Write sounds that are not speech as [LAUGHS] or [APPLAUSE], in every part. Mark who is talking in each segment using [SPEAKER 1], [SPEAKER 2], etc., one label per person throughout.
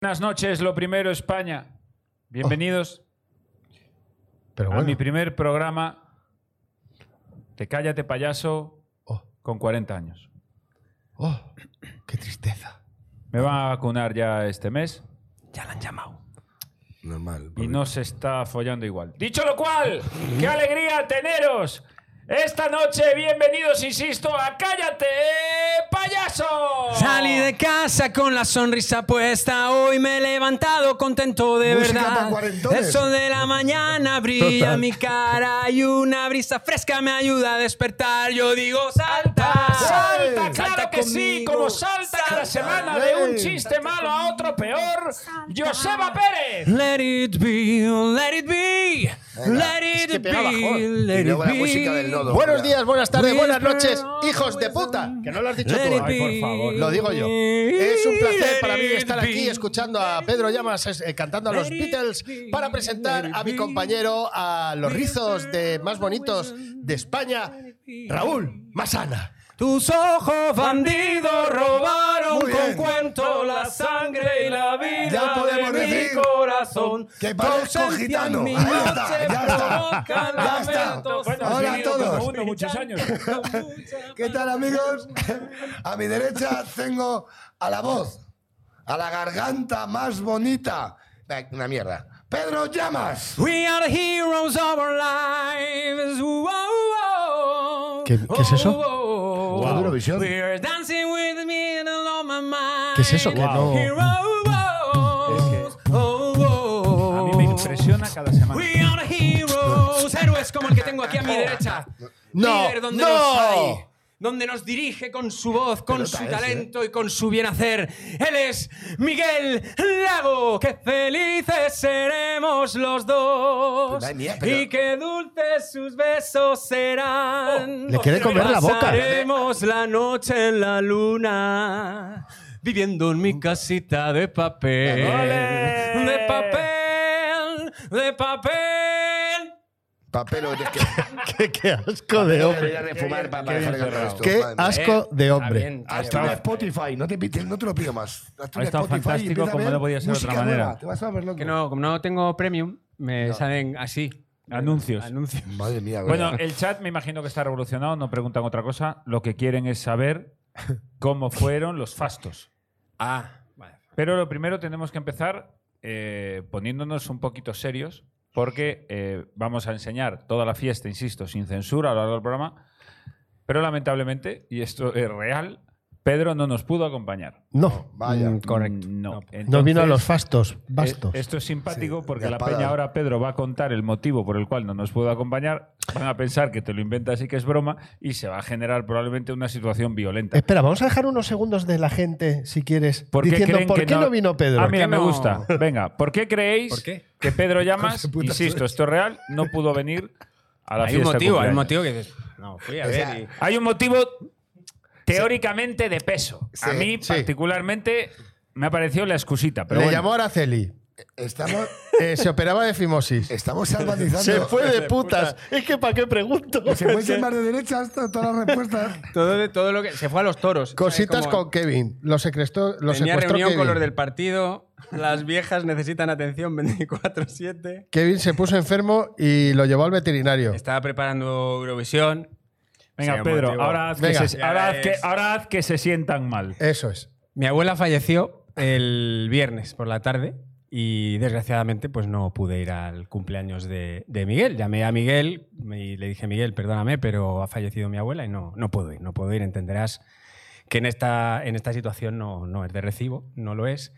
[SPEAKER 1] Buenas noches, lo primero España. Bienvenidos
[SPEAKER 2] Pero
[SPEAKER 1] a mi
[SPEAKER 2] bueno,
[SPEAKER 1] primer programa de Cállate Payaso
[SPEAKER 2] Oh.
[SPEAKER 1] con 40 años.
[SPEAKER 2] oh, qué tristeza.
[SPEAKER 1] Me van a vacunar ya este mes
[SPEAKER 2] Ya la han llamado.
[SPEAKER 3] Normal.
[SPEAKER 1] y
[SPEAKER 3] porque-
[SPEAKER 1] no se está follando igual. Dicho lo cual, qué alegría teneros. Esta noche, bienvenidos, insisto, a Cállate Payaso.
[SPEAKER 4] Salí de casa con la sonrisa puesta, hoy me he levantado contento de
[SPEAKER 3] Música pa'
[SPEAKER 4] verdad.
[SPEAKER 3] cuarentones.
[SPEAKER 4] El sol de la mañana brilla en mi cara y una brisa fresca me ayuda a despertar. Yo digo, salta,
[SPEAKER 1] Salta,
[SPEAKER 3] ¡Ey!
[SPEAKER 1] claro que sí,
[SPEAKER 4] conmigo.
[SPEAKER 1] como salta cada semana de un chiste malo a otro peor, Joseba Pérez.
[SPEAKER 4] Let it be, let it be, let
[SPEAKER 5] Es
[SPEAKER 4] it
[SPEAKER 5] que pegaba
[SPEAKER 4] be,
[SPEAKER 5] mejor.
[SPEAKER 4] let
[SPEAKER 5] Y
[SPEAKER 4] it
[SPEAKER 5] luego la
[SPEAKER 4] be.
[SPEAKER 5] música del nodo.
[SPEAKER 3] Buenos
[SPEAKER 5] Mira.
[SPEAKER 3] días, buenas tardes, buenas
[SPEAKER 4] Whisper
[SPEAKER 3] noches,
[SPEAKER 4] always
[SPEAKER 3] hijos de puta.
[SPEAKER 4] on.
[SPEAKER 3] Que no lo has dicho
[SPEAKER 4] Let
[SPEAKER 3] tú.
[SPEAKER 4] it
[SPEAKER 1] Ay, por favor.
[SPEAKER 4] be,
[SPEAKER 3] Lo digo yo. Es un placer para mí estar aquí escuchando a Pedro Llamas es- eh, cantando a los Beatles para presentar a mi compañero a los rizos de más bonitos de España, Raúl Masana.
[SPEAKER 4] Tus ojos bandidos robaron
[SPEAKER 3] Muy
[SPEAKER 4] con
[SPEAKER 3] bien.
[SPEAKER 4] cuento la sangre y la vida
[SPEAKER 3] Ya podemos
[SPEAKER 4] de
[SPEAKER 3] decir
[SPEAKER 4] mi corazón.
[SPEAKER 3] que
[SPEAKER 4] Tu
[SPEAKER 3] parezco
[SPEAKER 4] ausencia
[SPEAKER 3] gitano.
[SPEAKER 4] en
[SPEAKER 3] Ahí
[SPEAKER 4] mi
[SPEAKER 3] está,
[SPEAKER 4] noche
[SPEAKER 3] ya está.
[SPEAKER 4] provoca
[SPEAKER 3] Ya está.
[SPEAKER 4] lamentos.
[SPEAKER 3] Bueno, Hola a
[SPEAKER 1] sí, como
[SPEAKER 3] todos.
[SPEAKER 1] uno, muchos años.
[SPEAKER 3] ¿Qué tal, amigos? A mi derecha tengo a la voz, a la garganta más bonita. Eh, Una mierda. Pedro Llamas.
[SPEAKER 4] We are the heroes of our lives. Wow, wow.
[SPEAKER 3] ¿Qué- qué es eso?
[SPEAKER 4] Oh, oh, oh.
[SPEAKER 3] Está Eurovisión.
[SPEAKER 4] We're dancing with the middle of my mind.
[SPEAKER 3] ¿Qué es eso que no-
[SPEAKER 4] Heroes. Oh, oh,
[SPEAKER 1] A mí me impresiona cada semana.
[SPEAKER 4] We are the heroes. Héroes como el que tengo aquí a mi derecha.
[SPEAKER 3] No,
[SPEAKER 4] Líder donde
[SPEAKER 3] no.
[SPEAKER 4] nos hay, Donde nos dirige con su voz, con
[SPEAKER 3] Pelota ¿eh?
[SPEAKER 4] su
[SPEAKER 3] ese,
[SPEAKER 4] talento y con su bienhacer. Él es Miguel Lago. ¡Qué felices seremos los dos!
[SPEAKER 3] Madre mía, pero-
[SPEAKER 4] y qué dulces sus besos serán.
[SPEAKER 3] Oh, le quiere comer la boca.
[SPEAKER 4] Pasaremos la noche en la luna. Viviendo en mi casita de papel.
[SPEAKER 1] ¡Ole!
[SPEAKER 4] De papel. De papel.
[SPEAKER 5] Papel
[SPEAKER 3] [LAUGHS]
[SPEAKER 5] o tienes que
[SPEAKER 2] [LAUGHS] Qué, qué asco de
[SPEAKER 5] deberías de fumar para para dejar el resto.
[SPEAKER 2] Qué
[SPEAKER 5] madre mía.
[SPEAKER 2] asco de
[SPEAKER 4] Eh, Está
[SPEAKER 2] hombre.
[SPEAKER 4] bien, Ah, está
[SPEAKER 3] Hasta
[SPEAKER 4] bien.
[SPEAKER 3] Spotify, no te, pites- no te lo pido más. Hazte
[SPEAKER 1] Ha
[SPEAKER 3] un
[SPEAKER 1] estado
[SPEAKER 3] Spotify y
[SPEAKER 1] fantástico,
[SPEAKER 3] empieza a
[SPEAKER 1] como
[SPEAKER 3] ver
[SPEAKER 1] no podía ser de otra
[SPEAKER 3] música
[SPEAKER 1] manera.
[SPEAKER 3] nueva. Te vas a ver loco.
[SPEAKER 4] Que no, como no tengo premium, me salen así.
[SPEAKER 1] Anuncios.
[SPEAKER 4] Anuncios.
[SPEAKER 3] Madre mía,
[SPEAKER 1] Bueno, eh,
[SPEAKER 3] bueno,
[SPEAKER 1] el chat me imagino que está revolucionado, no preguntan otra cosa. Lo que quieren es saber cómo fueron los fastos.
[SPEAKER 4] Ah, vale.
[SPEAKER 1] Pero lo primero tenemos que empezar eh, poniéndonos un poquito serios, porque eh, vamos a enseñar toda la fiesta, insisto, sin censura a lo largo del programa. Pero lamentablemente, y esto es real, Pedro no nos pudo acompañar.
[SPEAKER 2] No,
[SPEAKER 3] vaya.
[SPEAKER 4] Mm,
[SPEAKER 1] mm.
[SPEAKER 4] Correcto.
[SPEAKER 2] no vino
[SPEAKER 1] No,
[SPEAKER 2] a
[SPEAKER 1] Entonces,
[SPEAKER 2] los fastos,
[SPEAKER 1] Eh,
[SPEAKER 2] bastos.
[SPEAKER 1] Esto es simpático
[SPEAKER 3] Sí,
[SPEAKER 1] porque
[SPEAKER 3] de
[SPEAKER 1] la
[SPEAKER 3] apagar.
[SPEAKER 1] peña ahora Pedro va a contar el motivo por el cual no nos puedo acompañar. Van a pensar que te lo inventas y que es broma y se va a generar probablemente una situación violenta.
[SPEAKER 2] Espera, vamos a dejar unos segundos de la gente, si quieres,
[SPEAKER 1] ¿Por qué
[SPEAKER 2] diciendo
[SPEAKER 1] creen
[SPEAKER 2] por
[SPEAKER 1] que
[SPEAKER 2] qué no, vino Pedro.
[SPEAKER 1] Ah, mira,
[SPEAKER 4] qué
[SPEAKER 1] me
[SPEAKER 4] no?
[SPEAKER 1] gusta. Venga, ¿por qué creéis
[SPEAKER 4] ¿Por qué?
[SPEAKER 1] que
[SPEAKER 4] [LAUGHS]
[SPEAKER 1] Pedro Llamas,
[SPEAKER 3] Hijo de puta,
[SPEAKER 1] insisto, esto es real, no pudo venir a la
[SPEAKER 4] Mm, Hay un
[SPEAKER 1] fiesta
[SPEAKER 4] motivo,
[SPEAKER 1] de
[SPEAKER 4] hay un
[SPEAKER 1] cumpleaños?
[SPEAKER 4] motivo que dices. No, fui a
[SPEAKER 3] O
[SPEAKER 4] ver.
[SPEAKER 3] sea,
[SPEAKER 4] y-
[SPEAKER 1] Hay un motivo teóricamente de peso. a
[SPEAKER 3] Sí,
[SPEAKER 1] mí
[SPEAKER 3] sí.
[SPEAKER 1] particularmente me ha parecido la excusita, pero
[SPEAKER 6] Le
[SPEAKER 1] bueno.
[SPEAKER 6] llamó Araceli.
[SPEAKER 3] Estamos,
[SPEAKER 6] Eh, se operaba
[SPEAKER 5] [LAUGHS]
[SPEAKER 6] de
[SPEAKER 1] [LAUGHS]
[SPEAKER 6] fimosis.
[SPEAKER 3] estamos salvatizando.
[SPEAKER 2] Se fue de putas. Es que ¿para qué pregunto?
[SPEAKER 3] Se puede más de derecha hasta todas las
[SPEAKER 1] [LAUGHS]
[SPEAKER 3] respuestas.
[SPEAKER 4] Todo, de- todo lo que. Se fue a los toros.
[SPEAKER 6] Cositas
[SPEAKER 4] ¿sabes? Como
[SPEAKER 6] con Kevin. Lo secuestró, lo
[SPEAKER 4] Tenía
[SPEAKER 6] secuestró
[SPEAKER 4] reunión
[SPEAKER 6] Kevin.
[SPEAKER 4] con los del partido. Las viejas necesitan atención [LAUGHS] 24-7.
[SPEAKER 6] Kevin se puso enfermo y lo llevó al veterinario.
[SPEAKER 4] Estaba preparando Eurovisión.
[SPEAKER 1] Venga,
[SPEAKER 4] Sí,
[SPEAKER 1] Pedro,
[SPEAKER 4] motivo.
[SPEAKER 1] ahora haz,
[SPEAKER 6] Venga.
[SPEAKER 1] que se, ahora haz que-
[SPEAKER 4] Es-
[SPEAKER 1] ahora haz que se sientan mal.
[SPEAKER 6] Eso es.
[SPEAKER 4] Mi abuela falleció el viernes por la tarde y desgraciadamente pues no pude ir al cumpleaños de, de Miguel. Llamé a Miguel y le dije, Miguel, perdóname, pero ha fallecido mi abuela y no, no puedo ir, no puedo ir. Entenderás que en esta, en esta situación no, no es de recibo, no lo es.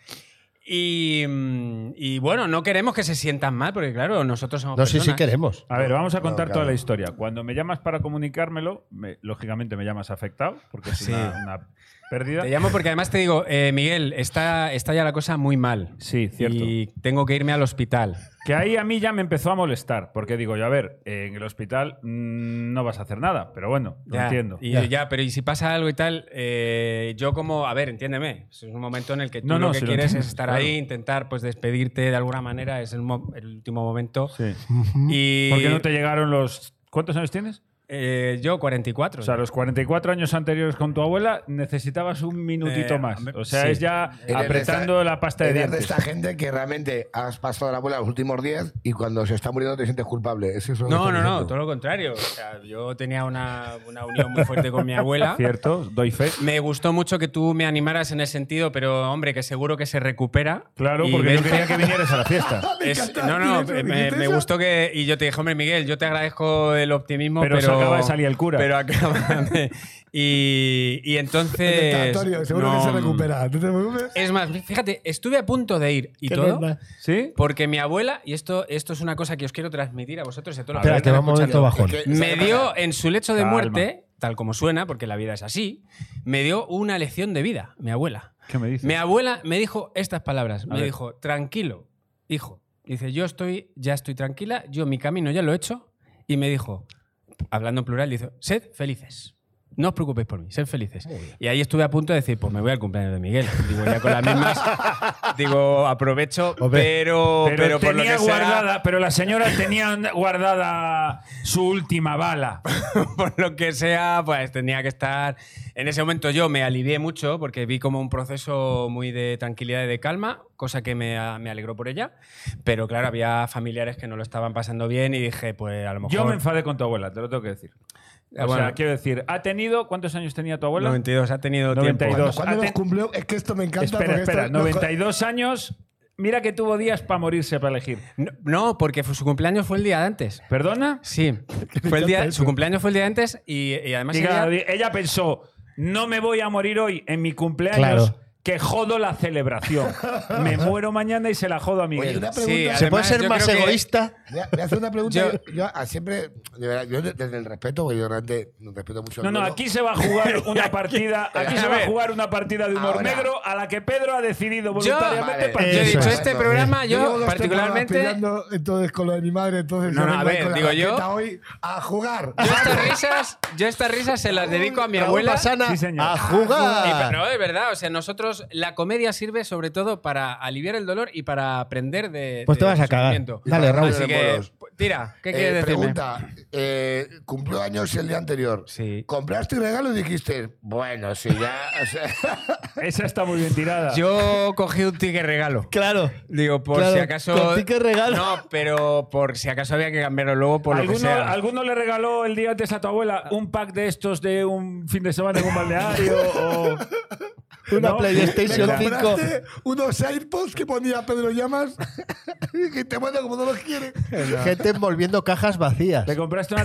[SPEAKER 4] Y, mm, y bueno, no queremos que se sientan mal, porque claro, nosotros somos
[SPEAKER 2] No, sí, sí
[SPEAKER 4] personas.
[SPEAKER 2] queremos.
[SPEAKER 1] A ver, vamos a
[SPEAKER 3] No,
[SPEAKER 1] contar
[SPEAKER 3] claro.
[SPEAKER 1] toda la historia. Cuando me llamas para comunicármelo, me- lógicamente me llamas afectado, porque es
[SPEAKER 4] Sí.
[SPEAKER 1] una, una pérdida.
[SPEAKER 4] Te llamo porque además te digo, eh, Miguel, está, está ya la cosa muy mal.
[SPEAKER 1] Sí, cierto.
[SPEAKER 4] Y tengo que irme al hospital.
[SPEAKER 1] Que ahí a mí ya me empezó a molestar, porque digo, yo, a ver, eh, en el hospital mm, no vas a hacer nada, pero bueno, lo
[SPEAKER 4] Ya,
[SPEAKER 1] entiendo.
[SPEAKER 4] Y
[SPEAKER 2] Ya.
[SPEAKER 4] ya. pero y si pasa algo y tal, eh, yo como, a ver, entiéndeme, es un momento en el que tú
[SPEAKER 1] No, no,
[SPEAKER 4] lo que
[SPEAKER 1] sí lo
[SPEAKER 4] quieres
[SPEAKER 1] entiendo,
[SPEAKER 4] es estar
[SPEAKER 1] claro.
[SPEAKER 4] ahí, intentar pues despedirte de alguna manera, es el, mo- el último momento.
[SPEAKER 1] Sí.
[SPEAKER 4] Y
[SPEAKER 1] ¿Por qué no te llegaron los. ¿Cuántos años tienes?
[SPEAKER 4] Eh, yo 44.
[SPEAKER 1] O sea, los 44 años anteriores con tu abuela necesitabas un minutito
[SPEAKER 4] Eh,
[SPEAKER 1] más.
[SPEAKER 4] hombre,
[SPEAKER 1] O sea,
[SPEAKER 4] sí.
[SPEAKER 1] es ya
[SPEAKER 5] Eres de
[SPEAKER 1] apretando
[SPEAKER 5] esta-
[SPEAKER 1] la pasta de
[SPEAKER 5] eres
[SPEAKER 1] dientes.
[SPEAKER 5] esta gente que realmente has pasado la bola los últimos 10 y cuando se está muriendo te sientes culpable. ¿Es eso lo que
[SPEAKER 4] No,
[SPEAKER 5] estás
[SPEAKER 4] no, no,
[SPEAKER 5] diciendo?
[SPEAKER 4] todo lo contrario. O sea, yo tenía una, una unión muy fuerte con mi abuela.
[SPEAKER 1] [LAUGHS] Cierto, doy fe.
[SPEAKER 4] Me gustó mucho que tú me animaras en ese sentido, pero hombre, que seguro que se recupera.
[SPEAKER 1] Claro,
[SPEAKER 4] Y
[SPEAKER 1] porque yo
[SPEAKER 4] vence-
[SPEAKER 1] quería que vinieras a la fiesta.
[SPEAKER 4] es- no, no, me, me gustó que. Y yo te dije, hombre, Miguel, yo te agradezco el optimismo,
[SPEAKER 1] Pero
[SPEAKER 4] pero.
[SPEAKER 1] se acaba de salir el cura.
[SPEAKER 4] Pero acaba. de- y,
[SPEAKER 7] [LAUGHS]
[SPEAKER 4] y entonces.
[SPEAKER 7] Antonio, seguro que se
[SPEAKER 4] no,
[SPEAKER 7] recupera. ¿No te preocupes?
[SPEAKER 4] Es más, fíjate, estuve a punto de ir y
[SPEAKER 2] Qué
[SPEAKER 4] todo.
[SPEAKER 2] verdad.
[SPEAKER 1] ¿Sí?
[SPEAKER 4] Porque mi abuela, y esto, esto es una cosa que os quiero transmitir a vosotros y a todos los que
[SPEAKER 2] Espérate,
[SPEAKER 4] me
[SPEAKER 2] va
[SPEAKER 4] están
[SPEAKER 2] un momento bajón.
[SPEAKER 4] escuchando.
[SPEAKER 5] Es que-
[SPEAKER 4] Me dio en su lecho de
[SPEAKER 1] Calma.
[SPEAKER 4] muerte, tal como suena, porque la vida es así, me dio una lección de vida, mi abuela.
[SPEAKER 1] ¿Qué me dices?
[SPEAKER 4] Mi abuela me dijo estas palabras. me
[SPEAKER 1] ver.
[SPEAKER 4] dijo, tranquilo, hijo. Dice, yo estoy, ya estoy tranquila, yo mi camino ya lo he hecho. Y me dijo, hablando en plural, dice, sed felices. No os preocupéis por mí, sed felices. Y ahí estuve a punto de decir, pues me voy al cumpleaños de Miguel. Digo, ya con las
[SPEAKER 1] [LAUGHS]
[SPEAKER 4] mismas, digo, aprovecho,
[SPEAKER 6] Hombre,
[SPEAKER 4] pero, pero,
[SPEAKER 1] Pero,
[SPEAKER 4] por lo
[SPEAKER 1] tenía
[SPEAKER 4] que sea-
[SPEAKER 1] guardada, pero la señora tenía guardada su última bala.
[SPEAKER 4] [LAUGHS] por lo que sea, pues tenía que estar. En ese momento yo me alivié mucho porque vi como un proceso muy de tranquilidad y de calma, cosa que me, ah, me alegró por ella. Pero claro, había familiares que no lo estaban pasando bien y dije, pues a lo mejor.
[SPEAKER 1] Yo me enfadé con tu abuela, te lo tengo que decir.
[SPEAKER 4] Ah,
[SPEAKER 1] O
[SPEAKER 4] bueno.
[SPEAKER 1] sea, quiero decir, ha tenido, ¿cuántos años tenía tu abuela?
[SPEAKER 4] 92, ha tenido tiempo.
[SPEAKER 1] 92.
[SPEAKER 7] Cuando- ¿Cuándo
[SPEAKER 1] Aten-
[SPEAKER 7] los cumplió? Es que esto me encanta.
[SPEAKER 1] Espera,
[SPEAKER 7] porque
[SPEAKER 1] espera,
[SPEAKER 7] esto-
[SPEAKER 1] 92 años. Mira que tuvo días para morirse, para elegir.
[SPEAKER 4] No, no, porque fue- su cumpleaños fue el día de antes.
[SPEAKER 1] ¿Perdona? [LAUGHS]
[SPEAKER 4] Sí, fue el día, su cumpleaños fue el día de antes y, y además.
[SPEAKER 1] Diga,
[SPEAKER 4] ella-
[SPEAKER 1] di- ella pensó, no me voy a morir hoy en mi cumpleaños,
[SPEAKER 6] Claro.
[SPEAKER 1] que jodo la celebración.
[SPEAKER 4] [LAUGHS]
[SPEAKER 1] me muero mañana y se la jodo a
[SPEAKER 5] Oye,
[SPEAKER 1] Miguel.
[SPEAKER 5] una
[SPEAKER 4] Sí,
[SPEAKER 5] pregunta.
[SPEAKER 4] además,
[SPEAKER 6] ¿Se puede
[SPEAKER 4] yo
[SPEAKER 6] ser más
[SPEAKER 4] creo que-
[SPEAKER 6] egoísta?
[SPEAKER 5] Le, le hace una pregunta.
[SPEAKER 4] Yo-
[SPEAKER 5] Yo, yo a- siempre, de verdad, yo de- desde el respeto, porque yo realmente respeto mucho. al
[SPEAKER 1] no, no,
[SPEAKER 5] Pedro.
[SPEAKER 1] aquí se va
[SPEAKER 4] [LAUGHS]
[SPEAKER 1] a jugar una partida, aquí se va a
[SPEAKER 4] ver.
[SPEAKER 1] jugar una partida de humor
[SPEAKER 5] Ahora.
[SPEAKER 1] negro a la que Pedro ha decidido
[SPEAKER 4] Yo,
[SPEAKER 1] voluntariamente
[SPEAKER 5] Vale.
[SPEAKER 4] yo he
[SPEAKER 6] Eso
[SPEAKER 4] dicho,
[SPEAKER 6] es.
[SPEAKER 4] este programa
[SPEAKER 7] llevo
[SPEAKER 4] yo,
[SPEAKER 7] dos
[SPEAKER 4] particularmente.
[SPEAKER 7] temporadas pillando, entonces con lo de mi madre, entonces.
[SPEAKER 4] No,
[SPEAKER 7] yo
[SPEAKER 4] no, a
[SPEAKER 7] vengo ahí
[SPEAKER 4] ver,
[SPEAKER 7] con la
[SPEAKER 4] digo yo-
[SPEAKER 7] raqueta hoy a jugar.
[SPEAKER 4] Yo estas risas, yo estas risas se las dedico a mi
[SPEAKER 6] Raúl
[SPEAKER 4] abuela.
[SPEAKER 6] Masana,
[SPEAKER 1] Sí, señor.
[SPEAKER 6] a
[SPEAKER 4] Y,
[SPEAKER 6] jugar.
[SPEAKER 4] pero es verdad, o sea, nosotros la comedia sirve sobre todo para aliviar el dolor y para aprender de.
[SPEAKER 2] Pues te
[SPEAKER 4] de
[SPEAKER 2] vas a cagar.
[SPEAKER 4] sufrimiento.
[SPEAKER 5] Dale, Raúl.
[SPEAKER 4] Así que,
[SPEAKER 5] Bolos.
[SPEAKER 4] pu- tira, ¿qué
[SPEAKER 5] Eh,
[SPEAKER 4] quieres decirme?
[SPEAKER 5] Pregunta, eh, cumplió años el día anterior.
[SPEAKER 4] Sí.
[SPEAKER 5] ¿Compraste regalo y dijiste, bueno, si ya. o sea,
[SPEAKER 1] Esa está muy bien tirada.
[SPEAKER 4] Yo cogí un ticket regalo.
[SPEAKER 2] Claro.
[SPEAKER 4] Digo, por
[SPEAKER 2] Claro,
[SPEAKER 4] si acaso.
[SPEAKER 2] con ticket regalo.
[SPEAKER 4] No, pero por si acaso había que cambiarlo luego por lo que
[SPEAKER 1] ¿Alguno,
[SPEAKER 4] sea.
[SPEAKER 1] alguno le regaló el día antes a tu abuela un pack de estos de un fin de semana en un balneario? o...
[SPEAKER 2] Una
[SPEAKER 1] ¿No?
[SPEAKER 2] PlayStation
[SPEAKER 7] Me
[SPEAKER 2] 5.
[SPEAKER 7] compraste unos AirPods que ponía Pedro
[SPEAKER 5] [LAUGHS]
[SPEAKER 7] Llamas que te manda como no los quieres.
[SPEAKER 2] Gente envolviendo cajas vacías.
[SPEAKER 1] ¿Le compraste una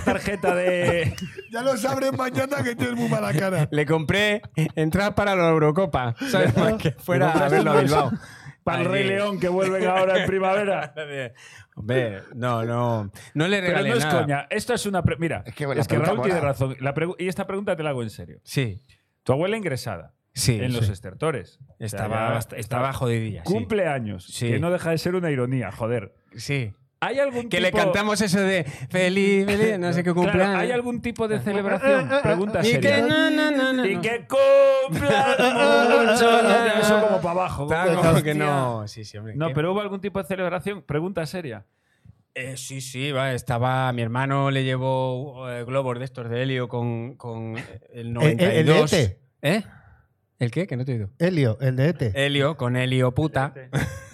[SPEAKER 4] [LAUGHS]
[SPEAKER 1] tarjeta de.?
[SPEAKER 7] Ya lo sabré mañana que tienes muy mala cara.
[SPEAKER 4] Le compré entradas para la Eurocopa. ¿Sabes? Más que fuera a verlo a Bilbao.
[SPEAKER 1] Para el Rey
[SPEAKER 4] Allí.
[SPEAKER 1] León que vuelven ahora en primavera.
[SPEAKER 4] Hombre, no, no. No le
[SPEAKER 1] Pero
[SPEAKER 4] regalé
[SPEAKER 1] no es
[SPEAKER 4] nada.
[SPEAKER 1] coña. Esto es una. pre- Mira, es
[SPEAKER 5] Es
[SPEAKER 1] que,
[SPEAKER 5] que la pregunta
[SPEAKER 1] Raúl tiene
[SPEAKER 5] mola.
[SPEAKER 1] razón. La pregu- y esta pregunta te la hago en serio.
[SPEAKER 4] Sí,
[SPEAKER 1] Tu abuela ingresada
[SPEAKER 4] sí.
[SPEAKER 1] en los
[SPEAKER 4] sí.
[SPEAKER 1] estertores.
[SPEAKER 4] Estaba,
[SPEAKER 1] O sea,
[SPEAKER 4] bast- estaba jodidilla. sí.
[SPEAKER 1] Cumpleaños.
[SPEAKER 4] Sí.
[SPEAKER 1] Que no deja de ser una ironía, joder.
[SPEAKER 4] Sí.
[SPEAKER 1] ¿Hay algún
[SPEAKER 4] Que
[SPEAKER 1] tipo,
[SPEAKER 4] le cantamos eso de feliz, feliz, no sé qué
[SPEAKER 1] Claro,
[SPEAKER 4] cumpleaños.
[SPEAKER 1] ¿Hay algún tipo
[SPEAKER 4] Eh,
[SPEAKER 1] de celebración? Pregunta
[SPEAKER 4] Y
[SPEAKER 1] seria.
[SPEAKER 4] que no, no, no, no.
[SPEAKER 1] Y
[SPEAKER 4] no.
[SPEAKER 1] que
[SPEAKER 4] [LAUGHS]
[SPEAKER 1] cumplan mucho. Eso como para abajo.
[SPEAKER 4] Está como que no. Sí, sí, hombre.
[SPEAKER 1] No,
[SPEAKER 4] ¿qué?
[SPEAKER 1] pero hubo algún tipo de celebración. Pregunta seria.
[SPEAKER 4] Eh, sí, sí, va, estaba. Mi hermano le llevó eh, globos de estos de helio con, con el
[SPEAKER 2] el
[SPEAKER 1] E
[SPEAKER 4] 92.
[SPEAKER 2] de ET.
[SPEAKER 4] ¿Eh? ¿El qué? Que no te he oído.
[SPEAKER 2] Helio, el de E ET.
[SPEAKER 4] Helio, con helio puta.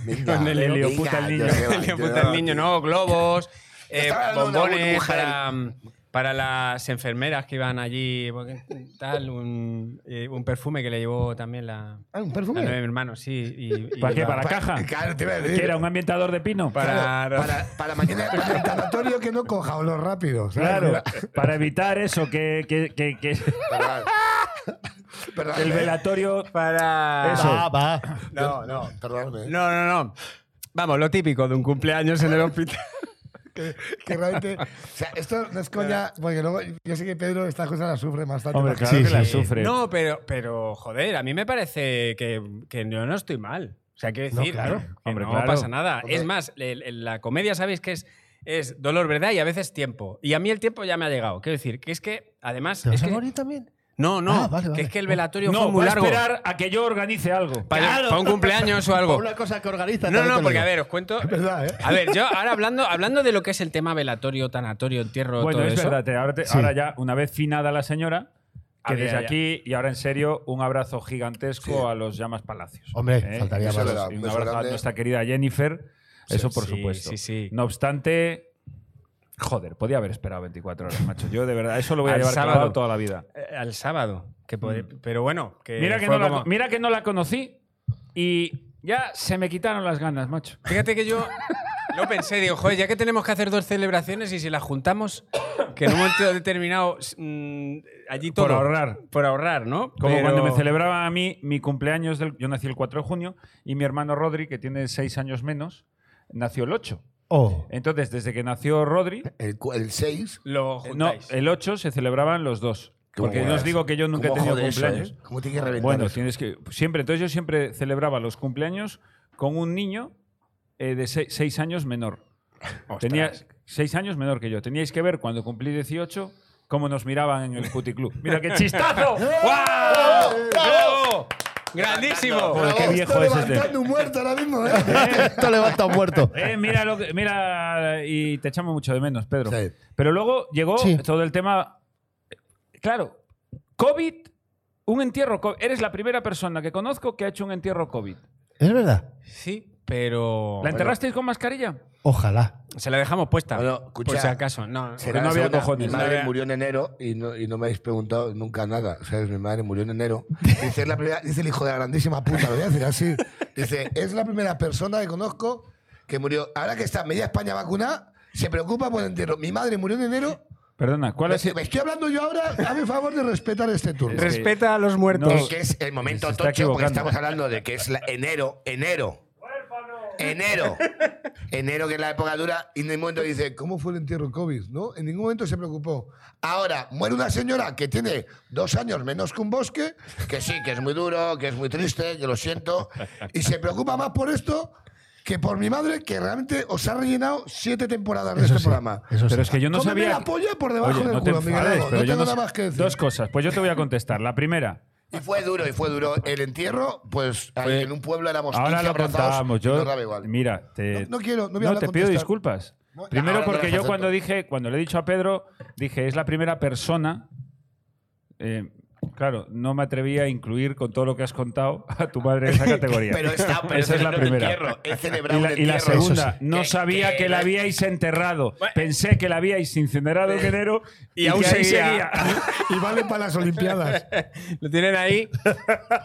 [SPEAKER 5] venga,
[SPEAKER 4] Con el
[SPEAKER 1] helio,
[SPEAKER 5] venga,
[SPEAKER 1] puta el
[SPEAKER 5] yo
[SPEAKER 1] niño.
[SPEAKER 4] [LAUGHS]
[SPEAKER 5] sé, va,
[SPEAKER 4] Helio
[SPEAKER 5] yo-
[SPEAKER 4] puta el niño, no,
[SPEAKER 5] [LAUGHS]
[SPEAKER 4] globos, eh,
[SPEAKER 5] Estaba dando una
[SPEAKER 4] bombones
[SPEAKER 5] burbuja
[SPEAKER 4] para, para las enfermeras que iban allí, porque tal, un, eh, un perfume que le llevó también la,
[SPEAKER 5] Ah,
[SPEAKER 4] la novia
[SPEAKER 5] un
[SPEAKER 4] de
[SPEAKER 5] perfume.
[SPEAKER 4] mi hermano, sí. y- y
[SPEAKER 1] [LAUGHS] ¿Para qué?
[SPEAKER 4] la-
[SPEAKER 1] ¿Para caja?
[SPEAKER 4] [LAUGHS]
[SPEAKER 5] Claro, te iba a decir.
[SPEAKER 1] ¿Que era un ambientador de pino?
[SPEAKER 4] para-
[SPEAKER 5] Para,
[SPEAKER 4] [LAUGHS]
[SPEAKER 5] para mañana.
[SPEAKER 7] El tanatorio que no coja, o los rápidos. ¿sabes?
[SPEAKER 1] Claro, para evitar eso, que, que- que-
[SPEAKER 4] [LAUGHS]
[SPEAKER 1] que
[SPEAKER 5] Perdón. Perdón, eh,
[SPEAKER 1] el velatorio.
[SPEAKER 4] para-
[SPEAKER 1] Eso.
[SPEAKER 2] Ah, Va, va.
[SPEAKER 5] No, no, perdóname.
[SPEAKER 4] No, no, no. Vamos, lo típico de un cumpleaños en el hospital.
[SPEAKER 7] Que realmente. O sea, esto no es coña, porque luego yo sé que Pedro estas cosas las sufre más tarde.
[SPEAKER 1] Hombre,
[SPEAKER 7] más
[SPEAKER 1] claro
[SPEAKER 7] que-
[SPEAKER 1] que la
[SPEAKER 4] Eh,
[SPEAKER 1] sufre.
[SPEAKER 4] No, pero, pero, joder, a mí me parece que, que yo no estoy mal. O sea, quiero decir,
[SPEAKER 7] claro.
[SPEAKER 4] que
[SPEAKER 1] Hombre,
[SPEAKER 4] no
[SPEAKER 1] claro.
[SPEAKER 4] pasa nada.
[SPEAKER 5] Hombre.
[SPEAKER 4] Es más, el- el- la comedia, ¿sabéis que es? Es dolor, ¿verdad? Y a veces tiempo. Y a mí el tiempo ya me ha llegado. Quiero decir, que es que, además,
[SPEAKER 2] ¿Te
[SPEAKER 4] es
[SPEAKER 2] vas a
[SPEAKER 4] que
[SPEAKER 2] morir también?
[SPEAKER 4] No, no,
[SPEAKER 2] Ah, vale,
[SPEAKER 4] que
[SPEAKER 2] vale.
[SPEAKER 4] es que el velatorio fue
[SPEAKER 1] No,
[SPEAKER 4] muy
[SPEAKER 1] va a
[SPEAKER 4] largo.
[SPEAKER 1] esperar a que yo organice algo.
[SPEAKER 4] Para, para un cumpleaños o
[SPEAKER 7] Oh.
[SPEAKER 1] [LAUGHS]
[SPEAKER 4] algo.
[SPEAKER 2] Una cosa que organiza.
[SPEAKER 4] No,
[SPEAKER 2] también te
[SPEAKER 4] no,
[SPEAKER 2] lo
[SPEAKER 4] porque a
[SPEAKER 2] digo.
[SPEAKER 4] ver, os cuento.
[SPEAKER 7] verdad, ¿eh?
[SPEAKER 4] A ver, yo ahora hablando, hablando de lo que es el tema velatorio, tanatorio, entierro,
[SPEAKER 1] Bueno,
[SPEAKER 4] todo
[SPEAKER 1] es
[SPEAKER 4] eso.
[SPEAKER 1] verdad, te- ahora, te- ahora ya, una vez finada la señora,
[SPEAKER 4] A
[SPEAKER 1] que
[SPEAKER 4] ver,
[SPEAKER 1] desde
[SPEAKER 4] Ah, ya.
[SPEAKER 1] aquí y ahora en serio, un abrazo gigantesco a los Llamas Palacios. ¿Eh?
[SPEAKER 2] Hombre,
[SPEAKER 5] faltaría
[SPEAKER 1] Eso
[SPEAKER 5] más.
[SPEAKER 1] es, y
[SPEAKER 5] Un
[SPEAKER 1] Un
[SPEAKER 5] beso
[SPEAKER 1] abrazo a
[SPEAKER 5] grande.
[SPEAKER 1] nuestra querida Jennifer, eso por
[SPEAKER 4] sí,
[SPEAKER 1] supuesto.
[SPEAKER 4] sí, sí.
[SPEAKER 1] No obstante, joder, podía haber esperado 24 horas, macho. Yo de verdad, eso lo voy a
[SPEAKER 4] Al
[SPEAKER 1] llevar
[SPEAKER 4] sábado.
[SPEAKER 1] clavado toda la vida.
[SPEAKER 4] Eh, Al sábado. Que pod- Pero bueno, que.
[SPEAKER 1] Mm. Mira que,
[SPEAKER 4] Eh, fue
[SPEAKER 1] no la,
[SPEAKER 4] como-
[SPEAKER 1] mira que no la conocí y ya se me quitaron las ganas, macho.
[SPEAKER 4] Fíjate que yo lo pensé, digo, joder, ya que tenemos que hacer dos celebraciones y si las juntamos, que en un momento determinado mm, allí todo.
[SPEAKER 1] Por ahorrar.
[SPEAKER 4] Por ahorrar, ¿no?
[SPEAKER 1] Como
[SPEAKER 4] Pero-
[SPEAKER 1] cuando me celebraba a mí mi cumpleaños, del, yo nací el 4 de junio y mi hermano Rodri, que tiene 6 años menos, nació el 8.
[SPEAKER 2] Oh,
[SPEAKER 1] Entonces, desde que nació Rodri, eh,
[SPEAKER 5] El, cu- el 6.
[SPEAKER 4] Lo
[SPEAKER 1] no,
[SPEAKER 4] juntáis.
[SPEAKER 1] el 8 se celebraban los dos.
[SPEAKER 5] ¿Cómo
[SPEAKER 1] Porque yo
[SPEAKER 5] joder
[SPEAKER 1] os digo
[SPEAKER 5] eso?
[SPEAKER 1] que yo nunca he
[SPEAKER 5] ¿Cómo
[SPEAKER 1] tenido
[SPEAKER 5] jode eso,
[SPEAKER 1] cumpleaños.
[SPEAKER 5] eh? ¿Cómo tiene que reventar?
[SPEAKER 1] Bueno,
[SPEAKER 5] eso?
[SPEAKER 1] tienes que. Siempre, entonces yo siempre celebraba los cumpleaños con un niño eh, de 6 años menor. Tenía 6 años menor que yo. Teníais que ver cuando cumplí 18 cómo nos miraban en el puticlub. ¡Mira qué
[SPEAKER 5] [LAUGHS]
[SPEAKER 1] chistazo! ¡Guau! ¡Bravo!
[SPEAKER 4] ¡Grandísimo!
[SPEAKER 1] Joder, qué viejo es este.
[SPEAKER 7] un muerto ahora mismo, ¿eh?
[SPEAKER 2] [LAUGHS] esto levanta un muerto.
[SPEAKER 5] [LAUGHS]
[SPEAKER 1] Eh, mira, lo que- mira, y te echamos mucho de menos, Pedro.
[SPEAKER 5] Sí.
[SPEAKER 1] Pero luego llegó
[SPEAKER 2] Sí.
[SPEAKER 1] todo el tema. Claro, COVID, un entierro COVID. Eres la primera persona que conozco que ha hecho un entierro COVID.
[SPEAKER 2] Es verdad.
[SPEAKER 4] Sí, pero.
[SPEAKER 1] ¿La enterrasteis con mascarilla?
[SPEAKER 2] Ojalá.
[SPEAKER 4] Se la dejamos puesta.
[SPEAKER 5] Bueno, escucha.
[SPEAKER 4] por si acaso. No.
[SPEAKER 5] Será
[SPEAKER 1] no
[SPEAKER 5] la
[SPEAKER 1] había
[SPEAKER 5] segunda.
[SPEAKER 1] cojones.
[SPEAKER 5] Mi
[SPEAKER 1] No
[SPEAKER 5] madre
[SPEAKER 1] había-
[SPEAKER 5] murió en enero y no, y no me habéis preguntado nunca nada. ¿Sabes? Mi madre murió en enero. Dice, es la primera- dice el hijo de la grandísima puta, lo voy a decir así. Dice, es la primera persona que conozco que murió. Ahora que está media España vacunada, se preocupa por el entierro. Mi madre murió en enero.
[SPEAKER 1] Perdona, ¿cuál
[SPEAKER 5] Me
[SPEAKER 1] es?
[SPEAKER 5] me estoy hablando yo ahora. A mi favor de respetar este turno.
[SPEAKER 1] Es que-
[SPEAKER 4] Respeta a los muertos.
[SPEAKER 1] No.
[SPEAKER 5] Es que es el
[SPEAKER 1] Se
[SPEAKER 5] momento
[SPEAKER 1] está
[SPEAKER 5] tocho, porque
[SPEAKER 1] equivocando.
[SPEAKER 5] estamos hablando de que es la- enero, enero. Enero. Enero, que es la época dura, y en el momento dice, ¿cómo fue el entierro COVID? ¿No? En ningún momento se preocupó. Ahora, muere una señora que tiene dos años menos que un bosque, que sí, que es muy duro, que es muy triste, que lo siento, y se preocupa más por esto que por mi madre, que realmente os ha rellenado siete temporadas de este programa.
[SPEAKER 2] Eso
[SPEAKER 1] Pero
[SPEAKER 2] sí.
[SPEAKER 1] es que yo no
[SPEAKER 5] Cómeme
[SPEAKER 1] sabía.
[SPEAKER 5] la polla por debajo
[SPEAKER 1] Oye,
[SPEAKER 5] del
[SPEAKER 1] no te
[SPEAKER 5] culo, Miguel
[SPEAKER 1] enfades,
[SPEAKER 5] Lago.
[SPEAKER 1] pero
[SPEAKER 5] No
[SPEAKER 1] yo
[SPEAKER 5] tengo
[SPEAKER 1] no
[SPEAKER 5] nada
[SPEAKER 1] sé-
[SPEAKER 5] más que decir.
[SPEAKER 1] Dos cosas. Pues yo te voy a contestar. La primera,
[SPEAKER 5] Y fue duro, y fue duro. El entierro, pues ahí en un pueblo éramos
[SPEAKER 1] ahora
[SPEAKER 5] 15
[SPEAKER 1] lo
[SPEAKER 5] abrazados,
[SPEAKER 1] contábamos.
[SPEAKER 5] y
[SPEAKER 1] Yo,
[SPEAKER 5] no daba igual.
[SPEAKER 1] mira, te,
[SPEAKER 5] No, no quiero, no voy a hablar
[SPEAKER 1] te
[SPEAKER 5] con
[SPEAKER 1] pido
[SPEAKER 5] esta-
[SPEAKER 1] disculpas.
[SPEAKER 5] No, ya,
[SPEAKER 1] Primero
[SPEAKER 5] ahora no
[SPEAKER 1] porque
[SPEAKER 5] las
[SPEAKER 1] yo
[SPEAKER 5] acepto.
[SPEAKER 1] cuando dije, cuando le he dicho a Pedro, dije es la primera persona. eh, claro, no me atreví a incluir con todo lo que has contado a tu madre en esa categoría.
[SPEAKER 5] Pero está, pero
[SPEAKER 1] esa es la
[SPEAKER 5] celebró un
[SPEAKER 1] primera.
[SPEAKER 5] entierro, he celebrado
[SPEAKER 1] Y la,
[SPEAKER 5] un
[SPEAKER 1] y la
[SPEAKER 5] entierro.
[SPEAKER 1] segunda,
[SPEAKER 5] Eso sí.
[SPEAKER 1] no
[SPEAKER 5] Que-
[SPEAKER 1] sabía que, la
[SPEAKER 5] que la-
[SPEAKER 1] habíais enterrado. Pensé que la habíais incinerado en enero y,
[SPEAKER 4] aún
[SPEAKER 1] que ahí
[SPEAKER 4] seguía.
[SPEAKER 7] Y vale para las Olimpiadas.
[SPEAKER 4] Lo tienen
[SPEAKER 5] [LAUGHS]
[SPEAKER 4] ahí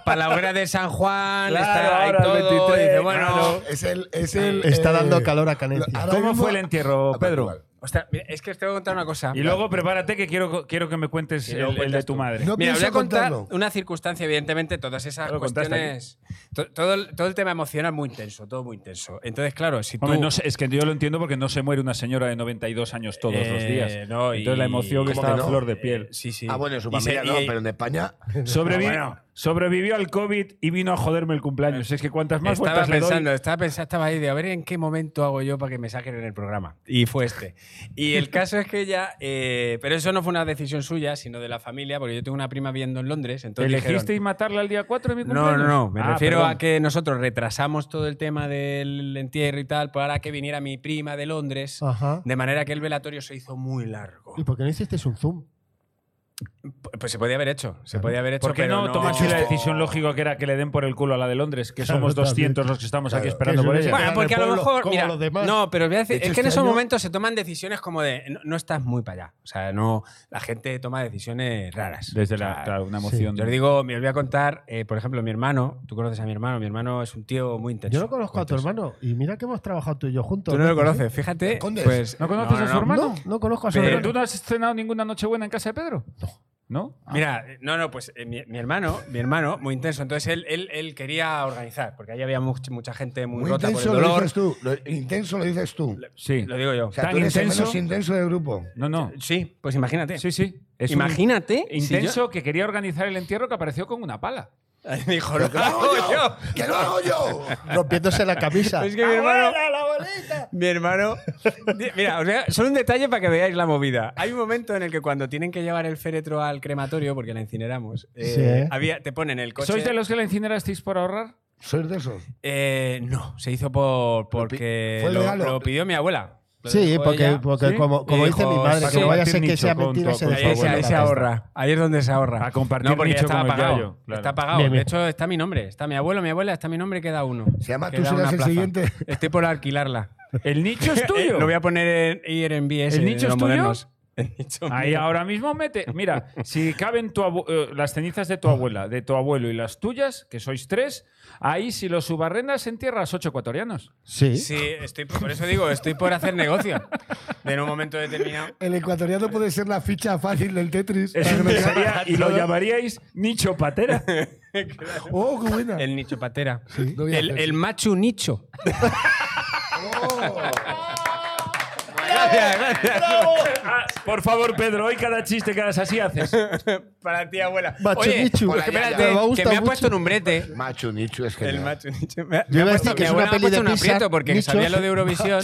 [SPEAKER 4] para la hoguera de San Juan.
[SPEAKER 1] Claro,
[SPEAKER 4] está ahí
[SPEAKER 1] ahora el
[SPEAKER 4] todo,
[SPEAKER 1] 23,
[SPEAKER 4] y dice, bueno.
[SPEAKER 1] claro.
[SPEAKER 7] Es el. Es
[SPEAKER 2] [LAUGHS]
[SPEAKER 7] el
[SPEAKER 2] Está
[SPEAKER 7] eh,
[SPEAKER 2] dando calor a Canencia.
[SPEAKER 7] ahora
[SPEAKER 1] ¿Cómo
[SPEAKER 7] mismo-
[SPEAKER 1] fue el entierro, Pedro?
[SPEAKER 4] Ostras, mira, es que os tengo que contar una cosa.
[SPEAKER 1] Y luego prepárate que quiero, quiero que me cuentes
[SPEAKER 4] Que lo
[SPEAKER 1] el, el de
[SPEAKER 4] cuentas
[SPEAKER 1] tu
[SPEAKER 4] tú.
[SPEAKER 1] madre.
[SPEAKER 7] No
[SPEAKER 4] Mira, voy a
[SPEAKER 7] pienso
[SPEAKER 4] contar
[SPEAKER 7] contarlo.
[SPEAKER 4] una circunstancia, evidentemente, todas esas
[SPEAKER 1] Ya lo contaste
[SPEAKER 4] cuestiones. to- Todo el, todo el tema emocional muy intenso, todo muy intenso. Entonces, claro, si tú.
[SPEAKER 1] Hombre, no sé, es que yo lo entiendo porque no se muere una señora de 92 años todos los
[SPEAKER 4] Eh,
[SPEAKER 1] días.
[SPEAKER 4] no, y-
[SPEAKER 1] Entonces la emoción
[SPEAKER 4] ¿Cómo
[SPEAKER 1] está
[SPEAKER 5] que
[SPEAKER 1] a
[SPEAKER 5] no?
[SPEAKER 1] flor de piel.
[SPEAKER 4] Eh, sí, sí.
[SPEAKER 5] Ah, bueno, en su
[SPEAKER 4] Y se-
[SPEAKER 5] familia no,
[SPEAKER 4] y-
[SPEAKER 5] pero en España.
[SPEAKER 1] Sobrevi-
[SPEAKER 4] bueno.
[SPEAKER 1] Sobrevivió al COVID y vino a joderme el cumpleaños. Es que cuantas más
[SPEAKER 4] estaba
[SPEAKER 1] vueltas
[SPEAKER 4] pensando,
[SPEAKER 1] le doy,
[SPEAKER 4] estaba pensando, estaba ahí de a ver en qué momento hago yo para que me saquen en el programa. Y fue este. Y el caso es que ella, eh, pero eso no fue una decisión suya, sino de la familia, porque yo tengo una prima viviendo en Londres. Entonces dijeron-
[SPEAKER 1] ¿elegisteis matarla el día 4 de mi
[SPEAKER 4] No,
[SPEAKER 1] cumpleaños?
[SPEAKER 4] no, no. Me
[SPEAKER 1] Ah,
[SPEAKER 4] refiero
[SPEAKER 1] perdón.
[SPEAKER 4] a que nosotros retrasamos todo el tema del entierro y tal para que viniera mi prima de Londres.
[SPEAKER 6] Ah.
[SPEAKER 2] Ajá.
[SPEAKER 4] De manera que el velatorio se hizo muy largo.
[SPEAKER 2] ¿Y por qué no hicisteis un zoom?
[SPEAKER 4] P- Pues se podía haber hecho. Se podía haber hecho.
[SPEAKER 1] ¿Por qué
[SPEAKER 4] pero
[SPEAKER 1] no, tomaste la decisión lógica que era que le den por el culo a la de Londres? Que somos 200 los que estamos aquí esperando
[SPEAKER 2] Que
[SPEAKER 1] por
[SPEAKER 2] se
[SPEAKER 1] ella.
[SPEAKER 2] hubiese-
[SPEAKER 4] Bueno,
[SPEAKER 2] en
[SPEAKER 4] porque
[SPEAKER 2] el
[SPEAKER 4] a lo
[SPEAKER 2] pueblo,
[SPEAKER 4] mejor.
[SPEAKER 2] como
[SPEAKER 4] mira,
[SPEAKER 2] los demás.
[SPEAKER 4] No, pero os voy a decir,
[SPEAKER 7] De
[SPEAKER 4] es
[SPEAKER 7] hecho,
[SPEAKER 4] que en
[SPEAKER 7] este
[SPEAKER 4] esos
[SPEAKER 7] año-
[SPEAKER 4] momentos se toman decisiones como de. No, no estás muy para allá. O sea, no. La gente toma decisiones raras.
[SPEAKER 1] Desde
[SPEAKER 4] O sea,
[SPEAKER 1] la, claro, una emoción.
[SPEAKER 4] Yo os digo, me os voy a contar, eh, por ejemplo, mi hermano. Tú conoces a mi hermano. Mi hermano es un tío muy intenso.
[SPEAKER 2] Yo no conozco
[SPEAKER 4] muy
[SPEAKER 2] a tu
[SPEAKER 4] intenso.
[SPEAKER 2] hermano y mira que hemos trabajado tú y yo juntos.
[SPEAKER 4] Tú no lo
[SPEAKER 2] ¿no?
[SPEAKER 4] conoces, fíjate.
[SPEAKER 7] escondes?
[SPEAKER 4] Pues,
[SPEAKER 1] ¿No conoces a su
[SPEAKER 4] no.
[SPEAKER 1] hermano?
[SPEAKER 2] No, no conozco a su
[SPEAKER 4] Pero
[SPEAKER 1] ¿Pero
[SPEAKER 2] hermano.
[SPEAKER 1] tú no has cenado ninguna Nochebuena en casa de Pedro? No. ¿No?
[SPEAKER 4] Mira, eh, no, no, pues eh, mi, mi hermano, mi hermano, muy intenso. Entonces él, él, él quería organizar, porque ahí había much- mucha gente muy,
[SPEAKER 7] Muy
[SPEAKER 4] rota por el
[SPEAKER 7] intenso lo
[SPEAKER 4] dolor.
[SPEAKER 7] dices tú. lo- intenso lo dices tú.
[SPEAKER 1] Sí.
[SPEAKER 4] Lo digo yo.
[SPEAKER 5] O sea,
[SPEAKER 1] Tan
[SPEAKER 5] tú eres
[SPEAKER 1] intenso.
[SPEAKER 5] el menos intenso del grupo.
[SPEAKER 1] No, no.
[SPEAKER 4] sí, pues imagínate.
[SPEAKER 1] Sí, sí. Es un
[SPEAKER 4] imagínate. si [LAUGHS]
[SPEAKER 1] Intenso que quería organizar el entierro que apareció con una pala.
[SPEAKER 4] yo- Dijo, lo
[SPEAKER 5] ¡Que lo [LAUGHS]
[SPEAKER 4] hago
[SPEAKER 5] hago yo!
[SPEAKER 4] yo.
[SPEAKER 5] ¡Que lo hago yo!
[SPEAKER 4] [LAUGHS]
[SPEAKER 2] Rompiéndose la camisa.
[SPEAKER 4] Es que mi hermano,
[SPEAKER 3] Manolita!
[SPEAKER 4] [LAUGHS] Mi hermano. di- Mira, os voy a- solo un detalle para que veáis la movida. Hay un momento en el que cuando tienen que llevar el féretro al crematorio, porque la incineramos, eh,
[SPEAKER 2] Sí.
[SPEAKER 4] había, te ponen el coche.
[SPEAKER 1] ¿Sois de los que la incinerasteis por ahorrar?
[SPEAKER 7] ¿Sois de esos?
[SPEAKER 4] Eh, no, se hizo por, porque
[SPEAKER 7] fue el
[SPEAKER 4] lo,
[SPEAKER 7] regalo.
[SPEAKER 4] lo pidió mi abuela. Lo
[SPEAKER 2] Sí,
[SPEAKER 4] dejó
[SPEAKER 2] porque,
[SPEAKER 4] ella.
[SPEAKER 2] porque
[SPEAKER 1] ¿Sí?
[SPEAKER 2] como, como
[SPEAKER 4] Dijo,
[SPEAKER 2] dice mi madre,
[SPEAKER 4] sí,
[SPEAKER 2] que no vaya a
[SPEAKER 1] compartir
[SPEAKER 2] ser que
[SPEAKER 1] nicho
[SPEAKER 2] sea
[SPEAKER 1] con
[SPEAKER 2] mentira
[SPEAKER 1] tu-
[SPEAKER 2] se
[SPEAKER 1] con
[SPEAKER 4] Ahí,
[SPEAKER 1] tu
[SPEAKER 4] se, ahí se ahorra. Ahí es donde se ahorra.
[SPEAKER 1] A compartir
[SPEAKER 4] no, porque
[SPEAKER 1] nicho
[SPEAKER 4] está
[SPEAKER 1] con el
[SPEAKER 4] pagado.
[SPEAKER 1] yayo, claro.
[SPEAKER 4] Está pagado.
[SPEAKER 2] Bien,
[SPEAKER 4] De
[SPEAKER 2] bien.
[SPEAKER 4] hecho, está mi nombre. Está mi abuelo, mi abuela, está mi nombre, queda uno.
[SPEAKER 5] Se llama
[SPEAKER 7] Tú
[SPEAKER 4] Queda
[SPEAKER 7] serás
[SPEAKER 4] una
[SPEAKER 7] el
[SPEAKER 4] plaza.
[SPEAKER 7] siguiente.
[SPEAKER 4] Estoy por alquilarla.
[SPEAKER 1] ¿El nicho es
[SPEAKER 4] [LAUGHS] Eh,
[SPEAKER 1] tuyo?
[SPEAKER 4] Lo voy a poner en Airbnb. ese
[SPEAKER 1] ¿El
[SPEAKER 4] de
[SPEAKER 1] nicho
[SPEAKER 4] los
[SPEAKER 1] es tuyo?
[SPEAKER 4] modernos. El nicho es
[SPEAKER 1] Ahí
[SPEAKER 4] mío.
[SPEAKER 1] ahora mismo mete. Mira, si caben tu abu- eh, las cenizas de tu abuela, de tu abuelo y las tuyas, que sois tres, ahí si los subarrendas entierras
[SPEAKER 4] [LAUGHS]
[SPEAKER 1] ocho ecuatorianos.
[SPEAKER 2] Sí.
[SPEAKER 4] Sí, estoy, por eso digo, estoy por hacer negocio. De en un momento determinado.
[SPEAKER 7] El ecuatoriano puede ser la ficha fácil del Tetris.
[SPEAKER 1] Eso sería- [LAUGHS] y lo llamaríais nicho
[SPEAKER 4] [LAUGHS]
[SPEAKER 1] patera.
[SPEAKER 7] ¡Oh, qué buena!
[SPEAKER 4] El nicho patera.
[SPEAKER 7] Lo voy a
[SPEAKER 4] el,
[SPEAKER 7] hacer.
[SPEAKER 4] el machu nicho.
[SPEAKER 2] [LAUGHS] Oh.
[SPEAKER 4] Gracias, gracias.
[SPEAKER 1] Ah, por favor, Pedro, hoy cada chiste que hagas
[SPEAKER 4] [LAUGHS]
[SPEAKER 1] así haces.
[SPEAKER 4] Para ti, abuela.
[SPEAKER 2] Machu
[SPEAKER 4] Oye,
[SPEAKER 2] Picchu.
[SPEAKER 4] hola, espérate,
[SPEAKER 5] ya, ya.
[SPEAKER 4] que
[SPEAKER 5] Me
[SPEAKER 4] me,
[SPEAKER 2] gusta
[SPEAKER 4] ha
[SPEAKER 2] mucho.
[SPEAKER 4] puesto en un brete.
[SPEAKER 5] Machu Nichu es
[SPEAKER 4] El
[SPEAKER 5] genial.
[SPEAKER 4] machu nicho. Me ha-
[SPEAKER 2] Yo iba a
[SPEAKER 4] me ha
[SPEAKER 2] decir
[SPEAKER 4] puesto-
[SPEAKER 2] que
[SPEAKER 4] mi
[SPEAKER 2] es una
[SPEAKER 4] abuela me ha
[SPEAKER 2] peli
[SPEAKER 4] puesto
[SPEAKER 2] de
[SPEAKER 4] un
[SPEAKER 2] Pixar,
[SPEAKER 4] aprieto porque
[SPEAKER 2] nichos.
[SPEAKER 4] sabía lo de Eurovisión.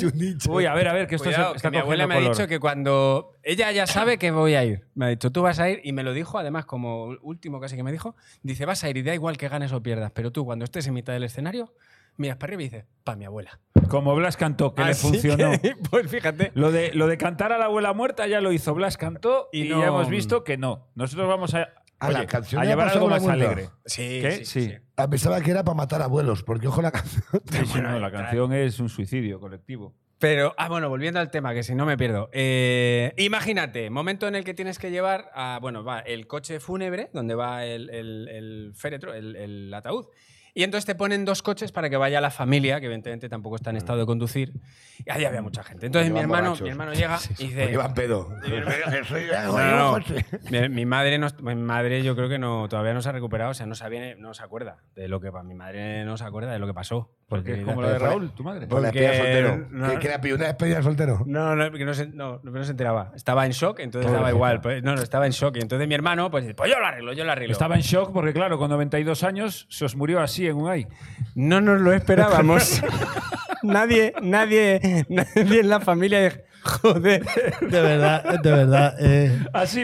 [SPEAKER 1] Uy, a ver, a ver, que esto
[SPEAKER 4] Cuidado,
[SPEAKER 1] se está
[SPEAKER 4] que mi abuela
[SPEAKER 1] cogiendo
[SPEAKER 4] me ha
[SPEAKER 1] color.
[SPEAKER 4] dicho que cuando ella ya sabe que voy a ir, me ha dicho, tú vas a ir, y me lo dijo, además, como último casi que me dijo, dice, vas a ir y da igual que ganes o pierdas, pero tú cuando estés en mitad del escenario, miras para arriba y dices, pa' mi abuela.
[SPEAKER 1] Como Blas cantó, que le
[SPEAKER 4] Así
[SPEAKER 1] [LAUGHS] funcionó.
[SPEAKER 4] [LAUGHS] que, pues fíjate.
[SPEAKER 1] Lo de, lo de cantar a la abuela muerta ya lo hizo Blas cantó y,
[SPEAKER 4] Y no- mm.
[SPEAKER 1] ya hemos visto que no. Nosotros vamos a,
[SPEAKER 5] A la canción
[SPEAKER 1] a
[SPEAKER 5] le ha
[SPEAKER 1] llevar
[SPEAKER 5] pasado
[SPEAKER 1] algo
[SPEAKER 5] la
[SPEAKER 1] más
[SPEAKER 5] vuelta.
[SPEAKER 1] alegre.
[SPEAKER 4] Sí,
[SPEAKER 1] ¿Qué?
[SPEAKER 4] sí, sí,
[SPEAKER 1] Sí.
[SPEAKER 4] sí.
[SPEAKER 7] Ah, Pensaba que era para matar abuelos, porque
[SPEAKER 4] Eh,
[SPEAKER 7] ojo la canción.
[SPEAKER 1] No, la canción es un suicidio colectivo.
[SPEAKER 4] Pero, ah, bueno, volviendo al tema, que si no me pierdo. Eh, imagínate, momento en el que tienes que llevar a, bueno, va el coche fúnebre, donde va el, el- el féretro, el, el ataúd. Y entonces te ponen dos coches para que vaya la familia, que evidentemente tampoco está en estado de conducir. Y ahí había mucha gente. Entonces mi
[SPEAKER 5] Llevan
[SPEAKER 4] hermano,
[SPEAKER 5] borrachos.
[SPEAKER 4] mi hermano llega y dice...
[SPEAKER 5] Porque van pedo. [LAUGHS] Soy-
[SPEAKER 4] No, no, Mi, mi madre no- mi madre yo creo que no todavía no se ha recuperado, o sea, no sabía, no se acuerda de lo que pa- mi madre no se acuerda de lo que pasó.
[SPEAKER 1] Porque es
[SPEAKER 4] Porque-
[SPEAKER 1] como lo de Raúl, tu madre.
[SPEAKER 5] Por la
[SPEAKER 4] Porque-
[SPEAKER 5] espía soltero.
[SPEAKER 4] no.
[SPEAKER 5] Que- que era pillo,
[SPEAKER 7] Una
[SPEAKER 5] una espía-
[SPEAKER 7] despedida de soltero.
[SPEAKER 4] No, no, porque no se, no, no se enteraba. Estaba en shock, entonces daba igual. Pues, no, no, estaba en shock. Y entonces mi hermano, pues, dice, pues yo lo arreglo, yo lo arreglo.
[SPEAKER 1] Estaba en shock porque, claro, con 92 años se os murió así en un ay.
[SPEAKER 4] No nos lo esperábamos. [LAUGHS] nadie, nadie, nadie en la familia dijo, joder.
[SPEAKER 2] De verdad, de verdad. eh,
[SPEAKER 4] [LAUGHS]
[SPEAKER 1] Así,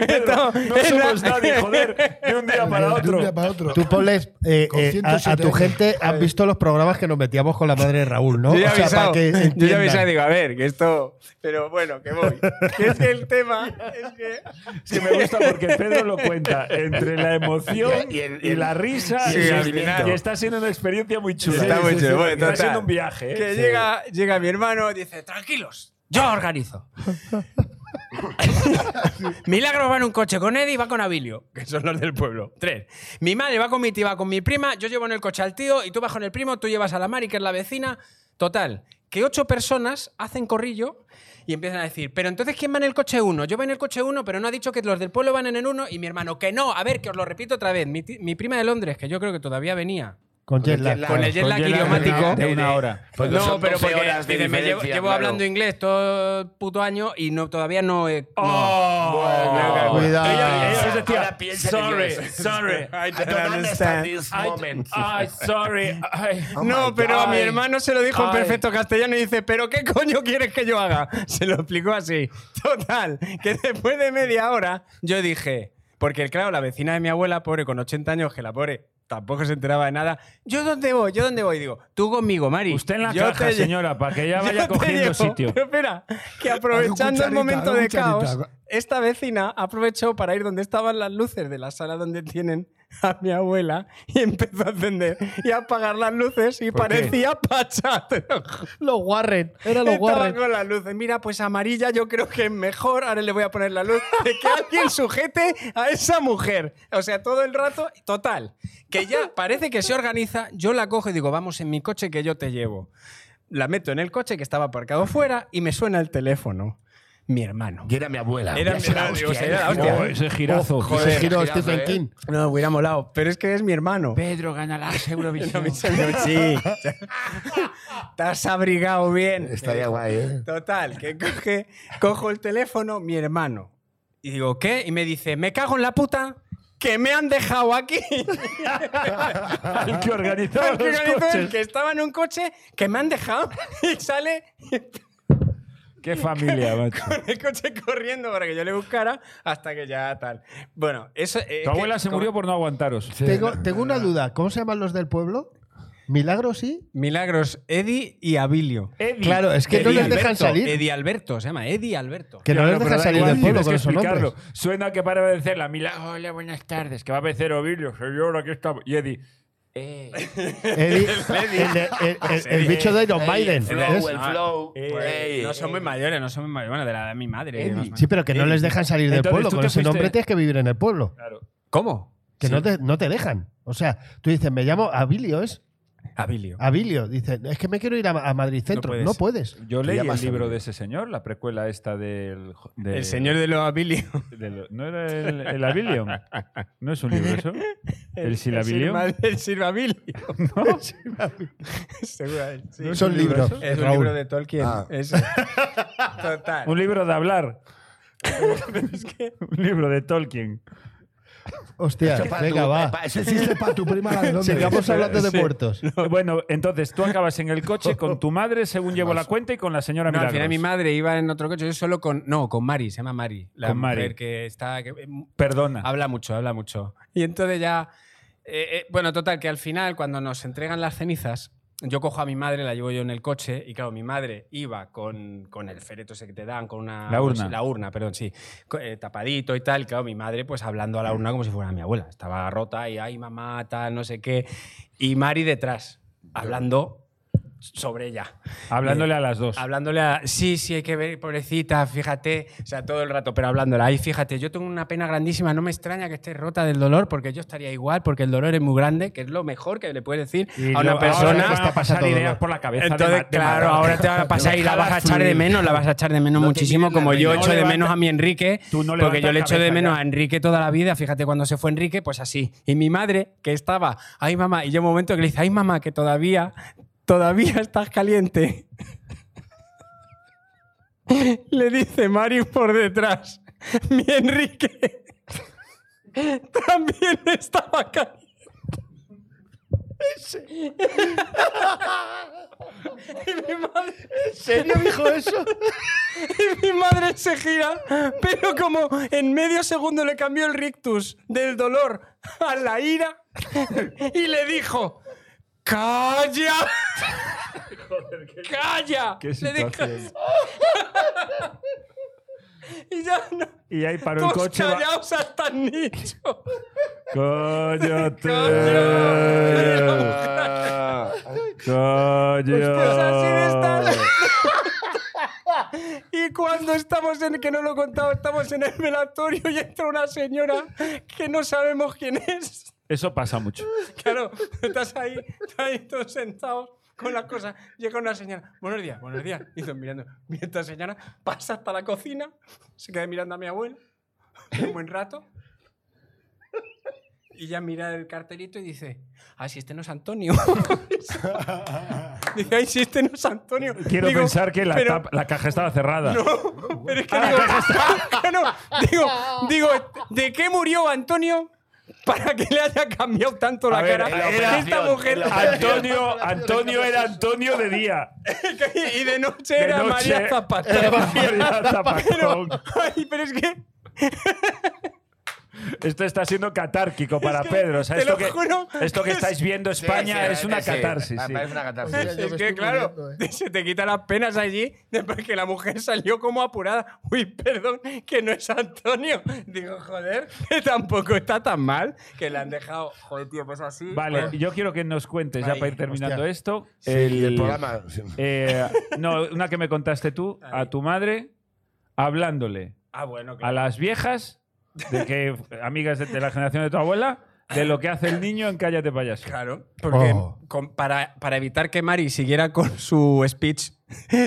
[SPEAKER 4] No,
[SPEAKER 1] Pedro, no,
[SPEAKER 4] es
[SPEAKER 1] somos
[SPEAKER 4] la-
[SPEAKER 1] nadie, joder, de
[SPEAKER 4] [LAUGHS]
[SPEAKER 1] un día para
[SPEAKER 7] De un
[SPEAKER 1] otro.
[SPEAKER 7] día para otro.
[SPEAKER 2] tú ponles eh,
[SPEAKER 7] Con
[SPEAKER 2] eh, a, a
[SPEAKER 7] 107
[SPEAKER 2] tu
[SPEAKER 7] años.
[SPEAKER 2] gente, has visto los programas que nos metíamos con la madre de Raúl, ¿no?
[SPEAKER 4] Yo ya he
[SPEAKER 2] O sea, para
[SPEAKER 4] avisado,
[SPEAKER 2] que
[SPEAKER 4] yo ya he
[SPEAKER 2] entiendan.
[SPEAKER 4] avisado y digo, a ver, que esto. Pero bueno,
[SPEAKER 2] [LAUGHS]
[SPEAKER 4] que voy. Que es que el tema es que.
[SPEAKER 1] Es que me gusta porque Pedro lo cuenta entre la emoción y,
[SPEAKER 5] Y el- y el-
[SPEAKER 1] la risa.
[SPEAKER 4] Sí,
[SPEAKER 1] y,
[SPEAKER 4] al final.
[SPEAKER 1] y está siendo una experiencia muy chula.
[SPEAKER 4] Está muy chulo, bueno,
[SPEAKER 1] está
[SPEAKER 4] total.
[SPEAKER 1] siendo un viaje. ¿eh?
[SPEAKER 4] Que
[SPEAKER 1] Sí.
[SPEAKER 4] llega, llega mi hermano y dice, tranquilos, yo organizo. [LAUGHS] Milagros va en un coche con Eddie y va con Abilio, que son los del pueblo. Tres. Mi madre va con mi tía, va con mi prima, yo llevo en el coche al tío y tú vas con el primo, tú llevas a la Mari, que es la vecina. Total, que ocho personas hacen corrillo y empiezan a decir, pero entonces ¿quién va en el coche uno? Yo voy en el coche uno, pero no ha dicho que los del pueblo van en el uno y mi hermano, que no, a ver, que os lo repito otra vez. Mi, ti- mi prima de Londres, que yo creo que todavía venía
[SPEAKER 2] Con jet lag.
[SPEAKER 4] con el jet lag
[SPEAKER 1] jet lag
[SPEAKER 4] idiomático
[SPEAKER 1] de una hora.
[SPEAKER 5] Pues no
[SPEAKER 4] no,
[SPEAKER 5] son
[SPEAKER 4] pero
[SPEAKER 5] 12
[SPEAKER 4] porque
[SPEAKER 5] horas de
[SPEAKER 4] dice, me llevo,
[SPEAKER 5] diferencia,
[SPEAKER 4] llevo
[SPEAKER 5] claro.
[SPEAKER 4] hablando inglés todo el puto año y no, todavía no he.
[SPEAKER 1] Oh,
[SPEAKER 5] Bueno,
[SPEAKER 2] Cuidado.
[SPEAKER 1] Ella, ella os
[SPEAKER 5] Ahora
[SPEAKER 1] decía,
[SPEAKER 5] piensa en
[SPEAKER 1] sorry,
[SPEAKER 5] inglés".
[SPEAKER 1] [LAUGHS] sorry.
[SPEAKER 4] I
[SPEAKER 5] I don't understand this moment.
[SPEAKER 1] Ay, sorry. ay.
[SPEAKER 2] Oh
[SPEAKER 4] no, pero a mi hermano se lo dijo en
[SPEAKER 1] Ay.
[SPEAKER 4] perfecto castellano y dice, ¿pero qué coño quieres que yo haga? [LAUGHS] Se lo explicó así. Total, que después de media hora yo dije, porque claro, la vecina de mi abuela, pobre, con 80 años, que la pobre tampoco se enteraba de nada, ¿yo dónde voy? ¿Yo dónde voy? Digo, tú conmigo, Mari.
[SPEAKER 1] Usted en la
[SPEAKER 4] Yo
[SPEAKER 1] caja,
[SPEAKER 4] te lle-
[SPEAKER 1] señora,
[SPEAKER 4] [LAUGHS]
[SPEAKER 1] para [LAUGHS] que ella vaya
[SPEAKER 4] Yo te
[SPEAKER 1] cogiendo
[SPEAKER 4] llevo.
[SPEAKER 1] [LAUGHS] sitio.
[SPEAKER 4] Pero espera, que
[SPEAKER 7] Haz un
[SPEAKER 4] aprovechando el
[SPEAKER 7] cucharita,
[SPEAKER 4] momento
[SPEAKER 7] haz un
[SPEAKER 4] de caos,
[SPEAKER 7] cucharita.
[SPEAKER 4] esta vecina aprovechó para ir donde estaban las luces de la sala donde tienen a mi abuela y empezó a encender y a apagar las luces y
[SPEAKER 1] ¿Por qué?
[SPEAKER 4] parecía Pachá. te lo juro.
[SPEAKER 2] Los Warren. Era los
[SPEAKER 4] [LAUGHS] Estaba
[SPEAKER 2] Warren.
[SPEAKER 4] con las luces. Mira, pues amarilla yo creo que es mejor. Ahora le voy a poner la luz de que alguien sujete a esa mujer. O sea, todo el rato, total. Que ya parece que se organiza. Yo la cojo y digo, vamos en mi coche que yo te llevo. La meto en el coche que estaba aparcado fuera y me suena el teléfono. Mi hermano.
[SPEAKER 5] Y era mi abuela.
[SPEAKER 4] Era
[SPEAKER 5] Ya
[SPEAKER 4] mi-
[SPEAKER 5] será
[SPEAKER 4] no, digo,
[SPEAKER 5] hostia, ¿eh?
[SPEAKER 4] será la
[SPEAKER 5] era mi
[SPEAKER 4] hostia.
[SPEAKER 1] Oh, ese girazo.
[SPEAKER 5] Joder,
[SPEAKER 2] Ese giro
[SPEAKER 5] girazo,
[SPEAKER 2] Stephen
[SPEAKER 5] eh.
[SPEAKER 2] King.
[SPEAKER 4] No, hubiera molado. Pero es que es mi hermano.
[SPEAKER 1] Pedro ganarás Eurovisión.
[SPEAKER 4] [LAUGHS] Sí.
[SPEAKER 5] [LAUGHS]
[SPEAKER 4] Te has abrigado bien.
[SPEAKER 5] Estaría guay, ¿eh?
[SPEAKER 4] Total, que coge, cojo el teléfono, mi hermano. Y digo, ¿qué? Y me dice, me cago en la puta, que me han dejado
[SPEAKER 1] [LAUGHS]
[SPEAKER 4] aquí.
[SPEAKER 1] [LAUGHS]
[SPEAKER 4] [LAUGHS]
[SPEAKER 1] Al que organizaba
[SPEAKER 4] Al que
[SPEAKER 1] los
[SPEAKER 4] organizó el
[SPEAKER 1] coches.
[SPEAKER 4] que estaba en un coche, que me han dejado [LAUGHS] y sale
[SPEAKER 2] [LAUGHS]
[SPEAKER 1] Qué familia, macho.
[SPEAKER 4] con el coche corriendo para que yo le buscara hasta que ya tal. Bueno, eso. eh,
[SPEAKER 1] Tu abuela
[SPEAKER 4] que-
[SPEAKER 1] se murió por no aguantaros.
[SPEAKER 2] Tengo, tengo una duda. ¿Cómo se llaman los del pueblo? ¿Milagro sí?
[SPEAKER 4] Milagros, Eddie y Abilio.
[SPEAKER 1] Eh,
[SPEAKER 2] Claro, es que no
[SPEAKER 4] Eddie
[SPEAKER 2] les dejan
[SPEAKER 4] Alberto,
[SPEAKER 2] salir.
[SPEAKER 4] Eddie Alberto, se llama Eddie Alberto.
[SPEAKER 2] Que no
[SPEAKER 1] Claro,
[SPEAKER 2] les dejan
[SPEAKER 1] pero da
[SPEAKER 2] salir
[SPEAKER 1] igual,
[SPEAKER 2] del pueblo
[SPEAKER 1] tienes
[SPEAKER 2] con
[SPEAKER 1] que
[SPEAKER 2] esos
[SPEAKER 1] explicarlo.
[SPEAKER 2] nombres.
[SPEAKER 1] Suena que para aparecer la mila. Hola, buenas tardes. Que va a aparecer Ovilio. Señor, aquí estamos. Y Eddie. Eh,
[SPEAKER 2] Eddie- el, de- el- el- el bicho de Iron Maiden. ¿ves?
[SPEAKER 5] el flow.
[SPEAKER 4] Pues,
[SPEAKER 5] Ey,
[SPEAKER 4] no son muy mayores, no son muy mayores. Bueno, de la edad de mi madre. más o menos.
[SPEAKER 2] Sí, pero que no les dejan salir del
[SPEAKER 1] Entonces,
[SPEAKER 2] pueblo.
[SPEAKER 1] ¿tú
[SPEAKER 2] Con
[SPEAKER 1] te
[SPEAKER 2] ese nombre
[SPEAKER 1] fuiste?
[SPEAKER 2] tienes que vivir en el pueblo.
[SPEAKER 1] claro.
[SPEAKER 4] ¿Cómo?
[SPEAKER 2] Que
[SPEAKER 4] Sí.
[SPEAKER 2] no, te, no te dejan. O sea, tú dices, me llamo Abilio, ¿es?
[SPEAKER 4] Abilio.
[SPEAKER 2] Abilio. Dicen, es que me quiero ir a, a Madrid Centro.
[SPEAKER 4] puedes.
[SPEAKER 2] No puedes.
[SPEAKER 1] Yo leí el
[SPEAKER 5] llamas
[SPEAKER 1] libro
[SPEAKER 5] Emilio.
[SPEAKER 1] de ese señor, la precuela esta del. jo- de-
[SPEAKER 4] El señor de los Abilio.
[SPEAKER 1] del- ¿No era el, el Abilion? ¿No es un libro
[SPEAKER 4] [LAUGHS]
[SPEAKER 1] eso? [LAUGHS] ¿El Silabilion?
[SPEAKER 4] Silva- El [LAUGHS] Silvabilio. ¿No? Seguro. sí.
[SPEAKER 2] Son
[SPEAKER 4] ¿Es un libro
[SPEAKER 2] libros,
[SPEAKER 4] eso? Es un
[SPEAKER 2] Raúl.
[SPEAKER 4] libro de Tolkien.
[SPEAKER 5] Ah.
[SPEAKER 2] [LAUGHS]
[SPEAKER 4] Eso. Total.
[SPEAKER 1] Un libro de hablar.
[SPEAKER 4] [LAUGHS]
[SPEAKER 1] Un libro de Tolkien.
[SPEAKER 2] Hostia,
[SPEAKER 5] eso pa'
[SPEAKER 2] venga,
[SPEAKER 5] tu-
[SPEAKER 2] va.
[SPEAKER 5] eh, pa- Eso existe para tu prima la de Londres.
[SPEAKER 2] Sigamos hablando de muertos.
[SPEAKER 1] Bueno, entonces tú acabas en el coche con tu madre, según llevo la cuenta, y con la señora
[SPEAKER 4] No, al
[SPEAKER 1] Milagros.
[SPEAKER 4] final mi madre iba en otro coche, yo solo con. No, con Mari, se llama Mari. La
[SPEAKER 1] Con
[SPEAKER 4] mujer
[SPEAKER 1] Mari.
[SPEAKER 4] que está. que- eh,
[SPEAKER 1] Perdona.
[SPEAKER 4] Habla mucho, habla mucho. Y entonces ya. eh, eh, bueno, total, que al final, cuando nos entregan las cenizas, yo cojo a mi madre, la llevo yo en el coche, y claro, mi madre iba con, con el féreto ese que te dan, con una.
[SPEAKER 1] La urna.
[SPEAKER 4] La urna, perdón, sí. co- eh, tapadito y tal. Y claro, mi madre, pues hablando a la urna como si fuera mi abuela. Estaba rota y, ay, mamá, tal, no sé qué. Y Mari detrás, hablando sobre ella. eh,
[SPEAKER 1] Hablándole a las dos.
[SPEAKER 4] Hablándole a. Sí, sí, hay que ver, pobrecita, fíjate. O sea, todo el rato, pero hablándole. Ahí, fíjate, yo tengo una pena grandísima. No me extraña que estés rota del dolor, porque yo estaría igual, porque el dolor es muy grande, que es lo mejor que le puedes decir
[SPEAKER 1] Y
[SPEAKER 4] a una
[SPEAKER 1] lo- ahora
[SPEAKER 4] persona.
[SPEAKER 1] te van a pasar
[SPEAKER 2] todo,
[SPEAKER 1] ideas
[SPEAKER 2] ¿no?
[SPEAKER 1] por la cabeza. de
[SPEAKER 4] Entonces,
[SPEAKER 1] ma- de
[SPEAKER 4] claro,
[SPEAKER 1] madrugada.
[SPEAKER 4] ahora te [LAUGHS] va a pasar y la vas a echar de menos, la vas a echar de menos muchísimo, como yo
[SPEAKER 1] no
[SPEAKER 4] echo de
[SPEAKER 1] levanta-
[SPEAKER 4] menos a mi Enrique,
[SPEAKER 1] Tú no
[SPEAKER 4] porque
[SPEAKER 1] levantas
[SPEAKER 4] yo le echo de
[SPEAKER 1] cabeza
[SPEAKER 4] menos
[SPEAKER 1] ya.
[SPEAKER 4] a Enrique toda la vida, fíjate cuando se fue Enrique, pues así. Y mi madre, que estaba, ay mamá, y yo un momento que le dice, ay mamá, que todavía, todavía estás caliente. [LAUGHS] le dice Mario por detrás, mi Enrique [LAUGHS] también estaba caliente. [LAUGHS] Y mi madre, ¿En serio dijo eso? y mi madre se gira, pero como en medio segundo le cambió el rictus del dolor a la ira y le dijo, ¡Calla! ¡Calla!
[SPEAKER 1] qué
[SPEAKER 4] Le dijo
[SPEAKER 1] situación.
[SPEAKER 4] así. [LAUGHS] y ya no.
[SPEAKER 1] Y ahí paró el
[SPEAKER 4] Todos
[SPEAKER 1] coche. va-
[SPEAKER 4] callaos hasta el nicho. [LAUGHS]
[SPEAKER 1] Coño, tú.
[SPEAKER 4] Hostias, así de
[SPEAKER 1] Coño.
[SPEAKER 4] estar. Y cuando estamos en, que no lo he contado, estamos en el velatorio y entra una señora que no sabemos quién es.
[SPEAKER 1] Eso pasa mucho.
[SPEAKER 4] Claro, [LAUGHS] estás ahí, estás ahí todos sentados con las cosas. Llega una señora, buenos días, buenos días. Y todos mirando. Y esta señora pasa hasta la cocina, se queda mirando a mi abuela un buen rato. Y ya mira el cartelito y dice, ah, si este no es Antonio. [LAUGHS] dice, ay, si este no es Antonio.
[SPEAKER 1] Quiero
[SPEAKER 4] Digo,
[SPEAKER 1] pensar que la,
[SPEAKER 4] pero-
[SPEAKER 1] tapa- la caja estaba cerrada.
[SPEAKER 4] no, pero es
[SPEAKER 1] Ah,
[SPEAKER 4] que digo, [LAUGHS] claro, digo, digo, ¿de qué murió Antonio para que le haya cambiado tanto la
[SPEAKER 1] A ver,
[SPEAKER 4] cara?
[SPEAKER 1] en la
[SPEAKER 4] Esta
[SPEAKER 5] operación,
[SPEAKER 4] mujer
[SPEAKER 5] en
[SPEAKER 4] [LAUGHS]
[SPEAKER 5] la
[SPEAKER 1] Antonio, Antonio era Antonio de día.
[SPEAKER 4] y de noche
[SPEAKER 1] De
[SPEAKER 4] era
[SPEAKER 1] noche
[SPEAKER 4] María Zapata.
[SPEAKER 1] era María
[SPEAKER 4] pero,
[SPEAKER 1] Zapatón.
[SPEAKER 4] ay, pero es que
[SPEAKER 1] Esto está siendo catárquico para
[SPEAKER 4] que
[SPEAKER 1] Pedro. O sea,
[SPEAKER 4] te
[SPEAKER 1] esto,
[SPEAKER 4] lo
[SPEAKER 1] que,
[SPEAKER 4] juro
[SPEAKER 1] esto que
[SPEAKER 4] que
[SPEAKER 1] estáis viendo España
[SPEAKER 5] Sí, sí,
[SPEAKER 1] es una
[SPEAKER 5] sí,
[SPEAKER 1] catarsis.
[SPEAKER 5] pa-
[SPEAKER 1] sí.
[SPEAKER 5] Parece una catarsis.
[SPEAKER 4] Es que, claro, se te quitan las penas allí después que la mujer salió como apurada. Uy, perdón, que no es Antonio. Digo, joder, que tampoco está tan mal que le han dejado. Joder, tío, pues así.
[SPEAKER 1] Vale, yo quiero que nos cuentes, ya
[SPEAKER 4] Ay,
[SPEAKER 1] para ir terminando
[SPEAKER 6] hostia.
[SPEAKER 1] esto.
[SPEAKER 5] El, el programa. sí.
[SPEAKER 1] eh, no, una que me contaste tú, a
[SPEAKER 4] Ahí.
[SPEAKER 1] tu madre, hablándole
[SPEAKER 4] Ah, bueno,
[SPEAKER 1] a
[SPEAKER 4] claro.
[SPEAKER 1] las viejas, de que amigas de, de la generación de tu abuela, de lo que hace el niño en Cállate Payaso.
[SPEAKER 4] Claro, porque
[SPEAKER 6] Oh.
[SPEAKER 4] con- para, para evitar que Mari siguiera con [LAUGHS] su speech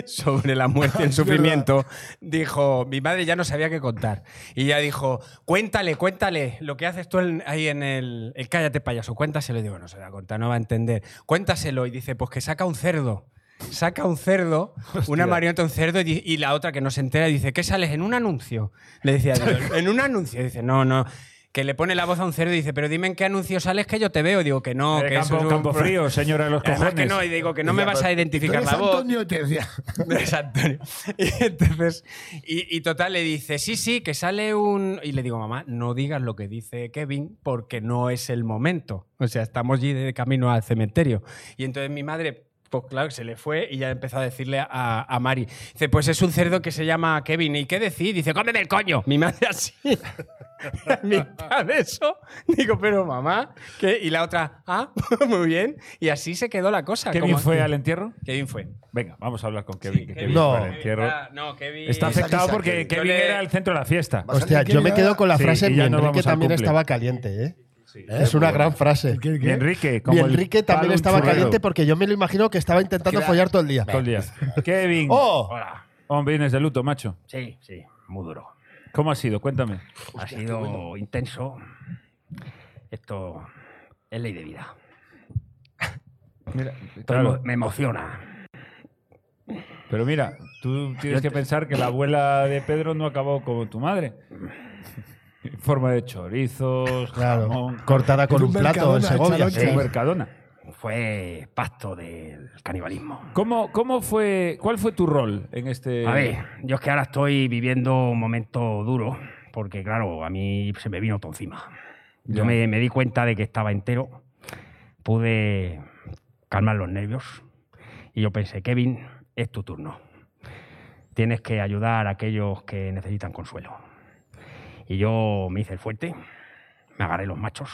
[SPEAKER 4] sobre la muerte y el sufrimiento, dijo, mi madre ya no sabía qué contar. Y ella dijo, cuéntale, cuéntale lo que haces tú en- ahí en el, el Cállate payaso, cuéntaselo. Y digo, no se lo va a contar, no va a entender. Cuéntaselo. Y dice, pues que saca un cerdo. Saca un cerdo,
[SPEAKER 1] [LAUGHS]
[SPEAKER 4] una marioneta, un cerdo, y, di- y
[SPEAKER 1] [LAUGHS]
[SPEAKER 4] la otra que no se entera dice, ¿qué sales? En un anuncio. Le decía, digo, en un anuncio. Y dice, no, no. que le pone la voz a un cerdo y dice, pero dime en qué anuncio sales que yo te veo. Y digo que no,
[SPEAKER 1] Eh,
[SPEAKER 4] que
[SPEAKER 1] campo,
[SPEAKER 4] eso es un
[SPEAKER 1] campo frío, señora de los
[SPEAKER 4] Y además
[SPEAKER 1] cojones.
[SPEAKER 4] que no, y digo que no me vas a
[SPEAKER 7] Tú
[SPEAKER 4] identificar
[SPEAKER 7] eres
[SPEAKER 4] la voz.
[SPEAKER 7] Antonio, te decía.
[SPEAKER 4] [LAUGHS] Es Antonio. Y entonces, y, y total, le dice, sí, sí, que sale un... Y le digo, mamá, no digas lo que dice Kevin porque no es el momento. O sea, estamos allí de camino al cementerio. Y entonces mi madre... Pues claro, se le fue y ya empezó a decirle a, a Mari. Dice, pues es un cerdo que se llama Kevin. ¿Y qué decir? Dice, cómeme el coño. Mi madre así. [LAUGHS] a mitad de eso, digo, pero mamá, ¿qué? Y la otra, ah, [LAUGHS] muy bien. Y así se quedó la cosa.
[SPEAKER 1] ¿Kevin
[SPEAKER 4] como-
[SPEAKER 1] fue al entierro?
[SPEAKER 4] Kevin fue.
[SPEAKER 1] Venga, vamos a hablar con Kevin. que Kevin
[SPEAKER 6] No.
[SPEAKER 1] fue al entierro.
[SPEAKER 4] Ah, no, Kevin.
[SPEAKER 1] Está afectado
[SPEAKER 5] Lisa,
[SPEAKER 1] porque
[SPEAKER 5] Kevin.
[SPEAKER 1] Kevin
[SPEAKER 4] Yo le-
[SPEAKER 1] era el centro de la fiesta.
[SPEAKER 6] Hostia, yo me quedo con la
[SPEAKER 1] Sí,
[SPEAKER 6] frase
[SPEAKER 1] y
[SPEAKER 6] mi
[SPEAKER 1] ya nos
[SPEAKER 6] Enrique
[SPEAKER 1] vamos al
[SPEAKER 6] también
[SPEAKER 1] cumple.
[SPEAKER 6] estaba caliente, ¿eh? Es una gran frase.
[SPEAKER 1] Y Enrique, como
[SPEAKER 6] Mi
[SPEAKER 1] el
[SPEAKER 6] Enrique también
[SPEAKER 1] palo
[SPEAKER 6] estaba
[SPEAKER 1] churrero.
[SPEAKER 6] caliente porque yo me lo imagino que estaba intentando follar todo el día.
[SPEAKER 1] Todo el
[SPEAKER 6] [LAUGHS]
[SPEAKER 1] día. Kevin.
[SPEAKER 6] ¡Oh!
[SPEAKER 1] Hola. Hombre, vienes de luto, macho.
[SPEAKER 8] Sí, sí, muy duro.
[SPEAKER 1] ¿Cómo ha sido? Cuéntame.
[SPEAKER 8] ha sido intenso. Esto es ley de vida. Esto
[SPEAKER 1] claro.
[SPEAKER 8] emo- me emociona.
[SPEAKER 1] Pero mira, tú tienes que pensar que la abuela de Pedro no acabó como tu madre. En forma de chorizos,
[SPEAKER 6] Claro,
[SPEAKER 1] jamón,
[SPEAKER 6] cortada con
[SPEAKER 7] En
[SPEAKER 6] un
[SPEAKER 7] un
[SPEAKER 6] plato en
[SPEAKER 7] Mercadona,
[SPEAKER 6] Segovia.
[SPEAKER 7] Chaloncha.
[SPEAKER 1] con mercadona.
[SPEAKER 8] Fue pacto del canibalismo.
[SPEAKER 1] ¿Cómo, cómo fue, ¿Cuál fue tu rol en este...?
[SPEAKER 8] A ver, yo es que ahora estoy viviendo un momento duro, porque claro, a mí se me vino todo encima.
[SPEAKER 1] Ya.
[SPEAKER 8] Yo me, me di cuenta de que estaba entero, pude calmar los nervios y yo pensé, Kevin, es tu turno. Tienes que ayudar a aquellos que necesitan consuelo. Y yo me hice el fuerte, me agarré los machos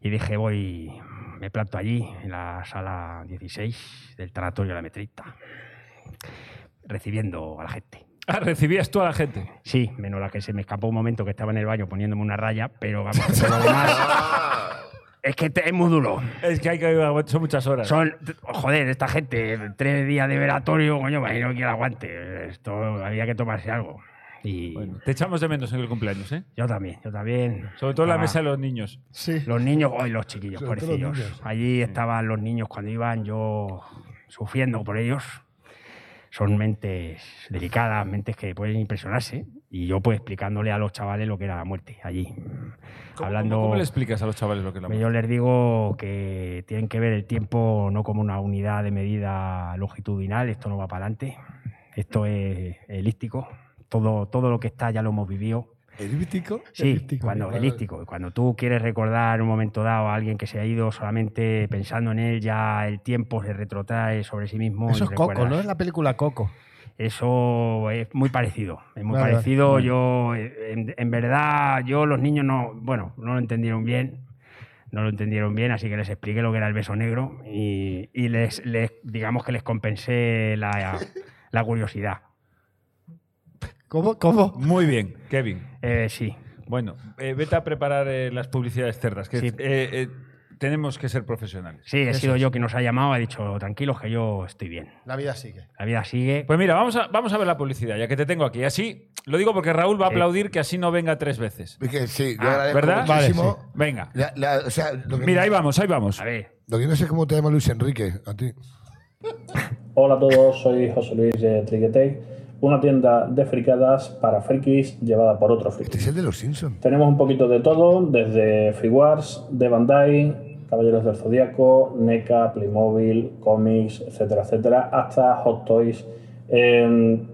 [SPEAKER 8] y dije, voy, me planto allí, en la sala 16 del tanatorio de la metrita, recibiendo a la gente.
[SPEAKER 1] Ah, recibías tú a la gente.
[SPEAKER 8] Sí, menos la que se me escapó un momento que estaba en el baño poniéndome una raya, pero vamos, por lo demás. es que te- es muy duro.
[SPEAKER 1] Es que hay que... Son muchas horas.
[SPEAKER 8] Son, joder, esta gente, tres días de velatorio, coño, imagino que la aguante. Esto había que tomarse algo. Y
[SPEAKER 1] Bueno, te echamos de menos en el cumpleaños, ¿eh?
[SPEAKER 8] yo también, yo también.
[SPEAKER 1] Sobre todo en la
[SPEAKER 8] Estaba-
[SPEAKER 1] mesa de los niños.
[SPEAKER 6] Sí.
[SPEAKER 8] Los niños, hoy los chiquillos,
[SPEAKER 7] Sobre todo los
[SPEAKER 8] pobrecillos.
[SPEAKER 7] niños.
[SPEAKER 8] Allí estaban los niños cuando iban, yo sufriendo por ellos. Son mentes delicadas, mentes que pueden impresionarse. Y yo, pues, explicándole a los chavales lo que era la muerte allí.
[SPEAKER 1] ¿Cómo-
[SPEAKER 8] Hablando.
[SPEAKER 1] ¿Cómo, cómo le explicas a los chavales lo que es la
[SPEAKER 8] Yo les digo que tienen que ver el tiempo no como una unidad de medida longitudinal, esto no va para adelante, esto es elíptico, todo, todo lo que está ya lo hemos vivido.
[SPEAKER 7] ¿Elíptico?
[SPEAKER 8] Sí, cuando elíptico, cuando tú quieres recordar en un momento dado a alguien que se ha ido solamente pensando en él, ya el tiempo se retrotrae sobre sí mismo.
[SPEAKER 6] Eso
[SPEAKER 8] y
[SPEAKER 6] es Coco,
[SPEAKER 8] recuerdas.
[SPEAKER 6] ¿no? Es la película Coco.
[SPEAKER 8] Eso es muy parecido, es muy
[SPEAKER 6] Vale, vale.
[SPEAKER 8] parecido. Yo, eh, en, en verdad, yo los niños no, bueno, no lo entendieron bien, no lo entendieron bien, así que les expliqué lo que era el beso negro y, y les, les- digamos que les compensé
[SPEAKER 6] [LAUGHS]
[SPEAKER 8] la, la curiosidad.
[SPEAKER 6] ¿Cómo? ¿Cómo?
[SPEAKER 1] Oh, Muy bien, Kevin.
[SPEAKER 8] Eh, sí,
[SPEAKER 1] Bueno, eh, vete a preparar eh, las publicidades cerdas, que
[SPEAKER 8] Sí.
[SPEAKER 1] eh, eh, tenemos que ser profesionales.
[SPEAKER 8] sí, he sido yo quien nos ha llamado, ha dicho tranquilos que yo estoy bien.
[SPEAKER 3] La vida sigue.
[SPEAKER 8] La vida sigue.
[SPEAKER 1] Pues mira, vamos a, vamos a ver la publicidad, ya que te tengo aquí. Así, lo digo porque Raúl va a
[SPEAKER 8] Sí.
[SPEAKER 1] aplaudir que así no venga tres veces.
[SPEAKER 5] Es que sí, yo
[SPEAKER 8] Ah,
[SPEAKER 5] agradezco
[SPEAKER 1] ¿verdad? Vale,
[SPEAKER 5] muchísimo.
[SPEAKER 1] Venga.
[SPEAKER 5] La- la- o sea, lo que-
[SPEAKER 1] Mira, ahí vamos, ahí vamos.
[SPEAKER 8] A ver,
[SPEAKER 5] Lo que no sé es cómo te llama Luis Enrique, a ti.
[SPEAKER 9] Hola a todos, soy José Luis de Triquetec, una tienda de fricadas para frikis llevada por otro friki.
[SPEAKER 5] Este es el de los Simpsons.
[SPEAKER 9] Tenemos un poquito de todo, desde Free Wars, de Bandai, Caballeros del Zodíaco, NECA, Playmobil, cómics, etcétera, etcétera, hasta Hot Toys. Em,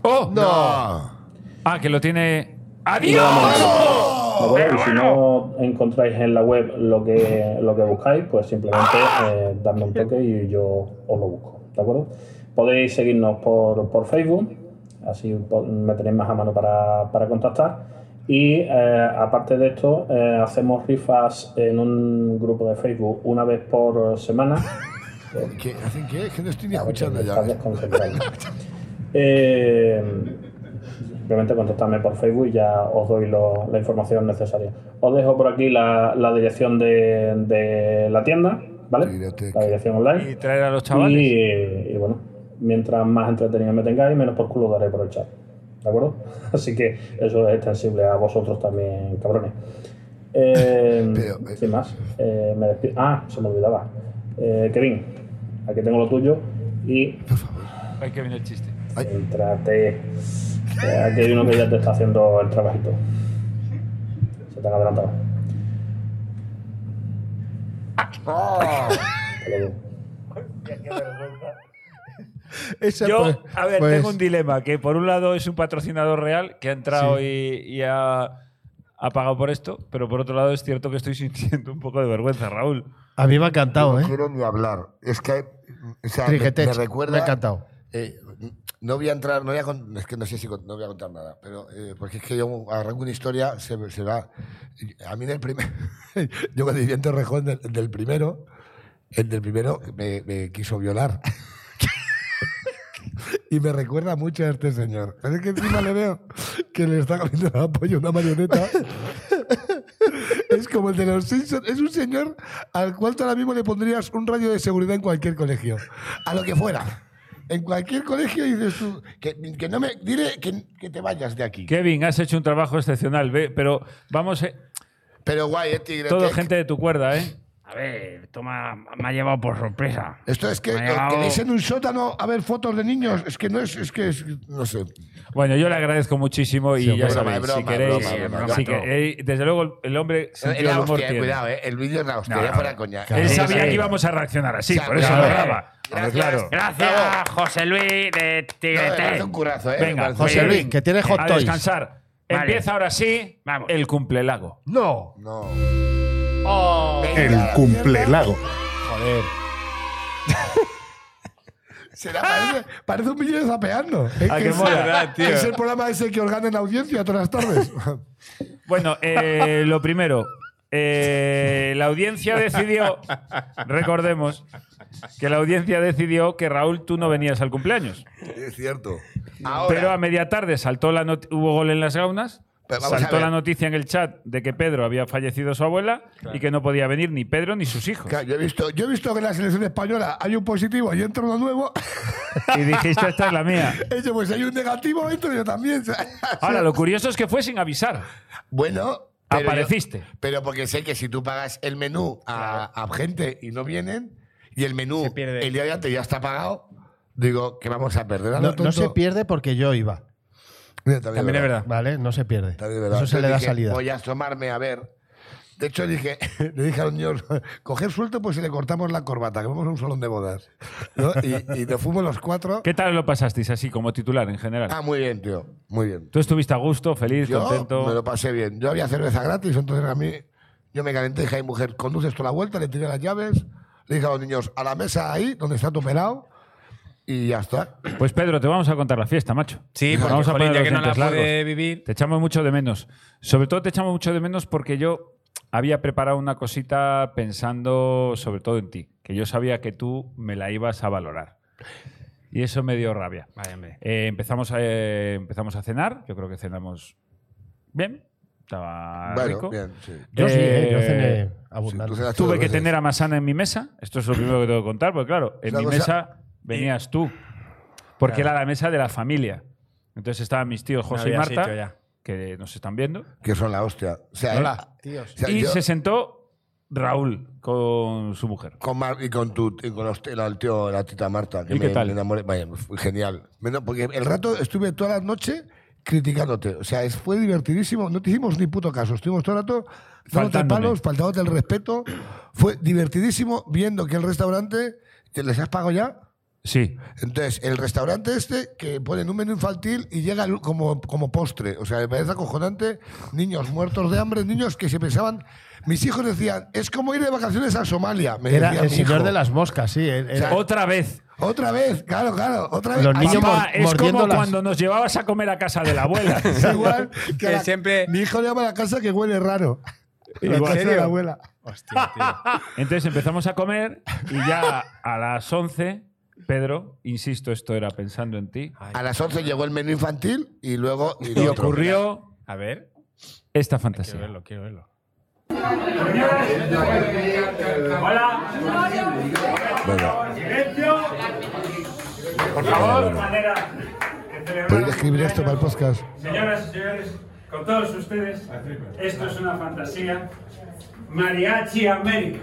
[SPEAKER 1] ¡Oh!
[SPEAKER 5] No.
[SPEAKER 1] Ah, que lo tiene.
[SPEAKER 9] vamos.
[SPEAKER 1] ¡Adiós!
[SPEAKER 9] Lo bueno, y si no encontráis en la web lo que, lo que buscáis, pues simplemente eh, dadme un toque y yo os lo busco, ¿de acuerdo? Podéis seguirnos por, por Facebook, así po- me tenéis más a mano para, para contactar. Y eh, aparte de esto, eh, hacemos rifas en un grupo de Facebook una vez por semana.
[SPEAKER 5] ¿Qué? ¿Hacen qué? Es que no estoy ni escuchando ya.
[SPEAKER 9] Estás desconcentrado. [LAUGHS] Eh, simplemente contactadme por Facebook y ya os doy lo- la información necesaria. Os dejo por aquí la, la dirección de, de la tienda, ¿vale?
[SPEAKER 5] Biblioteca.
[SPEAKER 9] La dirección online.
[SPEAKER 1] Y traer a los
[SPEAKER 9] Y,
[SPEAKER 1] chavales.
[SPEAKER 9] eh, y bueno, mientras más entretenido me tengáis, menos por culo daré por el chat. ¿De acuerdo? [LAUGHS] Así que eso es extensible a vosotros también, cabrones. Eh,
[SPEAKER 5] [LAUGHS] Pero, eh.
[SPEAKER 9] sin más, eh, me despido. Ah, se me olvidaba. Eh, Kevin, aquí tengo lo tuyo. Y
[SPEAKER 1] Ay, que viene el chiste.
[SPEAKER 9] entrate. Eh, Aquí hay uno que ya te está haciendo el trabajito. Lo tengo adelantado.
[SPEAKER 5] Ah.
[SPEAKER 1] Yo,
[SPEAKER 5] pues,
[SPEAKER 1] a ver, tengo un dilema, que por un lado es un patrocinador real que ha entrado y, y ha, ha pagado por esto, pero por otro lado es cierto que estoy [LAUGHS] sintiendo un poco de vergüenza, Raúl.
[SPEAKER 6] A mí me ha encantado,
[SPEAKER 5] no
[SPEAKER 6] ¿eh?
[SPEAKER 5] quiero ni hablar. Es que. O sea, me,
[SPEAKER 6] Trigetech,
[SPEAKER 5] me recuerda.
[SPEAKER 6] me ha encantado.
[SPEAKER 5] eh, no voy a entrar, no voy a con- es que no sé si con- no voy a contar nada, pero eh, porque es que yo arranco una historia, se, se va. A mí en
[SPEAKER 7] [LAUGHS]
[SPEAKER 5] el primer. yo cuando viví en Torrejón del, del primero, el del primero me, me quiso violar.
[SPEAKER 7] [LAUGHS] Y me recuerda mucho a este señor. Pero es que encima le veo que le está comiendo la pollo una marioneta. Es como el de los Simpsons. Es un señor al cual tú ahora mismo le pondrías un radio de seguridad en cualquier colegio.
[SPEAKER 5] A lo que fuera. En cualquier colegio dices tú, que, que no me. Dile que, que te vayas de aquí.
[SPEAKER 1] Kevin, has hecho un trabajo excepcional, ve, pero vamos, eh,
[SPEAKER 5] Pero guay, eh, Tigre.
[SPEAKER 1] todo
[SPEAKER 5] Tech.
[SPEAKER 1] gente de tu cuerda, ¿eh?
[SPEAKER 8] A ver, esto me ha, me ha llevado por sorpresa.
[SPEAKER 5] Esto es que
[SPEAKER 8] Me ha
[SPEAKER 5] eh,
[SPEAKER 8] llegado-
[SPEAKER 5] que veis en un sótano a ver fotos de niños. Es que no es, es que es, no sé.
[SPEAKER 1] Bueno, yo le agradezco muchísimo y ya
[SPEAKER 5] broma,
[SPEAKER 1] sabéis,
[SPEAKER 5] es broma,
[SPEAKER 1] si queréis,
[SPEAKER 5] broma,
[SPEAKER 8] es broma,
[SPEAKER 1] si
[SPEAKER 8] todo.
[SPEAKER 1] queréis- desde luego el- el hombre sintió
[SPEAKER 5] Era
[SPEAKER 1] el humor
[SPEAKER 5] hostia, eh,
[SPEAKER 1] tiene.
[SPEAKER 5] cuidado, eh, el vídeo era hostia,
[SPEAKER 1] No,
[SPEAKER 5] ya
[SPEAKER 1] no,
[SPEAKER 5] fuera coña.
[SPEAKER 1] Él
[SPEAKER 5] Eh,
[SPEAKER 1] sabía
[SPEAKER 5] sí.
[SPEAKER 1] que íbamos a reaccionar así,
[SPEAKER 5] O sea,
[SPEAKER 1] por eso lo
[SPEAKER 5] claro,
[SPEAKER 1] graba.
[SPEAKER 5] eh. Gracias.
[SPEAKER 1] Claro.
[SPEAKER 8] Gracias, José Luis de
[SPEAKER 5] No, me parece
[SPEAKER 8] Tigretec.
[SPEAKER 5] un curazo, eh.
[SPEAKER 1] Venga,
[SPEAKER 5] Me parece-
[SPEAKER 6] José
[SPEAKER 1] Kevin,
[SPEAKER 6] Luis, que tiene hot
[SPEAKER 1] A
[SPEAKER 6] toys.
[SPEAKER 1] descansar.
[SPEAKER 8] Vale.
[SPEAKER 1] Empieza ahora sí
[SPEAKER 8] Vamos.
[SPEAKER 1] el cumplelago.
[SPEAKER 6] No.
[SPEAKER 5] No.
[SPEAKER 10] El cumplelago.
[SPEAKER 1] [LAUGHS]
[SPEAKER 7] Será, parece, parece un vídeo de zapeando. Es,
[SPEAKER 1] Ah,
[SPEAKER 7] que
[SPEAKER 1] qué
[SPEAKER 7] es-
[SPEAKER 1] mola, tío.
[SPEAKER 7] es el programa ese que organiza en audiencia todas las
[SPEAKER 5] [LAUGHS]
[SPEAKER 7] tardes.
[SPEAKER 1] Bueno,
[SPEAKER 6] [LAUGHS]
[SPEAKER 1] eh, lo primero. eh, la audiencia
[SPEAKER 6] [LAUGHS]
[SPEAKER 1] decidió, recordemos, que la audiencia decidió que Raúl, tú no venías al cumpleaños.
[SPEAKER 5] Es cierto. Ahora,
[SPEAKER 1] Pero a media tarde saltó la not- hubo gol en las gaunas.
[SPEAKER 5] Pero vamos a
[SPEAKER 1] Saltó
[SPEAKER 5] ver.
[SPEAKER 1] la noticia en el chat de que Pedro había fallecido su abuela y que no podía venir ni Pedro ni sus hijos.
[SPEAKER 5] claro, yo he visto, yo he visto
[SPEAKER 7] Esto que en la selección española hay un positivo y entra uno nuevo.
[SPEAKER 1] Y dijiste, esta es la mía.
[SPEAKER 7] Eso, pues hay un negativo, entro yo también.
[SPEAKER 1] Ahora, lo curioso es que fue sin avisar.
[SPEAKER 5] [LAUGHS] Bueno, pero
[SPEAKER 1] Apareciste.
[SPEAKER 5] yo- pero porque sé que si tú pagas el menú a, a gente y no vienen, y el menú
[SPEAKER 4] pierde.
[SPEAKER 5] el día de antes ya está pagado, digo que vamos a perder a
[SPEAKER 6] No,
[SPEAKER 5] lo
[SPEAKER 6] no se
[SPEAKER 5] tonto.
[SPEAKER 6] pierde porque yo iba.
[SPEAKER 5] Mira,
[SPEAKER 4] También es verdad.
[SPEAKER 6] ¿Vale? No se pierde.
[SPEAKER 5] También es verdad.
[SPEAKER 6] Eso se
[SPEAKER 5] Yo
[SPEAKER 6] le da
[SPEAKER 5] dije,
[SPEAKER 6] salida.
[SPEAKER 5] Voy a asomarme a ver.
[SPEAKER 7] De hecho,
[SPEAKER 5] [LAUGHS]
[SPEAKER 7] dije, le dije al niño, coger suelto, pues si le cortamos la corbata, que vamos a un salón de bodas. ¿no? Y, y nos fuimos los cuatro.
[SPEAKER 1] ¿Qué tal lo pasasteis así como titular en general?
[SPEAKER 5] Ah, muy bien, tío. Muy bien.
[SPEAKER 1] Tú estuviste a gusto, feliz,
[SPEAKER 5] Yo me
[SPEAKER 1] contento.
[SPEAKER 5] lo pasé bien. Yo había cerveza gratis, entonces a mí yo me calenté y dije, ay, mujer, conduces toda la vuelta, le tiré las llaves, le dije a los niños, a la mesa ahí, donde está tu pelado, y ya está.
[SPEAKER 1] Pues Pedro, te vamos a contar la fiesta, macho.
[SPEAKER 4] Sí, porque
[SPEAKER 1] vamos a
[SPEAKER 4] jolín,
[SPEAKER 1] poner
[SPEAKER 4] ya
[SPEAKER 1] los
[SPEAKER 4] que no la
[SPEAKER 1] dientes
[SPEAKER 4] pude
[SPEAKER 1] largos.
[SPEAKER 4] vivir.
[SPEAKER 1] Te echamos mucho de menos. Sobre todo te echamos mucho de menos porque yo había preparado una cosita pensando sobre todo en ti, que yo sabía que tú me la ibas a valorar. Y eso me dio rabia.
[SPEAKER 4] Vaya, hombre.
[SPEAKER 1] Eh, empezamos, a, eh, empezamos a cenar, yo creo que cenamos bien, estaba
[SPEAKER 5] bueno,
[SPEAKER 1] Ah, rico.
[SPEAKER 5] bien, sí.
[SPEAKER 6] Yo sí, ¿eh? yo
[SPEAKER 1] Eh,
[SPEAKER 6] cené
[SPEAKER 5] Sí, tú
[SPEAKER 6] abundante.
[SPEAKER 5] cenas todas
[SPEAKER 1] Tuve que
[SPEAKER 5] veces.
[SPEAKER 1] tener a Masana en mi mesa. Esto es lo primero que tengo que contar, porque claro, en
[SPEAKER 5] Una
[SPEAKER 1] mi
[SPEAKER 5] cosa-
[SPEAKER 1] mesa venías tú. Porque era la mesa de la familia. Entonces estaban mis tíos
[SPEAKER 4] No
[SPEAKER 1] José y
[SPEAKER 4] había
[SPEAKER 1] Marta,
[SPEAKER 4] sitio ya.
[SPEAKER 1] que nos están viendo.
[SPEAKER 5] Que son la hostia. O sea,
[SPEAKER 1] Hola.
[SPEAKER 5] tíos. O sea,
[SPEAKER 1] y
[SPEAKER 5] yo-
[SPEAKER 1] se sentó Raúl con su mujer.
[SPEAKER 5] con Mar- y con tu y con los- el, el tío, la tita Marta. Que
[SPEAKER 1] ¿Y
[SPEAKER 5] me,
[SPEAKER 1] qué tal?
[SPEAKER 5] me enamoré. Vaya, fue genial. Menos- porque el rato estuve toda la noche criticándote. O sea, es- fue divertidísimo. No te hicimos ni puto caso. Estuvimos todo el rato dándote
[SPEAKER 1] Faltándome.
[SPEAKER 5] palos, faltándote el respeto. Fue divertidísimo viendo que el restaurante, que les has pagado ya.
[SPEAKER 1] Sí.
[SPEAKER 5] Entonces, el restaurante este que ponen un menú infantil y llega el- como, como postre. O sea, me parece acojonante. Niños muertos de hambre, niños que se pensaban. Mis hijos decían, es como ir de vacaciones a Somalia. Me
[SPEAKER 6] Era
[SPEAKER 5] decía
[SPEAKER 6] el
[SPEAKER 5] mi
[SPEAKER 6] señor
[SPEAKER 5] hijo.
[SPEAKER 6] de las moscas, sí. él- era-
[SPEAKER 1] Otra vez.
[SPEAKER 5] Otra vez, claro, claro, otra vez.
[SPEAKER 6] Los
[SPEAKER 5] Así
[SPEAKER 6] niños
[SPEAKER 1] Papá,
[SPEAKER 6] mor-
[SPEAKER 1] es como
[SPEAKER 6] mordiéndolas.
[SPEAKER 1] cuando nos llevabas a comer a casa de la
[SPEAKER 6] [LAUGHS]
[SPEAKER 1] abuela.
[SPEAKER 7] Es igual que,
[SPEAKER 4] Que
[SPEAKER 7] la-
[SPEAKER 4] siempre-
[SPEAKER 7] Mi hijo llama a la casa que huele raro. La
[SPEAKER 1] Igual.
[SPEAKER 7] casa de la abuela.
[SPEAKER 4] Hostia, tío.
[SPEAKER 1] Entonces empezamos a comer y ya a las 11, Pedro, insisto, esto era pensando en ti,
[SPEAKER 5] A las 11 llegó el menú infantil y luego. Y,
[SPEAKER 1] y
[SPEAKER 5] lo otro.
[SPEAKER 1] ocurrió
[SPEAKER 4] A ver,
[SPEAKER 1] esta
[SPEAKER 4] quiero
[SPEAKER 1] fantasía.
[SPEAKER 4] verlo, quiero verlo.
[SPEAKER 1] Por favor.
[SPEAKER 5] ¿Puedes describir esto para el podcast?
[SPEAKER 11] Señoras y señores, con todos ustedes, esto es una fantasía. Mariachi América.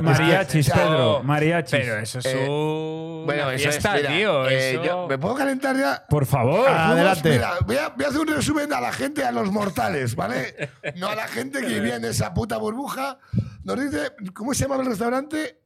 [SPEAKER 1] Mariachis,
[SPEAKER 5] Chao.
[SPEAKER 1] Pedro, mariachis.
[SPEAKER 4] Pero eso es
[SPEAKER 5] Eh,
[SPEAKER 4] un.
[SPEAKER 5] Bueno, eso es, mira,
[SPEAKER 4] tío.
[SPEAKER 5] eh,
[SPEAKER 4] eso-
[SPEAKER 5] yo- ¿Me puedo calentar ya?
[SPEAKER 1] Por favor.
[SPEAKER 5] Vamos,
[SPEAKER 6] Adelante.
[SPEAKER 5] mira, voy, a, voy a hacer un resumen a la gente, a los mortales, ¿vale? No a la gente que vive en esa puta burbuja. Nos dice, ¿cómo se llama el restaurante?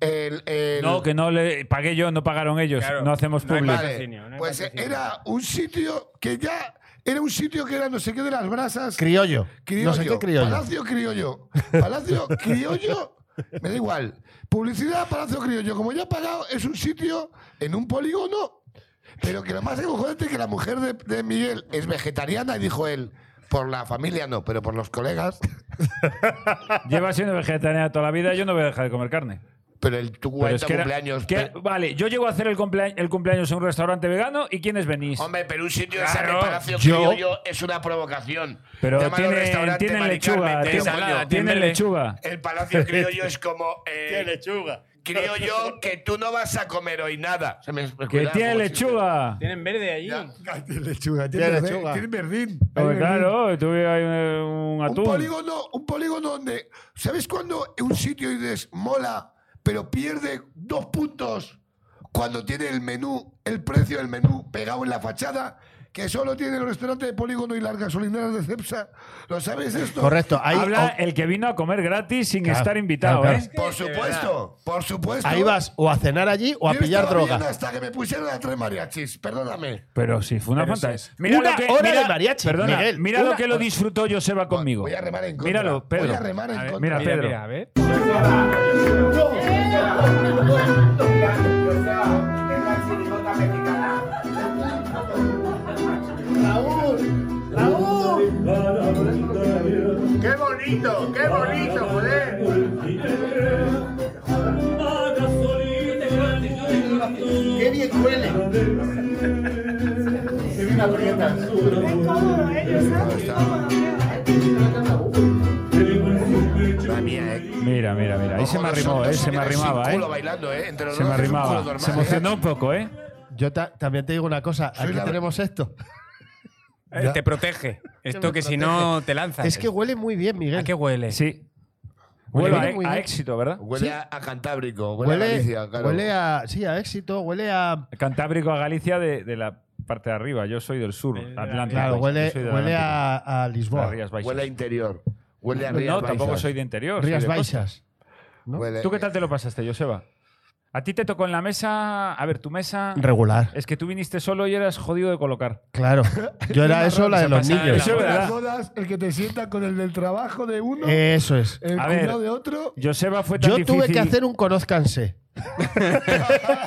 [SPEAKER 5] El, el-
[SPEAKER 1] No, que no le pagué yo, no pagaron ellos.
[SPEAKER 4] Claro,
[SPEAKER 1] no hacemos
[SPEAKER 4] no hay
[SPEAKER 1] public.
[SPEAKER 4] más.
[SPEAKER 5] Vale,
[SPEAKER 4] patrocinio, no hay
[SPEAKER 5] pues
[SPEAKER 4] patrocinio.
[SPEAKER 5] era un sitio que ya era un sitio que era no sé qué de las brasas.
[SPEAKER 6] Criollo.
[SPEAKER 5] Criollo.
[SPEAKER 6] No sé qué criollo.
[SPEAKER 5] Palacio Criollo.
[SPEAKER 1] [LAUGHS]
[SPEAKER 5] Palacio Criollo. Me da igual. Publicidad Palacio Criollo. Como ya he pagado, es un sitio en un polígono. Pero que lo más emocionante es que la mujer de, de Miguel es vegetariana y dijo él, por la familia no, pero por los colegas.
[SPEAKER 1] [LAUGHS] Lleva siendo vegetariana toda la vida, yo no voy a dejar de comer carne.
[SPEAKER 5] Pero el tu
[SPEAKER 1] Pero
[SPEAKER 5] 40
[SPEAKER 1] es que era-
[SPEAKER 5] cumpleaños.
[SPEAKER 1] que-
[SPEAKER 5] pe-
[SPEAKER 1] vale, yo llego a hacer el, cumplea- el cumpleaños en un restaurante vegano y ¿quiénes venís?
[SPEAKER 5] Hombre, pero un sitio de ese Palacio
[SPEAKER 6] yo-
[SPEAKER 5] Criollo es una provocación.
[SPEAKER 1] Pero
[SPEAKER 5] Llámalo
[SPEAKER 1] tienen-
[SPEAKER 5] restaurante,
[SPEAKER 1] tienen
[SPEAKER 5] Mari
[SPEAKER 1] lechuga,
[SPEAKER 5] Carmen,
[SPEAKER 1] tienen-
[SPEAKER 5] coño.
[SPEAKER 4] ensalada,
[SPEAKER 1] Tiene
[SPEAKER 4] atiéndele.
[SPEAKER 1] lechuga.
[SPEAKER 5] El Palacio
[SPEAKER 6] [LAUGHS]
[SPEAKER 5] Criollo es como. eh, Criollo, que tú no vas a comer hoy nada. Se me- me
[SPEAKER 1] Que
[SPEAKER 5] cuidado,
[SPEAKER 1] tiene
[SPEAKER 5] como
[SPEAKER 1] lechuga.
[SPEAKER 4] Tienen verde allí.
[SPEAKER 5] si-
[SPEAKER 7] Tiene lechuga,
[SPEAKER 6] Tiene
[SPEAKER 7] tiene verdín.
[SPEAKER 6] lechuga.
[SPEAKER 7] Tiene verdín.
[SPEAKER 1] Hombre,
[SPEAKER 7] Hay verdín.
[SPEAKER 1] claro, tuve ahí un, un
[SPEAKER 5] Un
[SPEAKER 1] atún.
[SPEAKER 5] polígono, un polígono donde. ¿Sabes cuando un sitio y dices mola, pero pierde dos puntos cuando tiene el menú, el precio del menú pegado en la fachada? Que solo tiene el restaurante de polígono y las gasolineras de Cepsa. ¿Lo sabes esto? Ah,
[SPEAKER 6] Correcto. Ahí,
[SPEAKER 1] Habla
[SPEAKER 6] o-
[SPEAKER 1] el que vino a comer gratis sin
[SPEAKER 6] Claro,
[SPEAKER 1] estar invitado,
[SPEAKER 6] claro,
[SPEAKER 1] ¿eh?
[SPEAKER 5] Por supuesto, por supuesto.
[SPEAKER 6] ahí vas o a cenar allí o a
[SPEAKER 5] Yo
[SPEAKER 6] pillar
[SPEAKER 5] estaba bien
[SPEAKER 6] droga.
[SPEAKER 5] Hasta que me pusieron a tres mariachis, perdóname.
[SPEAKER 1] Pero sí, fue una
[SPEAKER 4] Pero sí.
[SPEAKER 1] fantasía.
[SPEAKER 6] Una hora de mariachi,
[SPEAKER 1] Perdona,
[SPEAKER 6] Miguel,
[SPEAKER 1] mira lo
[SPEAKER 6] una-
[SPEAKER 1] que lo disfrutó Joseba conmigo.
[SPEAKER 5] Voy a remar en contra.
[SPEAKER 1] Míralo, Pedro.
[SPEAKER 5] Voy a remar en
[SPEAKER 1] ver,
[SPEAKER 5] contra.
[SPEAKER 1] Mira,
[SPEAKER 4] Mira,
[SPEAKER 1] Pedro.
[SPEAKER 4] mira, a ver.
[SPEAKER 11] ¡Qué bonito! ¡Qué bonito, joder! ¡Qué bien huele! ¡Qué bien aprietas!
[SPEAKER 5] La mía, eh.
[SPEAKER 1] Mira, mira, mira. Ahí se me
[SPEAKER 5] Ojo, no
[SPEAKER 1] arrimó,
[SPEAKER 5] se- no
[SPEAKER 1] eh,
[SPEAKER 5] se
[SPEAKER 1] se me
[SPEAKER 5] quedó sin
[SPEAKER 1] arrimaba, eh.
[SPEAKER 5] culo bailando, eh. Entre los
[SPEAKER 1] Se
[SPEAKER 5] dos
[SPEAKER 1] me
[SPEAKER 5] es un culo
[SPEAKER 1] arrimaba.
[SPEAKER 5] normal,
[SPEAKER 1] Se
[SPEAKER 5] eh.
[SPEAKER 1] emocionó un poco, ¿eh?
[SPEAKER 6] Yo ta- también te digo una cosa.
[SPEAKER 5] Soy
[SPEAKER 6] Aquí
[SPEAKER 5] la-
[SPEAKER 6] tenemos esto.
[SPEAKER 4] Eh, Te protege. Esto que si no te lanzas.
[SPEAKER 6] Es que huele muy bien, Miguel.
[SPEAKER 4] ¿A qué huele?
[SPEAKER 1] Sí.
[SPEAKER 6] Huele
[SPEAKER 1] Huele a,
[SPEAKER 6] bien, muy
[SPEAKER 1] a
[SPEAKER 6] bien.
[SPEAKER 1] éxito, ¿verdad?
[SPEAKER 5] Huele a, a Cantábrico, huele, a
[SPEAKER 6] Huele,
[SPEAKER 5] Galicia, claro.
[SPEAKER 6] huele a. Sí, a éxito. Huele a.
[SPEAKER 1] Cantábrico a Galicia de, de la parte de arriba. Yo soy del sur, Atlántico.
[SPEAKER 6] Claro,
[SPEAKER 1] pues, Yo
[SPEAKER 6] huele,
[SPEAKER 1] soy de
[SPEAKER 6] huele
[SPEAKER 1] Atlántico.
[SPEAKER 6] a, a Lisboa.
[SPEAKER 1] Las Rías Baixas.
[SPEAKER 5] Huele a interior. Huele a
[SPEAKER 1] no,
[SPEAKER 5] Rías
[SPEAKER 1] tampoco
[SPEAKER 5] Baixas.
[SPEAKER 1] soy de interior. soy
[SPEAKER 6] Rías
[SPEAKER 1] de costa.
[SPEAKER 6] Baixas. ¿no?
[SPEAKER 5] Huele-
[SPEAKER 1] ¿Tú qué tal te lo pasaste, Joseba? A ti te tocó en la mesa. A ver, tu mesa.
[SPEAKER 6] Regular.
[SPEAKER 1] Es que tú viniste solo y eras jodido de colocar.
[SPEAKER 6] [LAUGHS] Claro. Yo era eso, la de los
[SPEAKER 4] pasa de
[SPEAKER 6] niños.
[SPEAKER 1] Eso es
[SPEAKER 7] En
[SPEAKER 1] verdad. Eh,
[SPEAKER 7] las bodas, el que te sienta con el del trabajo de uno,
[SPEAKER 6] Eso es.
[SPEAKER 7] el
[SPEAKER 1] A ver.
[SPEAKER 7] cuñado de otro.
[SPEAKER 1] Joseba fue tan
[SPEAKER 6] Yo
[SPEAKER 1] difícil.
[SPEAKER 6] tuve que hacer un conozcanse.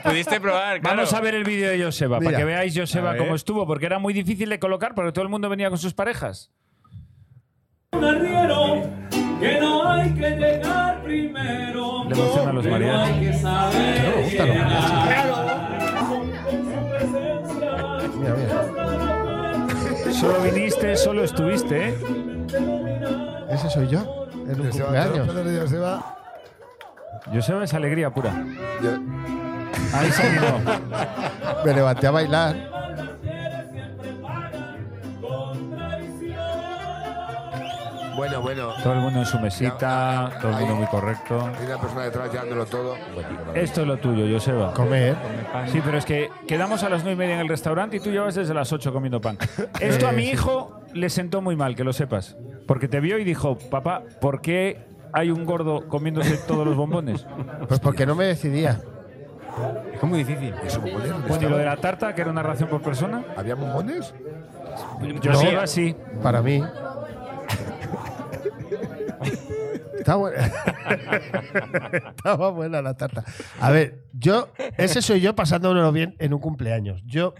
[SPEAKER 4] Pudiste probar, claro.
[SPEAKER 1] Vamos a ver el vídeo de Joseba, para
[SPEAKER 6] Mira.
[SPEAKER 1] que veáis
[SPEAKER 4] A
[SPEAKER 1] Joseba
[SPEAKER 4] ver.
[SPEAKER 1] cómo estuvo, porque era muy difícil de colocar, porque todo el mundo venía con sus parejas.
[SPEAKER 11] Un arriero que no hay que llegar primero.
[SPEAKER 1] Le emocionan los
[SPEAKER 11] pero
[SPEAKER 1] mariachis.
[SPEAKER 11] Hay que saber llegar.
[SPEAKER 6] Mira, mira.
[SPEAKER 1] Solo viniste, solo estuviste, ¿eh?
[SPEAKER 6] Ese soy yo. En un
[SPEAKER 5] Se va,
[SPEAKER 6] cumpleaños.
[SPEAKER 5] se va, se va.
[SPEAKER 1] Joseba es alegría pura.
[SPEAKER 5] Yo-
[SPEAKER 1] Ahí se animó.
[SPEAKER 6] Me levanté a bailar.
[SPEAKER 5] Bueno, bueno.
[SPEAKER 1] Todo el mundo en su mesita, todo el mundo muy correcto.
[SPEAKER 5] Hay una persona detrás llevándolo todo. Bueno, qué maravilla.
[SPEAKER 1] Esto es lo tuyo, Joseba.
[SPEAKER 6] Comer.
[SPEAKER 1] Sí, pero es que quedamos a las nueve y media en el restaurante y tú llevas desde las 8 comiendo pan. Esto a mi hijo le sentó muy mal, que lo sepas. Porque te vio y dijo, papá, ¿por qué hay un gordo comiéndose todos los bombones?
[SPEAKER 6] Pues porque no me decidía.
[SPEAKER 4] Es muy difícil.
[SPEAKER 5] ¿Eso bombones?
[SPEAKER 1] Bueno, y lo de la tarta, que era una ración por persona,
[SPEAKER 5] ¿Había bombones?
[SPEAKER 1] Joseba sí.
[SPEAKER 6] Para mí. Está buena. [LAUGHS] Estaba buena la tarta. A ver, yo, ese soy yo pasándomelo bien en un cumpleaños. Yo,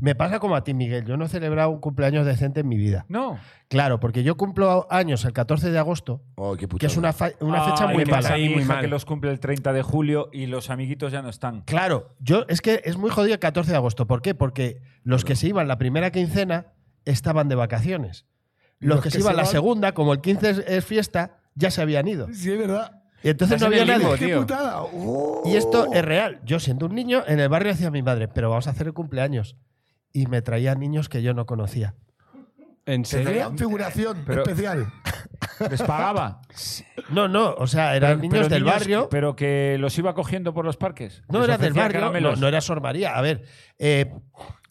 [SPEAKER 6] me pasa como a ti, Miguel. Yo no he celebrado un cumpleaños decente en mi vida.
[SPEAKER 1] No.
[SPEAKER 6] Claro, porque yo cumplo años el 14 de agosto,
[SPEAKER 5] Oh, qué putada.
[SPEAKER 6] que es una, fa- una fecha
[SPEAKER 1] Ay,
[SPEAKER 6] muy
[SPEAKER 1] ¿qué
[SPEAKER 6] mala.
[SPEAKER 1] pasa a mi
[SPEAKER 4] Ahí, muy
[SPEAKER 1] hija
[SPEAKER 4] mal.
[SPEAKER 1] que los cumple el 30 de julio y los amiguitos ya no están.
[SPEAKER 6] Claro, yo es que es muy jodido el 14 de agosto. ¿Por qué? Porque los que se iban la primera quincena estaban de vacaciones. Los, que, se iban la segunda, como el 15 es, es fiesta, ya se habían ido.
[SPEAKER 7] Sí, es verdad.
[SPEAKER 6] Y entonces no
[SPEAKER 4] Estás en
[SPEAKER 6] había
[SPEAKER 4] el limbo,
[SPEAKER 6] nadie.
[SPEAKER 4] tío.
[SPEAKER 7] ¡Qué putada! ¡Oh!
[SPEAKER 6] Y esto es real. Yo siendo un niño, en el barrio decía a mi madre, pero vamos a hacer el cumpleaños. Y me traía niños que yo no conocía.
[SPEAKER 4] ¿En
[SPEAKER 5] Tendría
[SPEAKER 4] serio?
[SPEAKER 5] una figuración
[SPEAKER 1] Pero-
[SPEAKER 5] especial.
[SPEAKER 1] Les pagaba.
[SPEAKER 6] No, no, o sea, eran
[SPEAKER 1] Pero
[SPEAKER 6] niños del
[SPEAKER 1] niños-
[SPEAKER 6] barrio.
[SPEAKER 1] Pero que los iba cogiendo por los parques.
[SPEAKER 6] No
[SPEAKER 1] Les
[SPEAKER 6] era del
[SPEAKER 1] ofrecía
[SPEAKER 6] barrio, no,
[SPEAKER 1] caramelos.
[SPEAKER 6] no era Sor María. A ver, eh,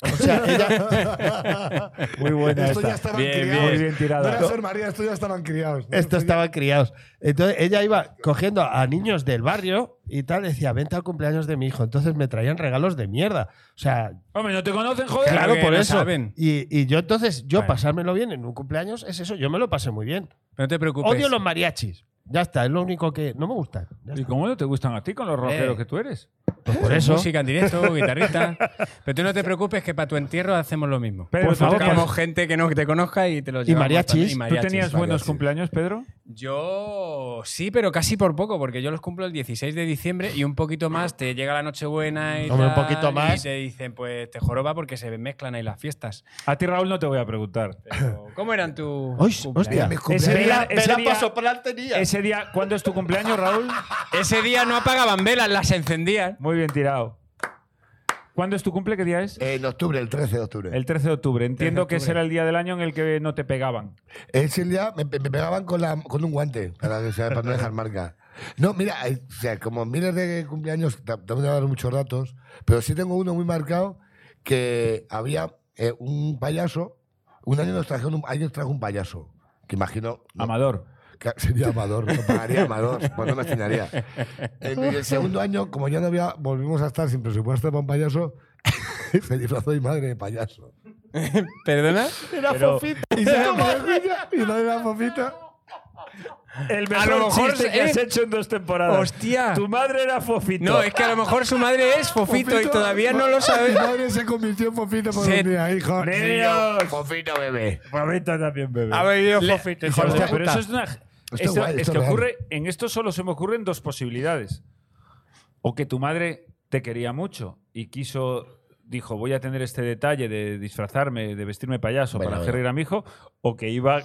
[SPEAKER 6] o [LAUGHS] sea, ella,
[SPEAKER 1] [LAUGHS]
[SPEAKER 2] Muy buena
[SPEAKER 5] Esto ya
[SPEAKER 2] esta.
[SPEAKER 5] estaban
[SPEAKER 1] Bien,
[SPEAKER 5] criados.
[SPEAKER 1] bien. Muy bien tirada. Este-
[SPEAKER 5] No era Sor María, esto ya estaban criados.
[SPEAKER 6] estos estaban criados. Entonces ella iba cogiendo a niños del barrio y tal, decía, vente al cumpleaños de mi hijo. Entonces me traían regalos de mierda. O sea,
[SPEAKER 1] Hombre, no te conocen, joder.
[SPEAKER 4] Claro
[SPEAKER 6] claro,
[SPEAKER 4] que
[SPEAKER 6] por
[SPEAKER 4] no
[SPEAKER 6] eso.
[SPEAKER 4] saben.
[SPEAKER 6] Y, y yo entonces, yo
[SPEAKER 4] Vale.
[SPEAKER 6] pasármelo bien en un cumpleaños es eso, yo me lo pasé muy bien.
[SPEAKER 4] No te preocupes.
[SPEAKER 6] Odio los mariachis. Ya está, es lo único que no me gusta. Ya
[SPEAKER 1] ¿Y
[SPEAKER 6] está.
[SPEAKER 1] cómo no te gustan a ti con los rockeros que tú eres?
[SPEAKER 6] Pues por eso.
[SPEAKER 4] Música en directo, guitarrista. Pero tú no te preocupes que para tu entierro hacemos lo mismo.
[SPEAKER 1] Pero
[SPEAKER 4] Por
[SPEAKER 1] tú
[SPEAKER 4] favor,
[SPEAKER 1] tenías-
[SPEAKER 4] buscamos gente que no te conozca y te lo
[SPEAKER 6] Y
[SPEAKER 4] llevamos
[SPEAKER 6] mariachis.
[SPEAKER 4] también.
[SPEAKER 6] ¿Tú
[SPEAKER 1] ¿Tú tenías buenos
[SPEAKER 4] mariachis.
[SPEAKER 1] cumpleaños, Pedro?
[SPEAKER 4] Yo sí, pero casi por poco, porque yo los cumplo el 16 de diciembre y un poquito más te llega la Nochebuena y,
[SPEAKER 6] Hombre, un
[SPEAKER 4] tal,
[SPEAKER 6] poquito más.
[SPEAKER 4] y te dicen, pues te joroba porque se mezclan ahí las fiestas.
[SPEAKER 1] A ti, Raúl, no te voy a preguntar.
[SPEAKER 4] Pero, ¿Cómo eran tus
[SPEAKER 6] Uy,
[SPEAKER 4] pues, cumpleaños?
[SPEAKER 5] Mis
[SPEAKER 1] Ese
[SPEAKER 5] cumpleaños.
[SPEAKER 1] día,
[SPEAKER 6] Vela
[SPEAKER 1] ese,
[SPEAKER 6] pa'
[SPEAKER 1] día,
[SPEAKER 6] soplar tenía.
[SPEAKER 1] ese día, ¿cuándo es tu cumpleaños, Raúl?
[SPEAKER 4] Ese día no apagaban velas, las encendían.
[SPEAKER 1] Muy bien tirado. ¿Cuándo es tu cumple? ¿Qué día es?
[SPEAKER 5] En octubre, el 13 de octubre.
[SPEAKER 1] El 13 de octubre.
[SPEAKER 4] 13
[SPEAKER 1] Entiendo
[SPEAKER 4] de
[SPEAKER 1] que ese era el día del año en el que no te pegaban.
[SPEAKER 5] Ese día me, me pegaban con, la, con un guante para, que sea- para no dejar marca. No, mira, hay- o sea, como miles de cumpleaños, ta- tampoco voy a dar muchos datos, pero sí tengo uno muy marcado que había eh, un payaso. Un año nos trajeron un, alguien trajo un payaso, que imagino. no-
[SPEAKER 1] Amador.
[SPEAKER 5] que sería Amador, no pagaría Amador, [LAUGHS] pues no me afinaría. En el segundo año, como ya no había, volvimos a estar sin presupuesto para un payaso, [LAUGHS] se disfrazó mi madre de payaso.
[SPEAKER 4] ¿Perdona?
[SPEAKER 1] Pero
[SPEAKER 5] [LAUGHS] Y se y no era fofita.
[SPEAKER 1] el
[SPEAKER 4] A lo mejor es-
[SPEAKER 1] hecho en dos temporadas.
[SPEAKER 4] ¡Hostia!
[SPEAKER 1] madre era fofito.
[SPEAKER 4] No, eh. es que a lo mejor su madre es Fofito, y todavía no lo
[SPEAKER 5] [LAUGHS] Mi
[SPEAKER 4] sabe.
[SPEAKER 5] madre se convirtió en fofita por
[SPEAKER 4] Se-
[SPEAKER 5] un día, hijo.
[SPEAKER 1] Niños.
[SPEAKER 5] Fofito, [LAUGHS] bebé.
[SPEAKER 1] Fofito Pues también, bebé.
[SPEAKER 4] Ha bebido
[SPEAKER 1] Le-
[SPEAKER 4] Fofito.
[SPEAKER 1] Hostia,
[SPEAKER 4] hijo de
[SPEAKER 1] pero
[SPEAKER 4] puta.
[SPEAKER 1] eso es una. esto-
[SPEAKER 5] guay,
[SPEAKER 1] es
[SPEAKER 5] está
[SPEAKER 1] que
[SPEAKER 5] real.
[SPEAKER 1] ocurre, en esto solo se me ocurren dos posibilidades. O que tu madre te quería mucho y quiso, dijo, voy a tener este detalle de disfrazarme, de vestirme payaso
[SPEAKER 5] Bueno,
[SPEAKER 1] para hacer
[SPEAKER 5] bueno.
[SPEAKER 1] reír a mi hijo, o que iba,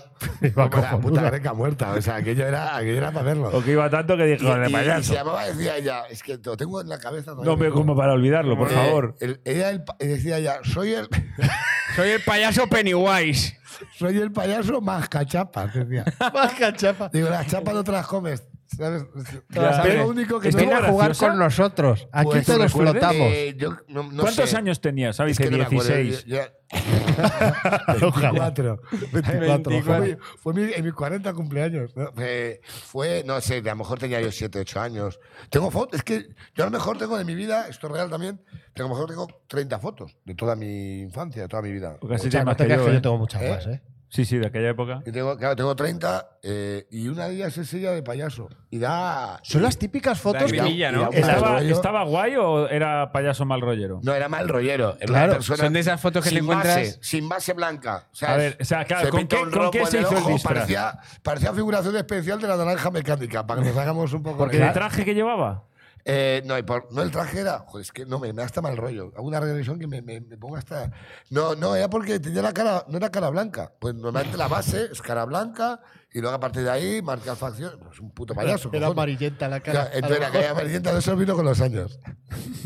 [SPEAKER 5] Como la puta greca muerta. O sea, aquello era, aquello era para verlo.
[SPEAKER 1] o que iba tanto que dijo, de
[SPEAKER 5] Y- y- y
[SPEAKER 1] payaso.
[SPEAKER 5] se llamaba, decía ella, es que lo tengo en la cabeza. todavía,
[SPEAKER 1] No veo
[SPEAKER 5] hijo.
[SPEAKER 1] como para olvidarlo, por
[SPEAKER 5] Eh,
[SPEAKER 1] favor.
[SPEAKER 5] el- ella el pa- decía ella, soy el, [LAUGHS]
[SPEAKER 4] Soy el payaso Pennywise.
[SPEAKER 5] soy el payaso más cachapa. Decía.
[SPEAKER 6] Más cachapa.
[SPEAKER 5] Digo, las chapas no te las comes. ¿Sabes?
[SPEAKER 1] Ya.
[SPEAKER 5] Es lo único que
[SPEAKER 1] Estuvo
[SPEAKER 5] no
[SPEAKER 1] graciosa.
[SPEAKER 6] nosotros. Aquí
[SPEAKER 5] Pues,
[SPEAKER 6] te los
[SPEAKER 5] ¿recuerdas?
[SPEAKER 6] flotamos.
[SPEAKER 5] Eh, yo no- no
[SPEAKER 1] ¿Cuántos
[SPEAKER 5] sé.
[SPEAKER 1] años tenías?
[SPEAKER 5] Es
[SPEAKER 1] ¿Sabes?
[SPEAKER 5] que no me acuerdo,
[SPEAKER 1] 16.
[SPEAKER 5] yo- yo- [LAUGHS]
[SPEAKER 6] Ojalá.
[SPEAKER 5] 24. 24. Fue, mi- fue mi- en mis 40 cumpleaños. ¿no? Eh, fue, no sé, a lo mejor tenía yo 7, 8 años. Tengo fotos, es que yo a lo mejor tengo de mi vida, esto es real también, tengo, a lo mejor tengo 30 fotos de toda mi infancia, de toda mi vida.
[SPEAKER 1] Casi
[SPEAKER 6] O sea,
[SPEAKER 1] tiene
[SPEAKER 6] no
[SPEAKER 1] más
[SPEAKER 6] te
[SPEAKER 1] que
[SPEAKER 6] creas
[SPEAKER 1] yo,
[SPEAKER 6] que
[SPEAKER 1] ¿eh?
[SPEAKER 6] yo tengo muchas
[SPEAKER 5] ¿Eh?
[SPEAKER 6] más, ¿eh?
[SPEAKER 1] Sí, sí, de aquella época.
[SPEAKER 5] Y tengo, claro, tengo 30 eh, y una de ellas es ella de payaso. Y da...
[SPEAKER 6] Son las típicas fotos
[SPEAKER 5] y
[SPEAKER 4] La
[SPEAKER 5] da-
[SPEAKER 6] que.
[SPEAKER 4] grilla,
[SPEAKER 5] y
[SPEAKER 4] ¿no?
[SPEAKER 5] da un mal
[SPEAKER 1] ¿Estaba,
[SPEAKER 5] rollo.
[SPEAKER 1] estaba guay o era payaso mal rollero?
[SPEAKER 5] No, era mal rollero. Era
[SPEAKER 6] Claro,
[SPEAKER 5] una persona
[SPEAKER 4] son de esas fotos que te
[SPEAKER 5] sin base,
[SPEAKER 4] encuentras-
[SPEAKER 5] sin base blanca. O sea,
[SPEAKER 1] A ver, o sea, claro,
[SPEAKER 5] se
[SPEAKER 1] ¿con
[SPEAKER 5] pinta
[SPEAKER 1] qué-
[SPEAKER 5] un
[SPEAKER 1] con
[SPEAKER 5] rojo
[SPEAKER 1] qué
[SPEAKER 5] en
[SPEAKER 1] se hizo el
[SPEAKER 5] ojo,
[SPEAKER 1] disfraz?
[SPEAKER 5] Parecía, parecía figuración especial de la naranja mecánica, para que nos hagamos un poco...
[SPEAKER 1] Porque
[SPEAKER 5] de-
[SPEAKER 1] el traje que llevaba.
[SPEAKER 5] Eh, no, y por- no, el traje era... Joder, es que no, me, me da hasta mal rollo. Hago una regresión que me, me, me pongo hasta... No, no, era porque tenía la cara... No era cara blanca. Pues normalmente la base es cara blanca y luego a partir de ahí marca facción. Pues un puto payaso.
[SPEAKER 6] Era
[SPEAKER 5] cojones.
[SPEAKER 6] amarillenta la
[SPEAKER 5] Claro,
[SPEAKER 6] cara.
[SPEAKER 5] Entonces, aquella amarillenta de eso vino con los años.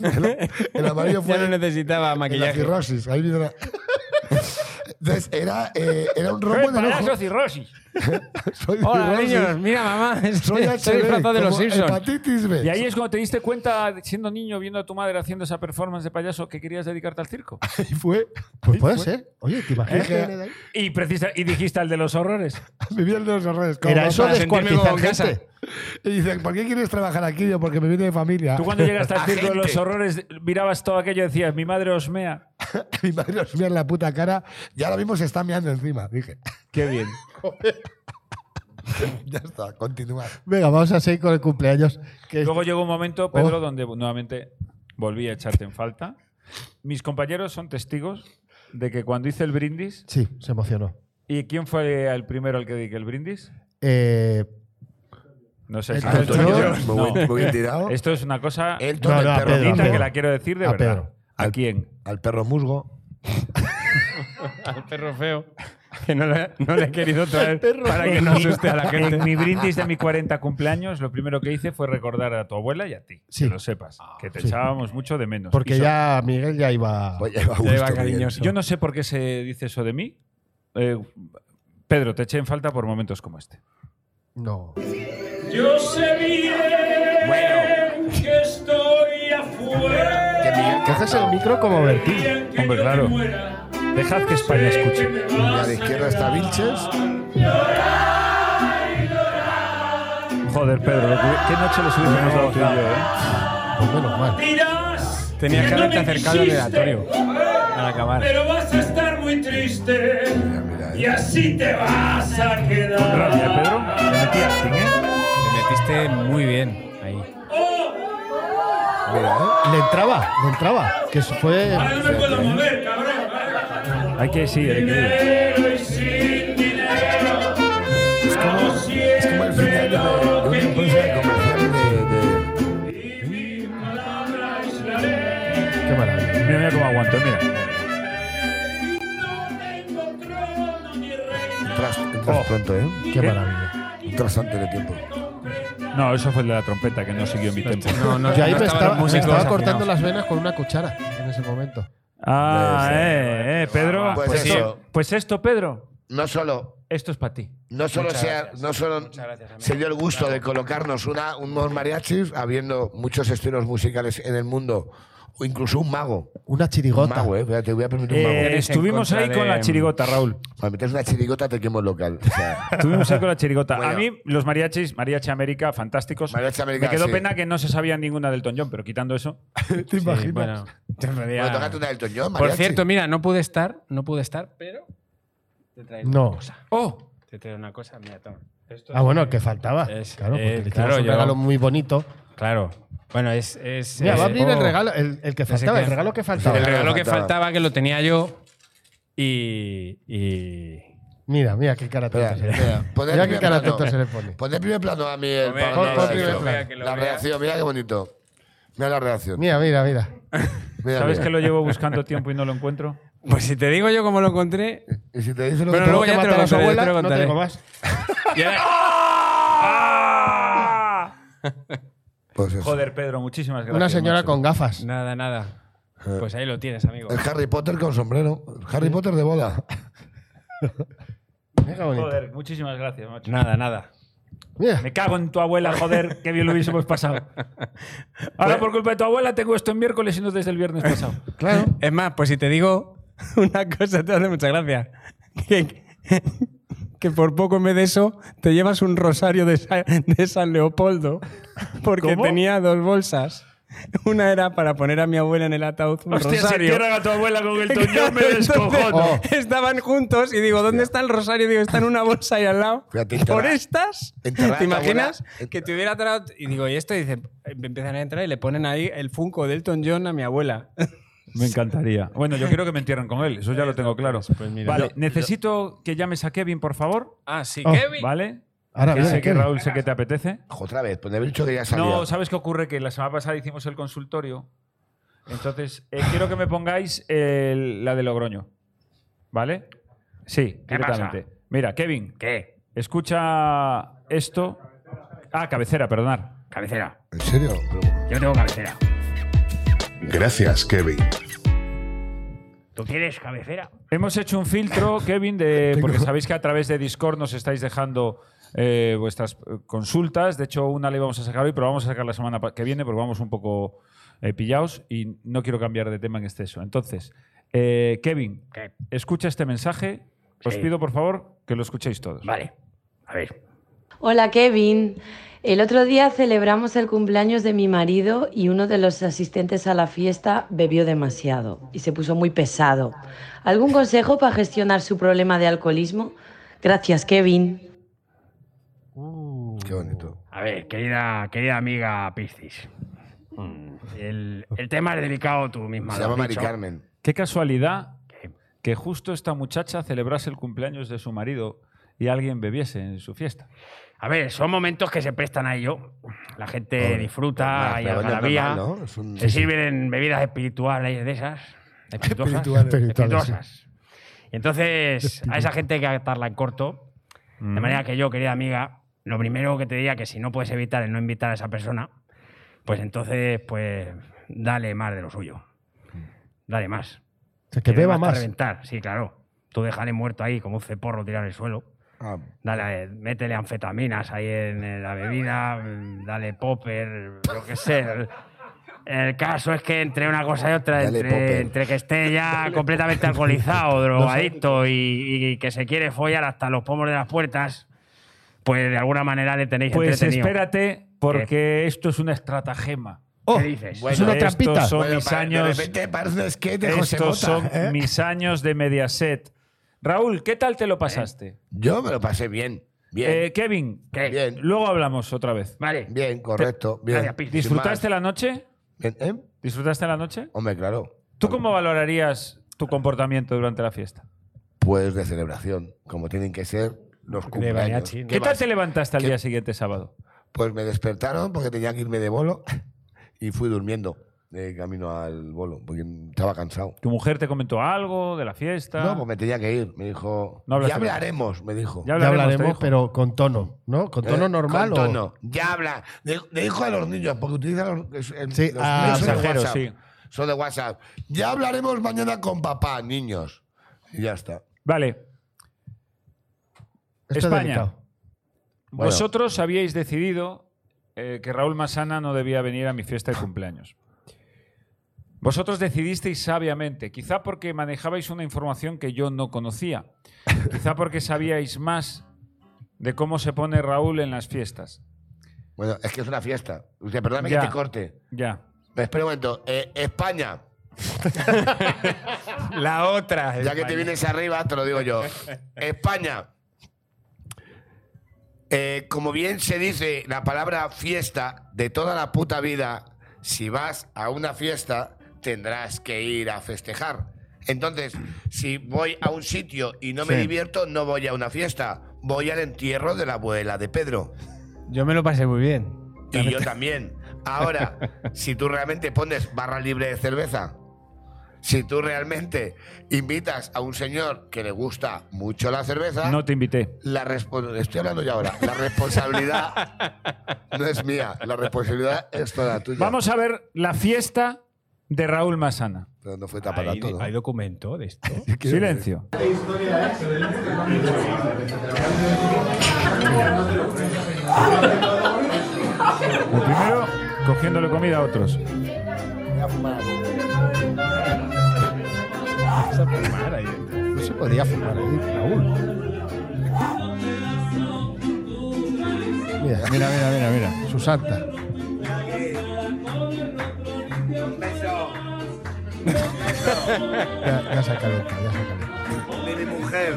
[SPEAKER 5] [LAUGHS] El, el amarillo fue
[SPEAKER 4] [LAUGHS] Ya no necesitaba
[SPEAKER 5] la
[SPEAKER 4] maquillaje.
[SPEAKER 5] cirrosis, ahí viene la- Entonces, era, eh, era un rombo en el ojo.
[SPEAKER 1] cirrosis!
[SPEAKER 5] [LAUGHS] Soy
[SPEAKER 4] Hola,
[SPEAKER 5] cirrosis,
[SPEAKER 4] niños. Mira, mamá. este,
[SPEAKER 5] Soy
[SPEAKER 4] Estoy
[SPEAKER 5] HD,
[SPEAKER 4] disfrazado de los
[SPEAKER 5] como
[SPEAKER 4] Simpsons.
[SPEAKER 5] Hepatitis
[SPEAKER 6] [LAUGHS]
[SPEAKER 5] B.
[SPEAKER 1] Y ahí es cuando te diste cuenta, siendo niño, viendo a tu madre haciendo esa performance de payaso, que querías dedicarte al circo.
[SPEAKER 5] Y fue.
[SPEAKER 6] Pues
[SPEAKER 5] ¿Ah,
[SPEAKER 6] puede ser. Oye, ¿te imaginas
[SPEAKER 5] ¿Eh?
[SPEAKER 6] que viene de ahí?
[SPEAKER 1] Y, precisa, y dijiste al de los horrores.
[SPEAKER 5] [LAUGHS] Me vienen los horrores. como
[SPEAKER 6] Era eso
[SPEAKER 5] papá.
[SPEAKER 4] para sentirme
[SPEAKER 6] descuartizar
[SPEAKER 4] como en casa.
[SPEAKER 6] gente.
[SPEAKER 5] Y dicen, ¿por qué quieres trabajar aquí? Yo, porque me viene de familia.
[SPEAKER 1] Tú cuando
[SPEAKER 6] [LAUGHS]
[SPEAKER 1] llegaste al circo de los
[SPEAKER 5] Agente.
[SPEAKER 1] horrores, mirabas todo aquello y decías, mi madre os mea.
[SPEAKER 5] [LAUGHS] Mi madre os mira en la puta cara y ahora mismo se está meando encima. Dije,
[SPEAKER 1] Qué bien.
[SPEAKER 5] [LAUGHS] ya está, continúa.
[SPEAKER 6] Venga, vamos a seguir con el cumpleaños. que es- Oh.
[SPEAKER 1] Luego llegó un momento, Pedro, donde nuevamente volví a echarte en falta. Mis compañeros son testigos de que cuando hice el brindis,
[SPEAKER 6] Sí, se emocionó.
[SPEAKER 1] ¿y quién fue el primero al que dediqué el brindis?
[SPEAKER 6] Eh,
[SPEAKER 1] No sé si
[SPEAKER 6] Ah, Elton
[SPEAKER 1] Elton
[SPEAKER 6] John.
[SPEAKER 1] John.
[SPEAKER 5] Muy
[SPEAKER 1] No.
[SPEAKER 5] bien- muy bien tirado.
[SPEAKER 1] Esto es una cosa
[SPEAKER 5] Elton,
[SPEAKER 6] No,
[SPEAKER 5] el
[SPEAKER 6] no, a
[SPEAKER 5] perro
[SPEAKER 6] Pedro,
[SPEAKER 1] bonita
[SPEAKER 5] musgo.
[SPEAKER 1] que la quiero decir de
[SPEAKER 6] A
[SPEAKER 1] verdad.
[SPEAKER 6] Pedro.
[SPEAKER 1] ¿A quién?
[SPEAKER 5] Al perro musgo.
[SPEAKER 4] Al perro feo. Que no le, no le he querido traer para que no asuste a la gente.
[SPEAKER 1] En mi brindis de mi 40 cumpleaños, lo primero que hice fue recordar a tu abuela y a ti.
[SPEAKER 6] Sí.
[SPEAKER 1] Que lo sepas. Que te
[SPEAKER 6] sí.
[SPEAKER 1] echábamos mucho de menos. Y
[SPEAKER 6] porque
[SPEAKER 1] so-
[SPEAKER 6] ya Miguel ya iba.
[SPEAKER 5] Oye, va
[SPEAKER 4] Ya iba
[SPEAKER 5] a gusto, bien.
[SPEAKER 4] cariñoso.
[SPEAKER 1] Yo no sé por qué se dice eso de mí. eh, Pedro, te eché en falta por momentos como este.
[SPEAKER 6] No.
[SPEAKER 11] Yo sé bien
[SPEAKER 5] Bueno.
[SPEAKER 11] que estoy afuera.
[SPEAKER 5] Que Miguel, que
[SPEAKER 6] Coges el micro como Bertín.
[SPEAKER 11] El día en que
[SPEAKER 1] Hombre,
[SPEAKER 11] yo me
[SPEAKER 1] claro.
[SPEAKER 11] muera,
[SPEAKER 1] Dejad que España escuche.
[SPEAKER 5] a la izquierda está Vilches.
[SPEAKER 1] Joder, Pedro, lo que- qué noche les hubiésemos dado tú y yo, ¿eh?
[SPEAKER 6] Pues menos mal.
[SPEAKER 11] dirás
[SPEAKER 4] Tenías que
[SPEAKER 11] no
[SPEAKER 4] haberte
[SPEAKER 11] me
[SPEAKER 4] acercado al
[SPEAKER 11] quisiste,
[SPEAKER 4] aleatorio al acabar.
[SPEAKER 11] Pero vas a estar muy triste.
[SPEAKER 5] eh.
[SPEAKER 11] Y así te vas a quedar.
[SPEAKER 1] Rabia, Pedro. Le metí acting, ¿eh?
[SPEAKER 4] Te metiste muy bien ahí.
[SPEAKER 6] Le entraba, le entraba. Que eso fue.
[SPEAKER 11] Ahora no me puedo mover, cabrón.
[SPEAKER 1] Hay que sí, hay que sí.
[SPEAKER 11] Dinero y sin dinero.
[SPEAKER 5] Es como, eh. es como el final de una de una empresa comercial de- de.
[SPEAKER 11] Palabra aislaré.
[SPEAKER 6] Qué maravilla.
[SPEAKER 1] Mira, mira cómo aguanto, mira.
[SPEAKER 11] No tengo trono ni reina.
[SPEAKER 5] Entras,
[SPEAKER 1] Oh.
[SPEAKER 5] entras pronto, ¿eh?
[SPEAKER 6] Qué maravilla.
[SPEAKER 5] Entras antes de tiempo.
[SPEAKER 1] No, eso fue el de la trompeta que no siguió mi tiempo.
[SPEAKER 4] No, no,
[SPEAKER 6] Yo ahí
[SPEAKER 4] no
[SPEAKER 6] me
[SPEAKER 4] estaban
[SPEAKER 6] estaba,
[SPEAKER 4] los
[SPEAKER 6] me
[SPEAKER 4] músicos
[SPEAKER 6] estaba cortando
[SPEAKER 4] afinados.
[SPEAKER 6] las venas con una cuchara en ese momento.
[SPEAKER 1] Ah,
[SPEAKER 5] Debe
[SPEAKER 1] eh, eh, Pedro.
[SPEAKER 5] Pues
[SPEAKER 1] Pues,
[SPEAKER 5] eso.
[SPEAKER 1] pues esto, Pedro,
[SPEAKER 5] No solo.
[SPEAKER 1] esto es para ti.
[SPEAKER 5] No solo, sea, no solo se dio el gusto de colocarnos una, unos mariachis, habiendo muchos estilos musicales en el mundo, o incluso un mago.
[SPEAKER 6] Una
[SPEAKER 5] Un
[SPEAKER 6] chirigota.
[SPEAKER 5] mago, ¿eh? Te voy a permitir un mago.
[SPEAKER 1] Eh,
[SPEAKER 4] Eres en
[SPEAKER 1] estuvimos
[SPEAKER 4] contra
[SPEAKER 1] ahí con
[SPEAKER 4] de-
[SPEAKER 1] la chirigota, Raúl.
[SPEAKER 5] Para meter una chirigota te quemo el local. O sea,
[SPEAKER 1] Estuvimos ahí con la chirigota.
[SPEAKER 5] Bueno.
[SPEAKER 1] A mí, los mariachis, Mariachi América, fantásticos.
[SPEAKER 5] Mariachi América,
[SPEAKER 1] Me quedó
[SPEAKER 5] Ah, sí.
[SPEAKER 1] pena que no se sabía ninguna del Elton John, pero quitando eso.
[SPEAKER 7] ¿Te
[SPEAKER 4] Sí,
[SPEAKER 7] imaginas?
[SPEAKER 4] bueno, te podía-
[SPEAKER 5] bueno, tocate una del Toñón,
[SPEAKER 4] Por cierto, mira, no pude estar, no pude estar, pero te traigo
[SPEAKER 6] No.
[SPEAKER 4] una cosa. ¡Oh! Te traigo una cosa, mira, toma. Esto
[SPEAKER 6] Ah, bueno, que faltaba.
[SPEAKER 4] Es-
[SPEAKER 6] claro, porque
[SPEAKER 4] eh,
[SPEAKER 6] le hicimos
[SPEAKER 4] claro,
[SPEAKER 6] un
[SPEAKER 4] yo-
[SPEAKER 6] regalo muy bonito.
[SPEAKER 4] Claro. Bueno, es. es
[SPEAKER 6] Mira,
[SPEAKER 4] es-
[SPEAKER 6] va a abrir el
[SPEAKER 4] oh.
[SPEAKER 6] regalo, el, el que
[SPEAKER 4] sé
[SPEAKER 6] faltaba,
[SPEAKER 4] qué
[SPEAKER 6] el
[SPEAKER 4] hace.
[SPEAKER 6] regalo que faltaba.
[SPEAKER 4] El regalo que
[SPEAKER 5] Faltaba.
[SPEAKER 4] faltaba, que lo tenía yo. Y. y-
[SPEAKER 6] Mira, mira qué cara tonta se le pone. Mira qué cara tonta se le pone.
[SPEAKER 5] Poned primer plano a Miguel.
[SPEAKER 4] Hombre,
[SPEAKER 5] para
[SPEAKER 4] pon-
[SPEAKER 5] la
[SPEAKER 6] pon
[SPEAKER 5] reacción.
[SPEAKER 6] primer plano.
[SPEAKER 4] Que lo
[SPEAKER 5] La
[SPEAKER 4] vea.
[SPEAKER 5] reacción, mira qué bonito. Mira la reacción.
[SPEAKER 6] Mira, mira, mira.
[SPEAKER 5] Mira,
[SPEAKER 1] ¿Sabes
[SPEAKER 5] mira.
[SPEAKER 1] que lo llevo buscando tiempo y no lo encuentro?
[SPEAKER 4] Pues si te digo yo cómo lo encontré.
[SPEAKER 5] Y si te dice lo
[SPEAKER 4] Pero
[SPEAKER 5] que
[SPEAKER 4] luego
[SPEAKER 5] tengo
[SPEAKER 4] ya te
[SPEAKER 5] que
[SPEAKER 4] lo
[SPEAKER 5] matar a su
[SPEAKER 4] contaré.
[SPEAKER 5] abuela.
[SPEAKER 4] te lo
[SPEAKER 6] no
[SPEAKER 4] contaré.
[SPEAKER 6] tengo más.
[SPEAKER 4] Y ahora-
[SPEAKER 1] ¡Ah!
[SPEAKER 5] Pues eso.
[SPEAKER 1] Joder, Pedro, muchísimas gracias.
[SPEAKER 6] Una señora
[SPEAKER 1] macho.
[SPEAKER 6] con gafas.
[SPEAKER 4] Nada, nada.
[SPEAKER 1] Ah.
[SPEAKER 4] Pues ahí lo tienes, amigo.
[SPEAKER 5] El Harry Potter con sombrero. El Harry Potter de [LAUGHS] bola.
[SPEAKER 6] Mira qué bonito.
[SPEAKER 1] Joder, muchísimas gracias, macho.
[SPEAKER 4] Nada, nada.
[SPEAKER 6] Mira.
[SPEAKER 1] Me cago en tu abuela, joder, qué bien lo hubiésemos pasado. Ahora por culpa de tu abuela tengo esto en miércoles y no desde el viernes pasado.
[SPEAKER 6] Claro.
[SPEAKER 4] Es más, pues si te digo [LAUGHS] una cosa, te hace mucha gracia. Que, que por poco en vez de eso, te llevas un rosario de, Sa- de San Leopoldo. Porque tenía dos bolsas. Una era para poner a mi abuela en el ataúd. Un
[SPEAKER 1] [LAUGHS] Hostia, si
[SPEAKER 4] rosario.
[SPEAKER 1] entierran a tu abuela con [LAUGHS] el
[SPEAKER 4] Claro, [LAUGHS]
[SPEAKER 1] toñón me
[SPEAKER 4] entonces,
[SPEAKER 1] descojono.
[SPEAKER 5] Oh.
[SPEAKER 4] Estaban juntos y digo, ¿dónde está el rosario? Digo, está en una bolsa ahí al lado.
[SPEAKER 5] Fíjate,
[SPEAKER 4] Por
[SPEAKER 5] enterra-
[SPEAKER 4] estas, ¿te
[SPEAKER 5] enterrar a tu
[SPEAKER 4] imaginas
[SPEAKER 5] abuela-
[SPEAKER 4] que te hubiera traído? Y digo, ¿y esto? Y dice, empiezan a entrar y le ponen ahí el Funko de Elton John a mi
[SPEAKER 1] [LAUGHS]
[SPEAKER 4] abuela.
[SPEAKER 1] Me encantaría. Bueno, yo quiero que me entierren con él, eso ya lo tengo claro.
[SPEAKER 4] Pues mira.
[SPEAKER 1] Vale, necesito que llames a Kevin, por favor.
[SPEAKER 4] Ah, sí,
[SPEAKER 6] Oh,
[SPEAKER 4] Kevin.
[SPEAKER 1] ¿Vale?
[SPEAKER 6] Ahora
[SPEAKER 1] Que
[SPEAKER 6] mira,
[SPEAKER 1] sé que
[SPEAKER 6] Kevin.
[SPEAKER 1] Raúl sé que te apetece.
[SPEAKER 5] Otra vez, pues de haber dicho que ya salía.
[SPEAKER 1] No, ¿sabes qué ocurre? Que la semana pasada hicimos el consultorio. Entonces, eh, quiero que me pongáis el- la de Logroño. ¿Vale? Sí, directamente. Mira, Kevin,
[SPEAKER 8] ¿Qué?
[SPEAKER 1] escucha esto. Ah, cabecera, perdonar.
[SPEAKER 8] Cabecera.
[SPEAKER 5] ¿En serio? Pero-
[SPEAKER 8] Yo tengo cabecera.
[SPEAKER 10] Gracias, Kevin.
[SPEAKER 8] ¿Tú tienes cabecera?
[SPEAKER 1] Hemos hecho un filtro, Kevin, de, porque sabéis que a través de Discord nos estáis dejando eh, vuestras eh, consultas. De hecho, una la íbamos a sacar hoy, pero la vamos a sacar la semana pa- que viene porque vamos un poco eh, pillados y no quiero cambiar de tema en exceso. Entonces, eh, Kevin,
[SPEAKER 8] ¿Qué?
[SPEAKER 1] escucha este mensaje. Os
[SPEAKER 8] Sí.
[SPEAKER 1] pido, por favor, que lo escuchéis todos.
[SPEAKER 8] Vale. A ver.
[SPEAKER 12] Hola Kevin. El otro día celebramos el cumpleaños de mi marido y uno de los asistentes a la fiesta bebió demasiado y se puso muy pesado. ¿Algún consejo para gestionar su problema de alcoholismo? Gracias Kevin.
[SPEAKER 5] Qué bonito.
[SPEAKER 8] A ver, querida, querida amiga Piscis. Mm, El, el tema es delicado tú misma.
[SPEAKER 5] Se
[SPEAKER 8] lo
[SPEAKER 5] llama
[SPEAKER 8] has
[SPEAKER 5] Mari
[SPEAKER 8] dicho.
[SPEAKER 5] Carmen.
[SPEAKER 1] Qué casualidad
[SPEAKER 8] ¿Qué?
[SPEAKER 1] que justo esta muchacha celebrase el cumpleaños de su marido y alguien bebiese en su fiesta.
[SPEAKER 8] A ver, son momentos que se prestan a ello. La gente disfruta
[SPEAKER 5] normal,
[SPEAKER 8] y
[SPEAKER 5] pero es
[SPEAKER 8] algarabía.
[SPEAKER 5] normal, ¿no? Es un-
[SPEAKER 8] Se sirven en bebidas espirituales de esas. Espirituosas.
[SPEAKER 6] Espirituales,
[SPEAKER 8] espirituosas. Y entonces, a esa gente hay que atarla en corto. De manera que yo, querida amiga, lo primero que te diría que si no puedes evitar el no invitar a esa persona, pues entonces, pues, dale más de lo suyo. Dale más.
[SPEAKER 6] O sea, que
[SPEAKER 8] Dale
[SPEAKER 6] beba
[SPEAKER 8] hasta
[SPEAKER 6] más.
[SPEAKER 8] reventar, sí, claro. Tú déjale muerto ahí como un ceporro tirado en el suelo.
[SPEAKER 5] Ah,
[SPEAKER 8] Dale, métele anfetaminas ahí en eh, la bebida, mm, dale popper, yo qué sé. El, el caso es que entre una cosa y otra,
[SPEAKER 5] Dale
[SPEAKER 8] entre,
[SPEAKER 5] popper.
[SPEAKER 8] entre que
[SPEAKER 5] [LAUGHS]
[SPEAKER 8] esté ya completamente alcoholizado, drogadicto y, y que se quiere follar hasta los pomos de las puertas, pues de alguna manera le tenéis
[SPEAKER 1] Pues
[SPEAKER 8] entretenido.
[SPEAKER 1] espérate, porque esto es una estratagema.
[SPEAKER 8] Oh, ¿Qué dices?
[SPEAKER 1] Bueno, Estos son
[SPEAKER 5] Bueno,
[SPEAKER 1] mis
[SPEAKER 5] pa-
[SPEAKER 1] años.
[SPEAKER 5] De repente parece un sketch de José
[SPEAKER 1] estos son
[SPEAKER 5] Mota, ¿eh?
[SPEAKER 1] mis años de Mediaset. Raúl, ¿qué tal te lo pasaste?
[SPEAKER 5] Yo me lo pasé bien. Bien.
[SPEAKER 1] Eh, Kevin,
[SPEAKER 5] Bien.
[SPEAKER 1] luego hablamos otra vez.
[SPEAKER 8] Vale.
[SPEAKER 5] Bien, correcto. Bien.
[SPEAKER 8] Gracias, Pi.
[SPEAKER 5] Sin
[SPEAKER 1] ¿Disfrutaste la noche?
[SPEAKER 5] más. ¿Eh?
[SPEAKER 1] ¿Disfrutaste la noche?
[SPEAKER 5] Hombre, claro.
[SPEAKER 1] ¿Tú cómo valorarías tu comportamiento durante la fiesta?
[SPEAKER 5] Pues de celebración, como tienen que ser los cumpleaños.
[SPEAKER 4] mariachi, ¿no?
[SPEAKER 1] ¿Qué tal te levantaste al día siguiente sábado?
[SPEAKER 5] Pues me despertaron porque tenía que irme de bolo [LAUGHS] y fui durmiendo de camino al bolo porque estaba cansado.
[SPEAKER 1] ¿Tu mujer te comentó algo de la fiesta?
[SPEAKER 5] No, pues me tenía que ir. Me dijo,
[SPEAKER 1] No hablaste
[SPEAKER 5] ya hablaremos, me dijo.
[SPEAKER 1] Ya
[SPEAKER 6] Ya
[SPEAKER 1] hablaremos, te
[SPEAKER 6] hablaremos,
[SPEAKER 1] dijo.
[SPEAKER 6] pero con tono, ¿no? ¿Con tono
[SPEAKER 5] Eh,
[SPEAKER 6] normal
[SPEAKER 5] con
[SPEAKER 6] o.?
[SPEAKER 5] tono. Ya habla. Le, le dijo a los niños, porque utiliza los, es- el-
[SPEAKER 6] Sí,
[SPEAKER 5] los
[SPEAKER 1] ah,
[SPEAKER 6] a
[SPEAKER 5] niños son de
[SPEAKER 1] mensajeros,
[SPEAKER 5] WhatsApp.
[SPEAKER 1] sí.
[SPEAKER 5] Son de WhatsApp. Ya hablaremos mañana con papá, niños. Y ya está.
[SPEAKER 1] Vale.
[SPEAKER 6] Esto es
[SPEAKER 1] España.
[SPEAKER 6] delicado.
[SPEAKER 5] Bueno.
[SPEAKER 1] Vosotros habíais decidido eh, que Raúl Masana no debía venir a mi fiesta de cumpleaños. Vosotros decidisteis sabiamente, quizá porque manejabais una información que yo no conocía, quizá porque sabíais más de cómo se pone Raúl en las fiestas.
[SPEAKER 5] Bueno, es que es una fiesta. Usted, perdóname
[SPEAKER 1] Ya.
[SPEAKER 5] que te corte.
[SPEAKER 1] Ya.
[SPEAKER 5] Espera un momento. Eh, España,
[SPEAKER 4] La otra.
[SPEAKER 5] ya que te vienes arriba, te lo digo yo. España. Eh, como bien se dice la palabra fiesta de toda la puta vida, si vas a una fiesta tendrás que ir a festejar. Entonces, si voy a un sitio y no me divierto, no voy a una fiesta. Voy al entierro de la abuela de Pedro.
[SPEAKER 4] Yo me lo pasé muy bien.
[SPEAKER 5] Y yo también. Ahora, si tú realmente pones barra libre de cerveza, si tú realmente invitas a un señor que le gusta mucho la cerveza,
[SPEAKER 1] No te invité.
[SPEAKER 5] la respo- estoy hablando ya ahora, la responsabilidad no es mía, la responsabilidad es toda tuya.
[SPEAKER 1] Vamos a ver la fiesta de Raúl Masana.
[SPEAKER 5] Pero no fue tapada
[SPEAKER 4] ¿Hay,
[SPEAKER 5] todo.
[SPEAKER 4] hay documento de esto?
[SPEAKER 1] Silencio. Lo primero, cogiéndole comida a otros.
[SPEAKER 6] No se podía fumar ahí, Raúl. Mira, mira, mira, mira, mira. Su santa. Ya, ya se calienta, ya se calienta.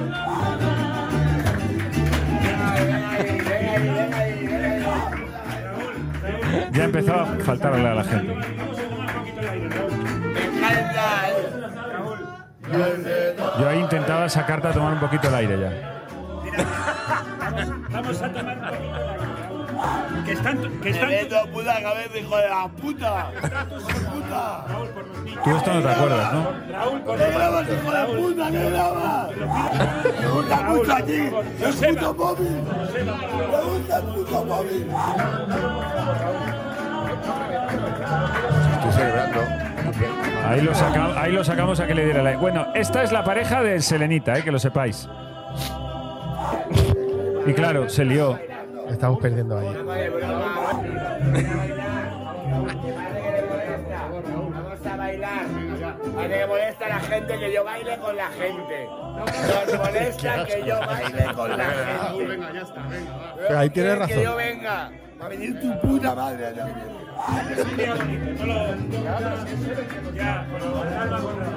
[SPEAKER 1] Ya empezaba a faltarle a la gente.
[SPEAKER 5] eh.
[SPEAKER 1] Yo ahí intentaba sacarte a tomar un poquito el aire ya.
[SPEAKER 11] Vamos a tomar un poquito de agua, Raúl. Que están, que están
[SPEAKER 5] puta cabeza, hijo de la puta!
[SPEAKER 11] Raúl por los niños.
[SPEAKER 1] Tú esto no te acuerdas, ¿no?
[SPEAKER 11] Raúl por los niños.
[SPEAKER 5] hijo de puta! ¡Me grabas! ¡Me gusta mucho aquí! ¡Es puto móvil! ¡Me gusta el puto móvil! Estoy celebrando.
[SPEAKER 1] Ahí lo, saca- ahí lo sacamos a que le diera la. Bueno, esta es la pareja del Selenita, eh, que lo sepáis. Y claro, se lió.
[SPEAKER 6] Estamos perdiendo ahí.
[SPEAKER 13] Vamos a bailar. A que molesta a la gente que yo baile con la gente. Nos molesta que yo baile con la gente. Venga, ya está, venga.
[SPEAKER 6] Ahí tienes
[SPEAKER 13] Que
[SPEAKER 6] razón.
[SPEAKER 13] yo venga.
[SPEAKER 5] Va a venir tu puta madre allá.
[SPEAKER 11] Ya, con los alma, con los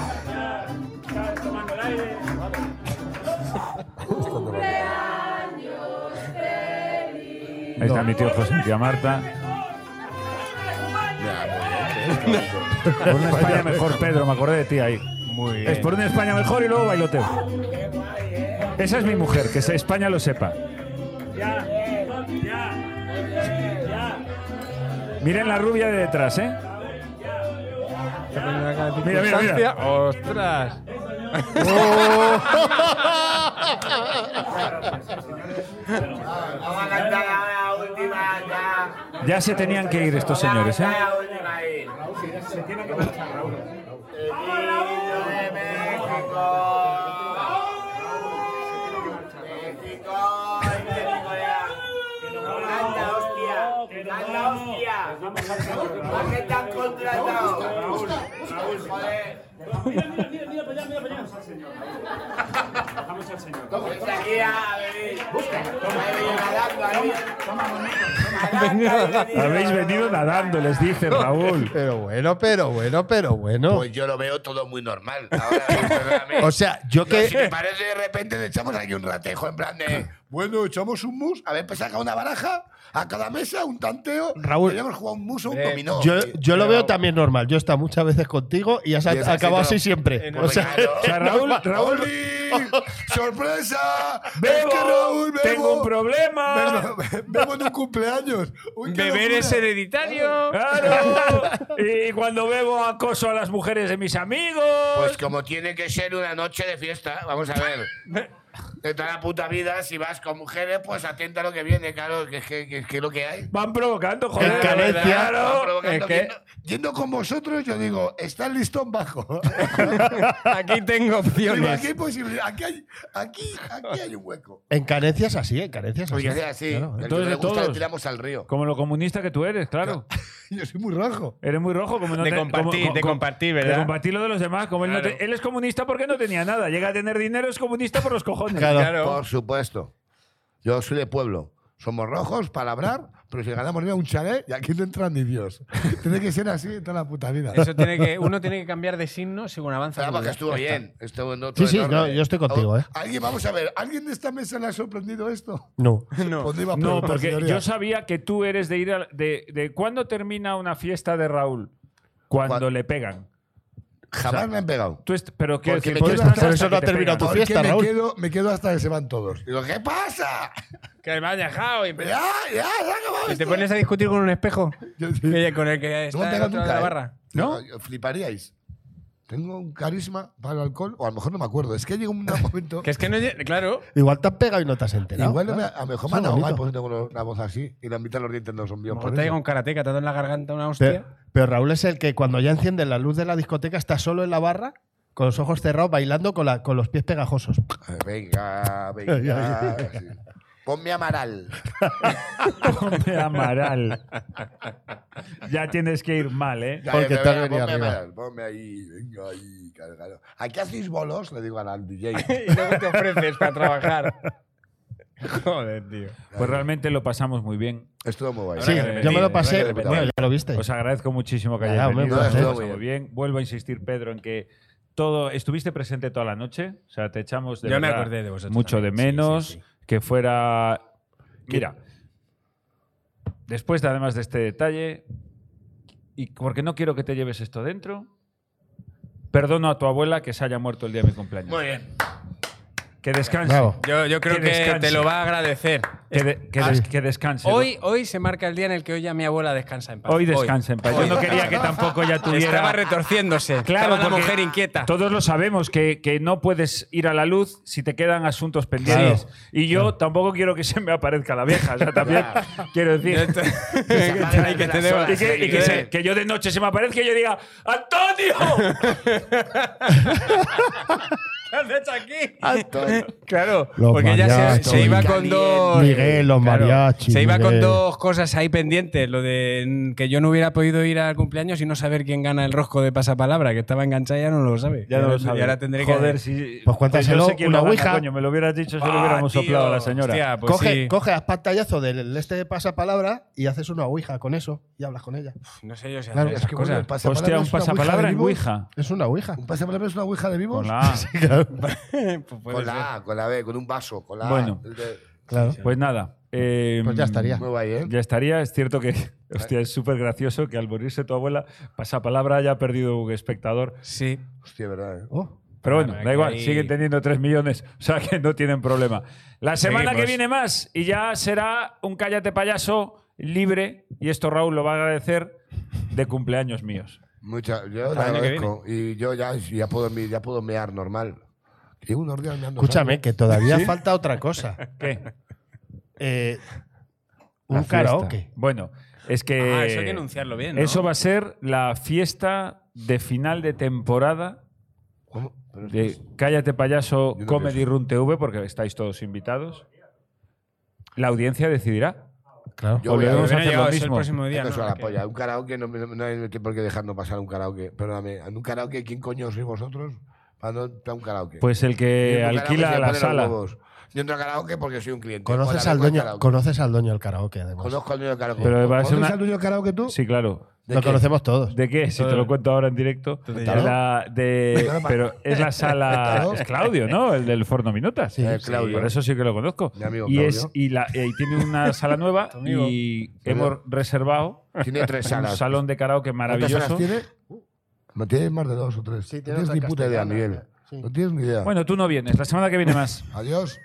[SPEAKER 11] Ya, está tomando el aire.
[SPEAKER 1] Ahí está mi tío José, mi tía Marta. Por una España mejor, Pedro, me acordé de ti ahí.
[SPEAKER 4] Muy bien.
[SPEAKER 1] Es por una España mejor y luego bailoteo. Esa es mi mujer, que se- España lo sepa.
[SPEAKER 11] Ya, ya, ya.
[SPEAKER 1] Miren la rubia de detrás, ¿eh? Mira, mira, mira.
[SPEAKER 4] ¡Ostras!
[SPEAKER 1] Oh.
[SPEAKER 4] [LAUGHS]
[SPEAKER 13] Vamos a cantar ahora la última. Ya.
[SPEAKER 1] Ya se tenían que ir estos señores, ¿eh?
[SPEAKER 13] La última ahí.
[SPEAKER 11] Se tiene que marchar, Raúl.
[SPEAKER 13] El niño de México ¡Haz la hostia! ¿A qué te han contratado? Raúl, Raúl, joder.
[SPEAKER 11] Mira, mira, mira, mira, para allá, mira, para allá. Dejamos al señor. Dejamos al señor.
[SPEAKER 13] Vente aquí a venir.
[SPEAKER 1] Habéis venido nadando, les [LAUGHS] dice Raúl.
[SPEAKER 6] Pero bueno, pero bueno, pero bueno.
[SPEAKER 5] Pues yo lo veo todo muy normal. Ahora, perdóname.
[SPEAKER 6] O sea, yo que-
[SPEAKER 5] Si te parece, de repente le echamos aquí un ratejo en plan de. [LAUGHS] Bueno, echamos un mus. A ver, pues saca una baraja. A cada mesa, un tanteo.
[SPEAKER 6] Raúl.
[SPEAKER 5] Habíamos jugado un mus o
[SPEAKER 1] Eh,
[SPEAKER 5] un dominó.
[SPEAKER 6] yo,
[SPEAKER 5] tío.
[SPEAKER 6] yo lo veo también normal. Yo he estado muchas veces contigo y has
[SPEAKER 5] Y es así,
[SPEAKER 6] acabado
[SPEAKER 5] ¿no?
[SPEAKER 6] así siempre.
[SPEAKER 5] Pues
[SPEAKER 6] O sea,
[SPEAKER 5] claro.
[SPEAKER 1] O sea,
[SPEAKER 5] [LAUGHS]
[SPEAKER 1] Raúl, Raúl,
[SPEAKER 5] ¡Oli! [LAUGHS] ¡Sorpresa!
[SPEAKER 1] Bebo,
[SPEAKER 5] Es que Raúl, bebo.
[SPEAKER 1] tengo un problema.
[SPEAKER 5] Bebo, [LAUGHS] bebo en un cumpleaños. Uy, qué
[SPEAKER 4] Beber
[SPEAKER 5] locura.
[SPEAKER 4] es hereditario.
[SPEAKER 1] ¡Claro! Y cuando bebo acoso a las mujeres de mis amigos.
[SPEAKER 5] Pues como tiene que ser una noche de fiesta, vamos a ver.
[SPEAKER 1] [LAUGHS]
[SPEAKER 5] De toda la puta vida, si vas con mujeres, pues atenta a lo que viene, claro, que es que, que es que lo que hay.
[SPEAKER 1] Van provocando, joder.
[SPEAKER 6] En Carecia.
[SPEAKER 5] Va
[SPEAKER 1] Claro.
[SPEAKER 5] provocando
[SPEAKER 4] es que-
[SPEAKER 5] yendo, yendo con vosotros, yo digo, está el listón bajo.
[SPEAKER 4] Aquí tengo
[SPEAKER 5] Digo,
[SPEAKER 4] opciones.
[SPEAKER 5] aquí hay posibilidad, aquí hay, aquí, aquí hay un hueco.
[SPEAKER 6] en carencias así, en carencias así.
[SPEAKER 5] Porque sea así,
[SPEAKER 6] Claro, ¿eh?
[SPEAKER 5] el que
[SPEAKER 1] Entonces,
[SPEAKER 5] no le gusta
[SPEAKER 1] todos.
[SPEAKER 5] le tiramos al
[SPEAKER 8] [LAUGHS]
[SPEAKER 5] río.
[SPEAKER 1] Como lo comunista que tú eres, claro.
[SPEAKER 7] Yo soy muy rojo.
[SPEAKER 1] Eres muy rojo. Como no
[SPEAKER 4] De
[SPEAKER 1] te-
[SPEAKER 4] compartir,
[SPEAKER 1] como-
[SPEAKER 4] de
[SPEAKER 1] como-
[SPEAKER 4] compartir,
[SPEAKER 1] De
[SPEAKER 4] ¿verdad?
[SPEAKER 1] compartir lo de los demás. Como él, no
[SPEAKER 4] Claro.
[SPEAKER 1] te- él es comunista porque no tenía nada. Llega a tener dinero, es comunista por los
[SPEAKER 4] [LAUGHS]
[SPEAKER 1] cojones.
[SPEAKER 4] Claro.
[SPEAKER 5] Por supuesto. Yo soy de pueblo. Somos rojos para labrar, pero si ganamos dinero, un chalet y aquí no entra ni Dios. [LAUGHS] Tiene que ser así toda la puta vida.
[SPEAKER 4] Eso tiene que, uno tiene que cambiar de signo según avanza.
[SPEAKER 5] Claro,
[SPEAKER 4] la
[SPEAKER 5] porque
[SPEAKER 4] edad.
[SPEAKER 5] estuvo
[SPEAKER 4] Ya está.
[SPEAKER 5] bien. Estuvo en otro
[SPEAKER 6] Sí, sí,
[SPEAKER 5] enorme. Oh,
[SPEAKER 6] no, yo estoy contigo, ¿eh?
[SPEAKER 5] Alguien, vamos a ver, ¿alguien de esta mesa le ha sorprendido esto?
[SPEAKER 6] No.
[SPEAKER 4] No.
[SPEAKER 5] ¿Dónde Pues iba a
[SPEAKER 1] No,
[SPEAKER 5] preguntar,
[SPEAKER 1] porque
[SPEAKER 5] señoría?
[SPEAKER 1] yo sabía que tú eres de ir a. De, de ¿Cuándo termina una fiesta de Raúl? Cuando
[SPEAKER 5] Cuan-
[SPEAKER 1] le pegan.
[SPEAKER 5] jamás me han pegado.
[SPEAKER 1] Tú est- pero quiero
[SPEAKER 5] Porque
[SPEAKER 1] decir,
[SPEAKER 5] me
[SPEAKER 1] tú
[SPEAKER 5] quedo-
[SPEAKER 1] estás
[SPEAKER 5] por
[SPEAKER 1] hasta
[SPEAKER 6] eso
[SPEAKER 1] que
[SPEAKER 6] no ha
[SPEAKER 1] te
[SPEAKER 6] terminado
[SPEAKER 1] pegan.
[SPEAKER 6] tu
[SPEAKER 7] Porque
[SPEAKER 6] fiesta,
[SPEAKER 7] me
[SPEAKER 6] Raúl.
[SPEAKER 7] Quedo, me quedo hasta que se van todos.
[SPEAKER 5] Digo, ¿qué pasa?
[SPEAKER 4] Que me ha dejado y,
[SPEAKER 5] Ya, ya, ya acabado
[SPEAKER 4] y te ¿Eh?
[SPEAKER 5] esto.
[SPEAKER 4] pones a discutir con un espejo.
[SPEAKER 5] Yo- yo-
[SPEAKER 4] Que- con el que
[SPEAKER 5] No me
[SPEAKER 4] está
[SPEAKER 5] han
[SPEAKER 4] en
[SPEAKER 5] pegado
[SPEAKER 4] otra
[SPEAKER 5] nunca. ¿eh?
[SPEAKER 4] la barra.
[SPEAKER 5] ¿No? Fliparíais. Tengo un carisma para el alcohol, o a lo mejor no me acuerdo. Es que llega
[SPEAKER 6] [LAUGHS]
[SPEAKER 5] un momento.
[SPEAKER 4] Que es que no. lle- Claro.
[SPEAKER 6] Igual te has pegado y no te has enterado.
[SPEAKER 5] Igual no me- a lo mejor me han
[SPEAKER 6] Eso es
[SPEAKER 5] dado mal,
[SPEAKER 6] bonito.
[SPEAKER 5] pues tengo una voz así y la mitad de los dientes no son míos.
[SPEAKER 4] Como
[SPEAKER 5] por
[SPEAKER 4] te
[SPEAKER 5] eso.
[SPEAKER 4] llega un karateca, te ha dado en la garganta una
[SPEAKER 6] Pero,
[SPEAKER 4] hostia.
[SPEAKER 6] pero Raúl es el que cuando ya encienden la luz de la discoteca está solo en la barra, con los ojos cerrados, bailando con, la- con los pies pegajosos.
[SPEAKER 5] Eh,
[SPEAKER 6] [LAUGHS]
[SPEAKER 5] Venga, venga. sí. Ponme Amaral.
[SPEAKER 1] Ponme Amaral. ya tienes que ir mal, ¿eh?
[SPEAKER 5] Ya,
[SPEAKER 6] Porque
[SPEAKER 5] ya,
[SPEAKER 6] te has
[SPEAKER 5] venga,
[SPEAKER 6] venido
[SPEAKER 5] ponme
[SPEAKER 6] arriba.
[SPEAKER 5] Amaral, ponme ahí, venga ahí, cargado. ¿Aquí hacéis bolos? Le digo al DJ.
[SPEAKER 4] [LAUGHS] Y luego te ofreces para trabajar.
[SPEAKER 5] [LAUGHS]
[SPEAKER 4] Joder, tío.
[SPEAKER 1] Pues realmente lo pasamos muy bien.
[SPEAKER 5] Estuvo muy guay.
[SPEAKER 6] Sí,
[SPEAKER 1] que repetir,
[SPEAKER 6] yo me
[SPEAKER 1] habrá
[SPEAKER 6] lo
[SPEAKER 1] que Pues,
[SPEAKER 6] pasé.
[SPEAKER 5] repetir.
[SPEAKER 6] Bueno, ya lo viste.
[SPEAKER 1] Os agradezco muchísimo que
[SPEAKER 6] Ya,
[SPEAKER 1] hayáis
[SPEAKER 6] hombre, pues, eh,
[SPEAKER 1] venido.
[SPEAKER 5] un
[SPEAKER 1] lo
[SPEAKER 5] placer.
[SPEAKER 1] pasamos bien. Vuelvo a insistir, Pedro, en que todo estuviste presente toda la noche. O sea, te echamos de
[SPEAKER 4] Yo me
[SPEAKER 1] verdad
[SPEAKER 4] acordé de vosotros
[SPEAKER 1] mucho
[SPEAKER 4] también.
[SPEAKER 1] de
[SPEAKER 4] Sí, sí,
[SPEAKER 1] menos.
[SPEAKER 4] sí.
[SPEAKER 1] Que fuera. Mira, después de, además de este detalle, y porque no quiero que te lleves esto dentro, perdono a tu abuela que se haya muerto el día de mi cumpleaños.
[SPEAKER 5] Muy bien.
[SPEAKER 1] Que descanse.
[SPEAKER 6] Bravo.
[SPEAKER 4] Yo, yo creo
[SPEAKER 1] Que
[SPEAKER 4] que
[SPEAKER 1] descanse.
[SPEAKER 4] te lo va a agradecer.
[SPEAKER 1] Que, de-
[SPEAKER 4] Ah.
[SPEAKER 1] que des- que descanse.
[SPEAKER 4] Hoy, hoy se marca el día en el que hoy ya mi abuela descansa en paz.
[SPEAKER 1] Hoy descansa en paz. Yo
[SPEAKER 4] Hoy.
[SPEAKER 1] no
[SPEAKER 4] [LAUGHS]
[SPEAKER 1] quería que tampoco ya tuviera.
[SPEAKER 4] Estaba retorciéndose.
[SPEAKER 1] Claro,
[SPEAKER 4] Claro, una
[SPEAKER 1] porque
[SPEAKER 4] mujer inquieta. [LAUGHS]
[SPEAKER 1] Todos lo sabemos que, que no puedes ir a la luz si te quedan asuntos pendientes. Y yo tampoco quiero que se me aparezca la vieja. O sea, también quiero
[SPEAKER 4] Yo
[SPEAKER 1] decir.
[SPEAKER 4] te-
[SPEAKER 5] se apagan
[SPEAKER 4] y que
[SPEAKER 5] las
[SPEAKER 4] te debo-
[SPEAKER 5] horas.
[SPEAKER 1] Y que, y que se- que yo de noche se me aparezca y yo diga, ¡Antonio!
[SPEAKER 4] [LAUGHS] ¿Qué has hecho aquí?
[SPEAKER 5] Antonio.
[SPEAKER 4] Claro,
[SPEAKER 6] Los
[SPEAKER 4] porque ella se- se,
[SPEAKER 6] mariachis.
[SPEAKER 4] iba con dos.
[SPEAKER 6] Miguel, los mariachis,
[SPEAKER 4] Se iba con
[SPEAKER 6] Miguel.
[SPEAKER 4] dos cosas ahí pendientes. Lo de mm, que yo no hubiera podido ir al cumpleaños y no saber quién gana el rosco de pasapalabra, que estaba enganchada y ya no lo sabe.
[SPEAKER 1] Ya no
[SPEAKER 4] Y
[SPEAKER 1] lo
[SPEAKER 4] ahora-
[SPEAKER 1] sabe.
[SPEAKER 4] Y ahora tendré que.
[SPEAKER 1] Joder, si.
[SPEAKER 6] Pues cuéntaselo,
[SPEAKER 1] yo sé quién
[SPEAKER 6] una
[SPEAKER 1] lo gana,
[SPEAKER 6] ouija.
[SPEAKER 1] Coño, me lo hubieras dicho si lo
[SPEAKER 4] Ah,
[SPEAKER 1] hubiéramos
[SPEAKER 4] tío.
[SPEAKER 1] soplado a la señora.
[SPEAKER 4] Hostia, pues
[SPEAKER 6] coge,
[SPEAKER 4] sí.
[SPEAKER 6] coge a pantallazo del este de pasapalabra y haces una ouija con eso y hablas con ella.
[SPEAKER 4] No sé yo si
[SPEAKER 6] Claro,
[SPEAKER 4] hacer
[SPEAKER 6] es
[SPEAKER 4] esas
[SPEAKER 6] que
[SPEAKER 5] Bueno,
[SPEAKER 4] cosas.
[SPEAKER 5] el pasapalabra
[SPEAKER 1] Hostia, un
[SPEAKER 5] es una ouija de
[SPEAKER 1] pasapalabra en
[SPEAKER 5] vivos.
[SPEAKER 1] Ouija.
[SPEAKER 6] Es una ouija.
[SPEAKER 5] ¿Un pasapalabra es una ouija de vivos?
[SPEAKER 6] [LAUGHS]
[SPEAKER 4] [LAUGHS]
[SPEAKER 1] Hola.
[SPEAKER 4] [LAUGHS] Pues puede
[SPEAKER 5] Con
[SPEAKER 4] ser.
[SPEAKER 5] la A, con la B, con un vaso, con la A.
[SPEAKER 1] Bueno.
[SPEAKER 6] Claro.
[SPEAKER 1] Pues nada. eh,
[SPEAKER 6] Pues ya estaría.
[SPEAKER 5] Muy guay, ¿eh?
[SPEAKER 1] Ya estaría, es cierto que [LAUGHS] hostia, es súper gracioso que al morirse tu abuela, pasapalabra haya perdido un espectador.
[SPEAKER 4] Sí.
[SPEAKER 5] Hostia, verdad, ¿eh?
[SPEAKER 6] Oh,
[SPEAKER 1] Pero bueno,
[SPEAKER 4] Claro,
[SPEAKER 1] da
[SPEAKER 4] aquí
[SPEAKER 1] igual,
[SPEAKER 4] hay-
[SPEAKER 1] siguen teniendo 3 millones, [LAUGHS] o sea que no tienen problema. La semana que
[SPEAKER 4] Seguimos.
[SPEAKER 1] viene más y ya será un cállate payaso libre, y esto Raúl lo va a agradecer, de
[SPEAKER 4] [LAUGHS]
[SPEAKER 1] cumpleaños míos.
[SPEAKER 5] Mucha, yo la
[SPEAKER 4] año que
[SPEAKER 5] agradezco. Y yo ya, ya, puedo, mi- ya puedo mear normal. Llevo unos días meando
[SPEAKER 6] [LAUGHS] escúchame,
[SPEAKER 5] sangre.
[SPEAKER 6] que todavía falta
[SPEAKER 5] [LAUGHS]
[SPEAKER 6] otra cosa.
[SPEAKER 1] ¿Qué?
[SPEAKER 6] Eh,
[SPEAKER 1] La
[SPEAKER 6] un
[SPEAKER 1] fiesta.
[SPEAKER 6] karaoke.
[SPEAKER 1] Bueno, es que...
[SPEAKER 4] Ah, eso hay que anunciarlo bien. ¿no?
[SPEAKER 1] Eh, Eso va a ser la fiesta de final de temporada
[SPEAKER 5] ¿Cómo? Pero es que
[SPEAKER 1] de Cállate Payaso
[SPEAKER 5] Pues, Yo no
[SPEAKER 1] Comedy Room TV, porque estáis todos invitados. La audiencia decidirá.
[SPEAKER 6] Claro.
[SPEAKER 5] Yo voy
[SPEAKER 4] Pues
[SPEAKER 5] a
[SPEAKER 1] Pues Volvemos a
[SPEAKER 5] hacer
[SPEAKER 1] hacer
[SPEAKER 5] lo
[SPEAKER 1] lo
[SPEAKER 5] mismo.
[SPEAKER 1] mismo.
[SPEAKER 5] Me suda la polla. Un karaoke, no, me- no hay por qué dejarnos pasar un karaoke. Perdóname, en un karaoke, ¿quién coño sois vosotros para no entrar a un karaoke?
[SPEAKER 1] Pues el que
[SPEAKER 5] Yo entro a un
[SPEAKER 1] alquila
[SPEAKER 5] karaoke para
[SPEAKER 1] la
[SPEAKER 5] poner los
[SPEAKER 1] sala.
[SPEAKER 5] huevos. Yo entro a karaoke porque soy un cliente.
[SPEAKER 6] Conoces
[SPEAKER 5] Cuando
[SPEAKER 6] al
[SPEAKER 5] voy a
[SPEAKER 6] dueño,
[SPEAKER 5] karaoke.
[SPEAKER 6] conoces al dueño del karaoke, además.
[SPEAKER 5] Conozco al dueño del karaoke.
[SPEAKER 1] Pero va a ser
[SPEAKER 5] ¿Conoces
[SPEAKER 1] una-
[SPEAKER 5] al dueño del karaoke tú?
[SPEAKER 1] Sí, claro.
[SPEAKER 5] ¿De
[SPEAKER 6] Lo
[SPEAKER 5] qué?
[SPEAKER 6] conocemos todos.
[SPEAKER 1] ¿De qué? Si te lo cuento ahora en directo. Es
[SPEAKER 6] Claro.
[SPEAKER 1] la de,
[SPEAKER 5] Claro.
[SPEAKER 1] pero es la sala.
[SPEAKER 5] Claro.
[SPEAKER 1] Es Claudio, ¿no? El del Forno Minutas.
[SPEAKER 5] Sí, Eh, sí. Claudio.
[SPEAKER 1] Por eso sí que lo conozco.
[SPEAKER 5] Mi amigo
[SPEAKER 1] y, es,
[SPEAKER 5] Claudio.
[SPEAKER 1] y, la, y tiene una sala
[SPEAKER 5] [LAUGHS]
[SPEAKER 1] nueva
[SPEAKER 5] amigo.
[SPEAKER 1] y hemos reservado
[SPEAKER 5] Tiene
[SPEAKER 1] [LAUGHS]
[SPEAKER 5] tres
[SPEAKER 1] un
[SPEAKER 5] salas.
[SPEAKER 1] salón de karaoke
[SPEAKER 5] ¿Cuántas
[SPEAKER 1] maravilloso.
[SPEAKER 5] salas tiene? No Uh, Tiene más de dos o tres.
[SPEAKER 3] Sí,
[SPEAKER 5] no
[SPEAKER 3] tiene
[SPEAKER 5] tienes
[SPEAKER 3] otra
[SPEAKER 5] ni puta idea,
[SPEAKER 3] castellana,
[SPEAKER 5] Miguel. No tienes ni idea.
[SPEAKER 1] Bueno, tú no vienes. La semana que viene más.
[SPEAKER 5] Adiós.